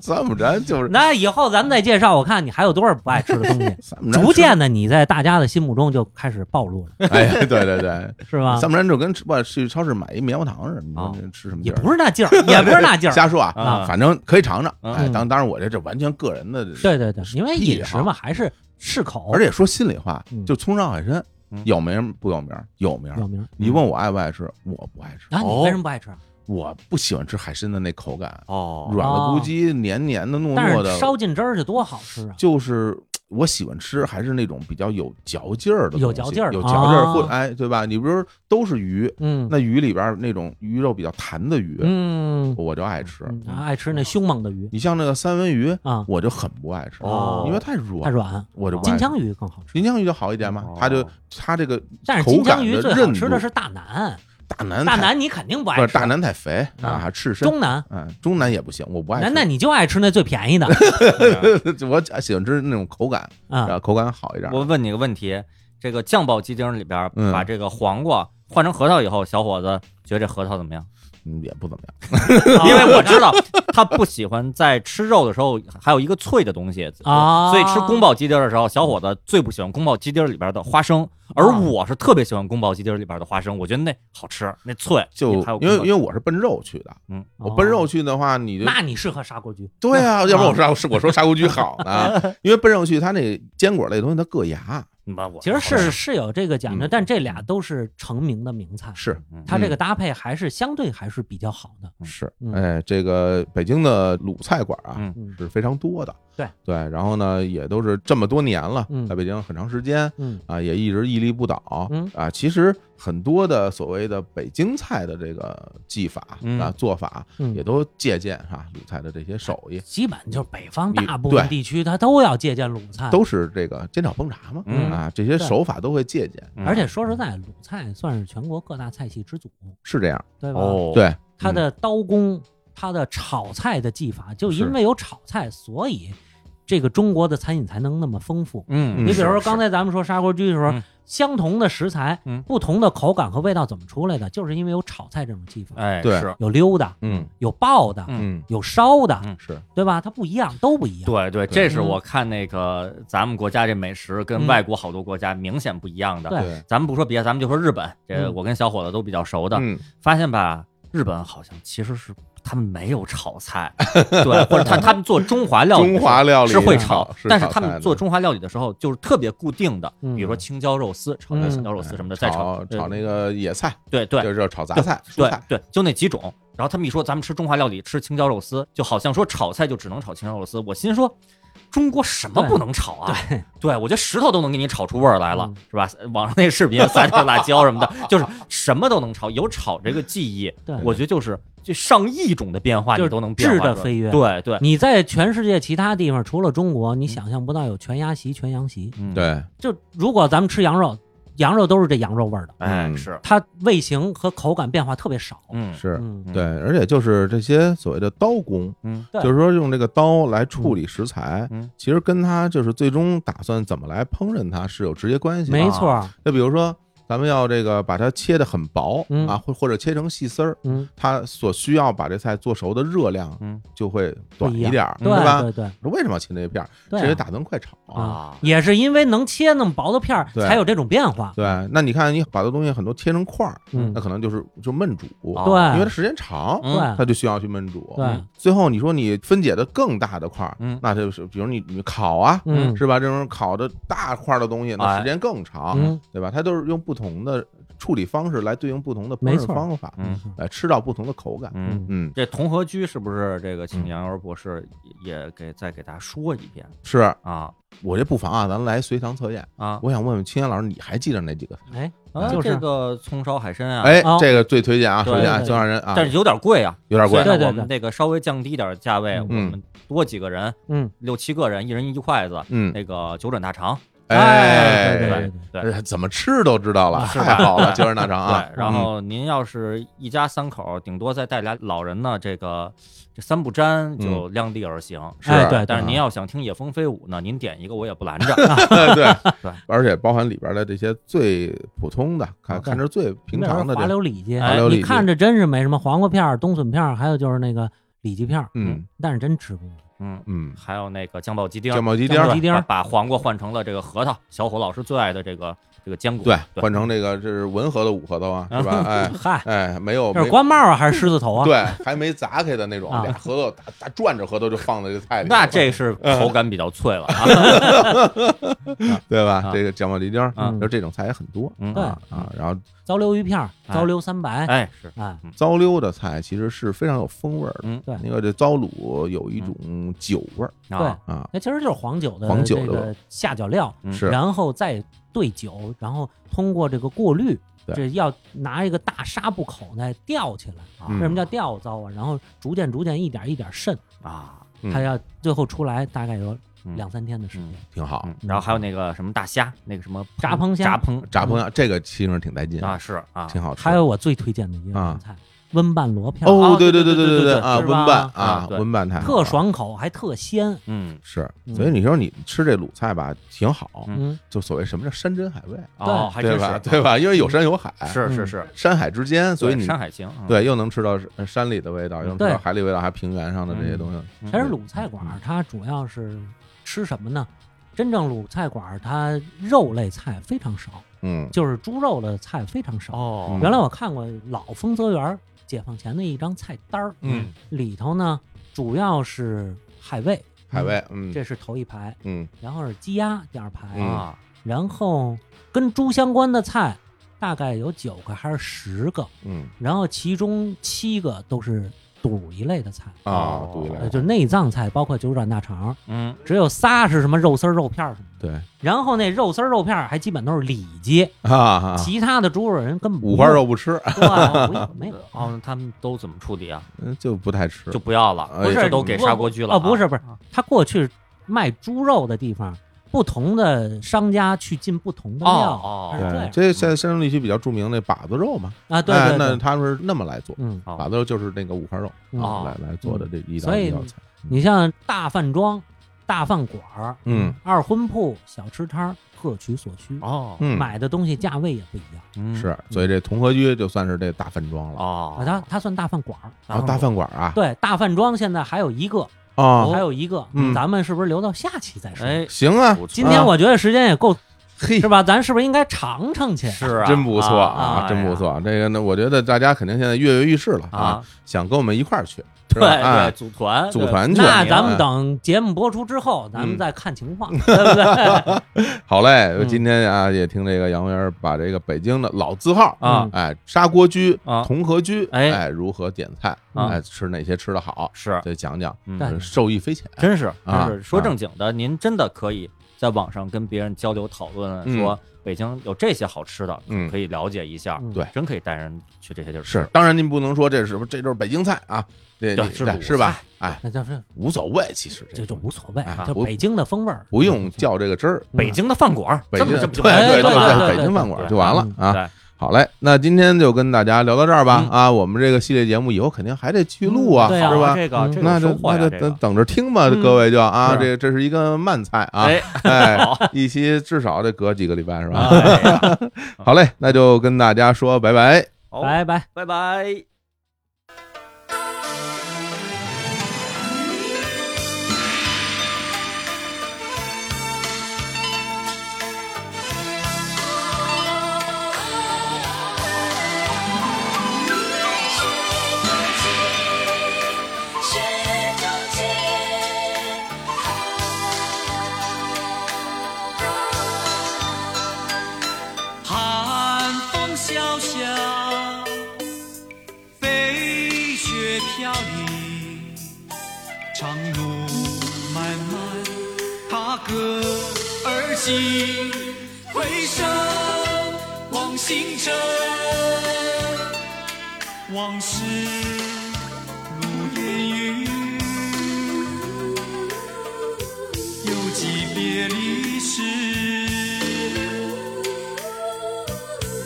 三不沾就是。
那以后咱们再介绍，我看你还有多少不爱吃的东西
三不沾，
逐渐的，你在大家的心目中就开始暴露了，
哎，对对对，
是吧？
三不沾就跟吃不去超市买一棉花糖似的，你
哦
说这吃什么劲
也
儿？
不是 那劲儿，也不是那劲儿。
瞎说啊，
啊
反正可以尝尝。哎，
嗯
当当然我这这完全个人的，
对对对，因为
屁
饮食嘛，还是适口，
而且说心里话
嗯，
就葱烧海参
嗯
有名不有名？有名。
有名儿。
你问哦我爱不爱吃，我不爱吃，
那你为什么不爱吃？啊
我不喜欢吃海参的那口感，
哦，
软了
哦
咕叽、黏黏的、糯
但
糯
是
的，
烧进汁儿去多好吃啊！
就是我喜欢吃还是那种比较有嚼劲儿的东西，
有嚼劲儿的
有嚼劲儿，
啊
或哎，对吧？你比如说都是鱼，
嗯
那鱼里边儿那种鱼肉比较弹的鱼，
嗯，
我就爱吃。
嗯爱吃那凶猛的鱼
你像那个三文鱼，
啊，
我就很不爱吃，
哦
因为太软，
太软。
我就不爱
金
吃。
枪鱼更好吃，
金枪鱼就好一点嘛
哦，
它就它这个
但是
口
金
感的
枪鱼最
韧
好
度
吃的是大南，
大南
大
太
南你肯定不爱
不
吃，
是大南太肥
嗯
啊，还赤身。
中南，
嗯，中南也不行，我不爱
那
吃。
那你就爱吃那最 便宜的
我喜欢吃那种口感，
啊。
啊，口感好一点。
我问你个问题，这个酱爆鸡丁里边
嗯
把这个黄瓜换成核桃以后，小伙子觉得这核桃怎么样？
嗯也不怎么 样。
因为我知道
哦
他不喜欢在吃肉的时候还有一个脆的东西
啊
所以吃宫保鸡丁的时候，小伙子最不喜欢宫保鸡丁里边的花生，而
哦
我是特别喜欢宫保鸡丁里边的花生，我觉得那好吃，那脆，
就
还有嗯
因为
宫保
因为我是奔肉去的，我奔肉去的话，你就
哦那你适合砂锅居，
对啊，要不然
啊
我说是我说砂锅居好 呢，因为奔肉去它那坚果类东西它硌牙，
嗯吧我
其实
好吃
是是有这个讲究，
嗯
但这俩都是成名的名菜，
是
嗯
它这个搭配还是相对还是比较好的。
是，
嗯
哎，这个北京的鲁菜馆啊，
嗯
嗯
是非常多的，
对
对，然后呢，也都是这么多年了，
嗯
在北京很长时间
嗯
啊，也一直屹立不倒，
嗯
啊，其实很多的所谓的北京菜的这个技法
嗯
啊做法，也
嗯，
都借鉴哈鲁菜的这些手艺，
基本就是北方
你
大部分
对
地区它都要借鉴鲁菜，
都是这个煎炒烹炸嘛，
嗯
啊，这些
对
手法都会借鉴，
嗯
而且说实在，鲁菜算是全国各大菜系之祖，
是这样，
对吧？
哦，
对，
它
嗯
的刀工，它的炒菜的技法，就是因为有炒菜，所以这个中国的餐饮才能那么丰富。
嗯，
嗯
你比如说
是
刚才咱们说砂锅居的时候
嗯，
相同的食材
嗯，
不同的口感和味道怎么出来的？就是因为有炒菜这种技法，
哎，
对
是，
有溜的，
嗯
有爆的，
嗯，
有烧的，
嗯
是
对吧？它不一样，都不一样。
对对，这是
嗯
我看那个咱们国家这美食跟
嗯
外国好多国家明显不一样的。
对
对，
咱们不说别的，咱们就说日本，这
嗯
我跟小伙子都比较熟的，
嗯
发现吧，日本好像其实是他们没有炒菜，对，或者 他他们做中华料理的时候，
中华料理
是会
是炒
炒，
是
但是
炒
他
菜
们
的
做中华料理的时候就是特别固定的，
嗯
比如说青椒肉丝，炒点
嗯
青椒肉丝什么的，再炒呃
炒炒那个野菜，
对对
就是炒杂菜、蔬
对
菜，
对，就那几种。然后他们一说咱们吃中华料理，吃青椒肉丝，就好像说炒菜就只能炒青椒肉丝。我心说，中国什么不能炒啊？对，我觉得石头都能给你炒出味儿来了，
嗯
是吧？网上那视频撒点辣椒什么的，就是什么都能炒，有炒这个技艺，
对
我觉得就是这上亿种的变化
嗯就
你
是
都能变
质
化
的
出来
飞跃。
对对，
你在全世界其他地方，除了中国，你想象不到有全鸭席、全羊席。
嗯，
对，
就如果咱们吃羊肉，羊肉都是这羊肉味儿的，
哎
嗯
是，
它味型和口感变化特别少。
嗯
是。
嗯，
对，而且就是这些所谓的刀工，
嗯
对
就是说用这个刀来处理食材，
嗯
其实跟它就是最终打算怎么来烹饪它是有直接关系的。
没错儿。
就比如说，咱们要这个把它切得很薄、
嗯
啊，或或者切成细丝儿，
嗯，
它所需要把这菜做熟的热量
嗯
就会短
不一
点儿，
对
是吧？
对对
说为什么要切那片儿？
对啊
是因为打算快炒。
啊
也是因为能切那么薄的片儿，
对
才有这种变化。
对，那你看你把这东西很多切成块儿，
嗯
那，可能就是就焖煮，
哦
对，
因为它时间长，
嗯
对
它就需要去焖煮。
对，
最后你说你分解的更大的块儿，
嗯
那就是比如你你烤啊，
嗯
是啊吧？这种烤的大块儿的东西，那
哎
时间更长，
嗯
对吧？它都是用不同的处理方式来对应不同的烹
没
饪
错
方法，
嗯
来吃到不同的口感。
嗯。
嗯，
这同和居是不是这个请杨元博士也给再给大家说一遍
是
啊
我这不妨啊，咱来随堂测验。
啊？
我想问问青岩老师，你还记得哪几个？
哎，
啊
就是
这个葱烧海参啊，，
哎
哦，
这个最推荐啊，
对
首先啊，
对对
青让人啊，
但是有点贵啊，
有点
所
贵
以呢
对对
我们那个稍微降低点价位，
嗯
我们多几个人，
嗯，
六七个人，一人一筷子，
嗯，
那个九转大肠，
哎对
啊对
哎，
对
哎怎么吃都知道了，
是
太好了，就是那肠啊
对，，然后您要是一家三口，顶多再带俩老人呢，这个这三不沾就量力而行。
嗯是
哎对，
但是
对
您
啊
要想听野蜂飞舞呢，您点一个我也不拦着。
嗯 对
对，
而且包含里边的这些最普通的，看看着最平常的
那是滑
这，
溜里脊，
哎滑
溜里
你
脊
看着真是没什么黄瓜片儿、冬笋片儿，还有就是那个里脊片儿，
嗯
但是真吃不了。
嗯，
嗯，
还有那个酱爆鸡丁儿，
酱爆鸡丁
酱
儿啊
爆，鸡丁
把
儿
把黄瓜换成了这个核桃，小伙老师最爱的这个这个坚果。
对，
对，
换成这个这是文和的武核桃啊，是吧？ 哎
嗨，
哎，没有
这是
没。
官帽啊还是狮子头啊？
对，还没砸开的那种，
啊
俩核桃打打转着核桃就放在这菜里，
那这是
嗯
口感比较脆了 啊。
对吧
啊？
这个酱爆鸡丁儿，
嗯
就这种菜也很多
嗯
对
啊啊。然后
糟溜鱼片儿、
哎
糟溜三白，
哎，是，
哎，
糟溜的菜其实是非常有风味儿的，
嗯，
对
因为这糟卤有一种酒味儿
对
啊，，
啊，
那其实就是黄酒的
黄酒
这
的
个下脚料，
嗯
是
然后再兑酒，然后通过这个过滤，
对
这要拿一个大纱布口袋吊起来啊。
嗯
为什么叫吊糟啊？然后逐渐逐渐一点一点渗，
啊，
嗯
它要最后出来大概有
嗯
两三天的时间。
挺好。
嗯然后还有那个什么大虾，那个什么
炸
烹
螃蟹
炸烹
炸烹羊这个其实挺带劲
啊，，是啊，
挺好吃。
还有我最推荐的一个菜，温拌螺片儿，
哦，
啊
对
对
对
对
对
对对
啊，
是
温
吧
拌
啊
啊，
对
温拌菜
特爽口，还特鲜。
嗯，
是，
嗯
所以你说你吃这鲁菜吧，挺好，
嗯
嗯，
就所谓什么叫山珍海味，
哦，还真
对
是
吧？对吧？因为有山有海，
是是
嗯
是，
山海之间，所以
对
你
山海情，嗯，
对又能吃到山里的味道，又能吃
对
到海里味道，还平原上的这些东西。
嗯
其实鲁菜馆儿它主要是吃什么呢？真正鲁菜馆儿它肉类菜非常少，
嗯
就是猪肉的菜非常少。
哦
嗯，
原来我看过老丰泽园儿解放前的一张菜单儿，
嗯，
里头呢主要是海味，
海味，嗯
这是头一排，
嗯
然后是鸡鸭第二排，
嗯
啊，
然后跟猪相关的菜大概有九个还是十个，
嗯
然后其中七个都是肚一类的菜，
啊
哦，
对
哎
呃，
了，
就内脏菜，包括九转大肠，
嗯，
只有仨是什么肉丝儿、肉片儿什么的。
对
然后那肉丝儿、肉片儿还基本都是里脊，
啊，
其他的猪肉人根本不
五花肉不吃，
用，对，不用没有。
哦，那他们都怎么处理啊？
嗯 就不太吃
就。不要了，
不是哎
这都给砂锅居了啊
哦，不是不是
啊，
他过去卖猪肉的地方，不同的商家去进不同的料，
哦哦
它是这
对
样，
这在山东地区比较著名那把子肉嘛，
啊，对
哎
对
那
对，
他们是那么来做，
嗯，
哦
把子肉就是那个五花肉
嗯
哦
来来做的这一道
所以
一道菜。
你像大饭庄、大饭馆儿、
嗯
二婚铺、小吃摊儿，各取所需，
哦，
嗯，
买的东西价位也不一样。
嗯
是，所以这同和居就算是这大饭庄了。
哦
啊，，它它算大饭馆儿。
然后大饭馆啊，
对，大饭庄现在还有一个，
啊，
还有一个
嗯，
咱们是不是留到下期再说？
哎，
行啊，
不错
今天我觉得时间也够，
嘿
是。吧？咱是不是应该尝尝去？
是啊，
真不错
啊，
真不错。这个呢，我觉得大家肯定现在跃跃欲试了
哎呀啊！，
想跟我们一块儿去，是
对
吧？
对，
哎，
组团
组团去
那
对
咱们
哎
等节目播出之后，
嗯
咱
啊
们再看情况，对不 对？
好嘞，
嗯
今天啊也听这个杨元把这个北京的老字号
嗯
啊，
哎，砂锅居
啊、
同和居，
哎
哎，如何点菜，
啊
哎，吃哪些吃的好，
是，
再讲讲，
嗯
对
受益匪浅。
真是，真
啊
是说正经的，您真的可以在网上跟别人交流讨论，
嗯
说北京有这些好吃的，
嗯
可以了解一下
嗯，
对
真可以带人去这些地儿吃
是，，当然您不能说这是不这就是北京菜啊，这
对
你
是鲁
是吧？哎，
那就是
无所谓，其实
这就无所谓
哎，
就
不
北京的风味儿，嗯
不用较这个真儿，
北京的饭馆儿，
北
这
京
么
对
这
对
么就完了
对
嘛
对
对，
对
北京饭馆就完了
对
啊。好嘞，那今天就跟大家聊到这儿吧
嗯
啊，我们这个系列节目以后肯定还得继续录啊，
嗯对啊
是吧？
哎这个
嗯
这个
那
有收
就
获
那
呀，
就
这
等
个
等着听吧，
嗯
各位就啊，
是
这这是一个慢菜啊，
哎，
哎
好，
一期至少得隔几个礼拜是吧？
哎 呀
好嘞，那就跟大家说拜拜。
好
拜拜。
拜拜。
学中间。
寒风萧萧，飞雪飘零，长路漫漫，踏歌而行，回首望星辰，往事如烟云，犹记别离时。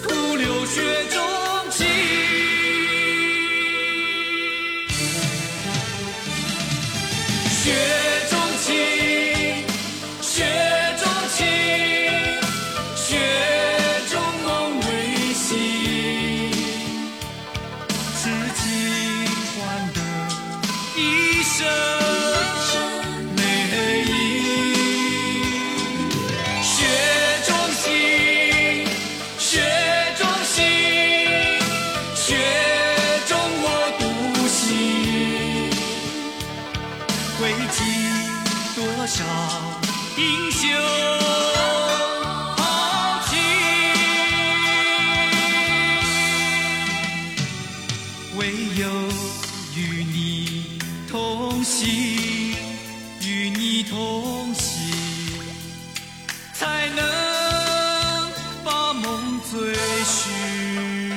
徒留雪中情。雪中情，雪中情，雪中梦未醒，是尽欢的一生泪影。雪中行，雪中行，雪中我独行。汇集多少英雄豪情？唯有与你同行，与你同行。才能把梦追寻。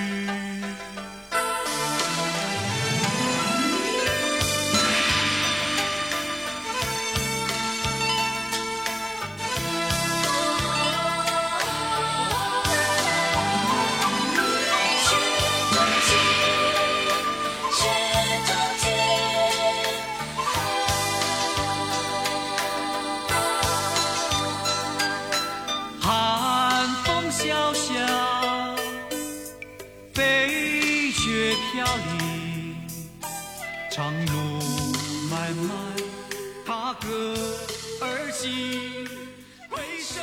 雪中情，雪中情，
寒风萧萧，飞雪飘零，长路漫漫，踏歌而行，回首。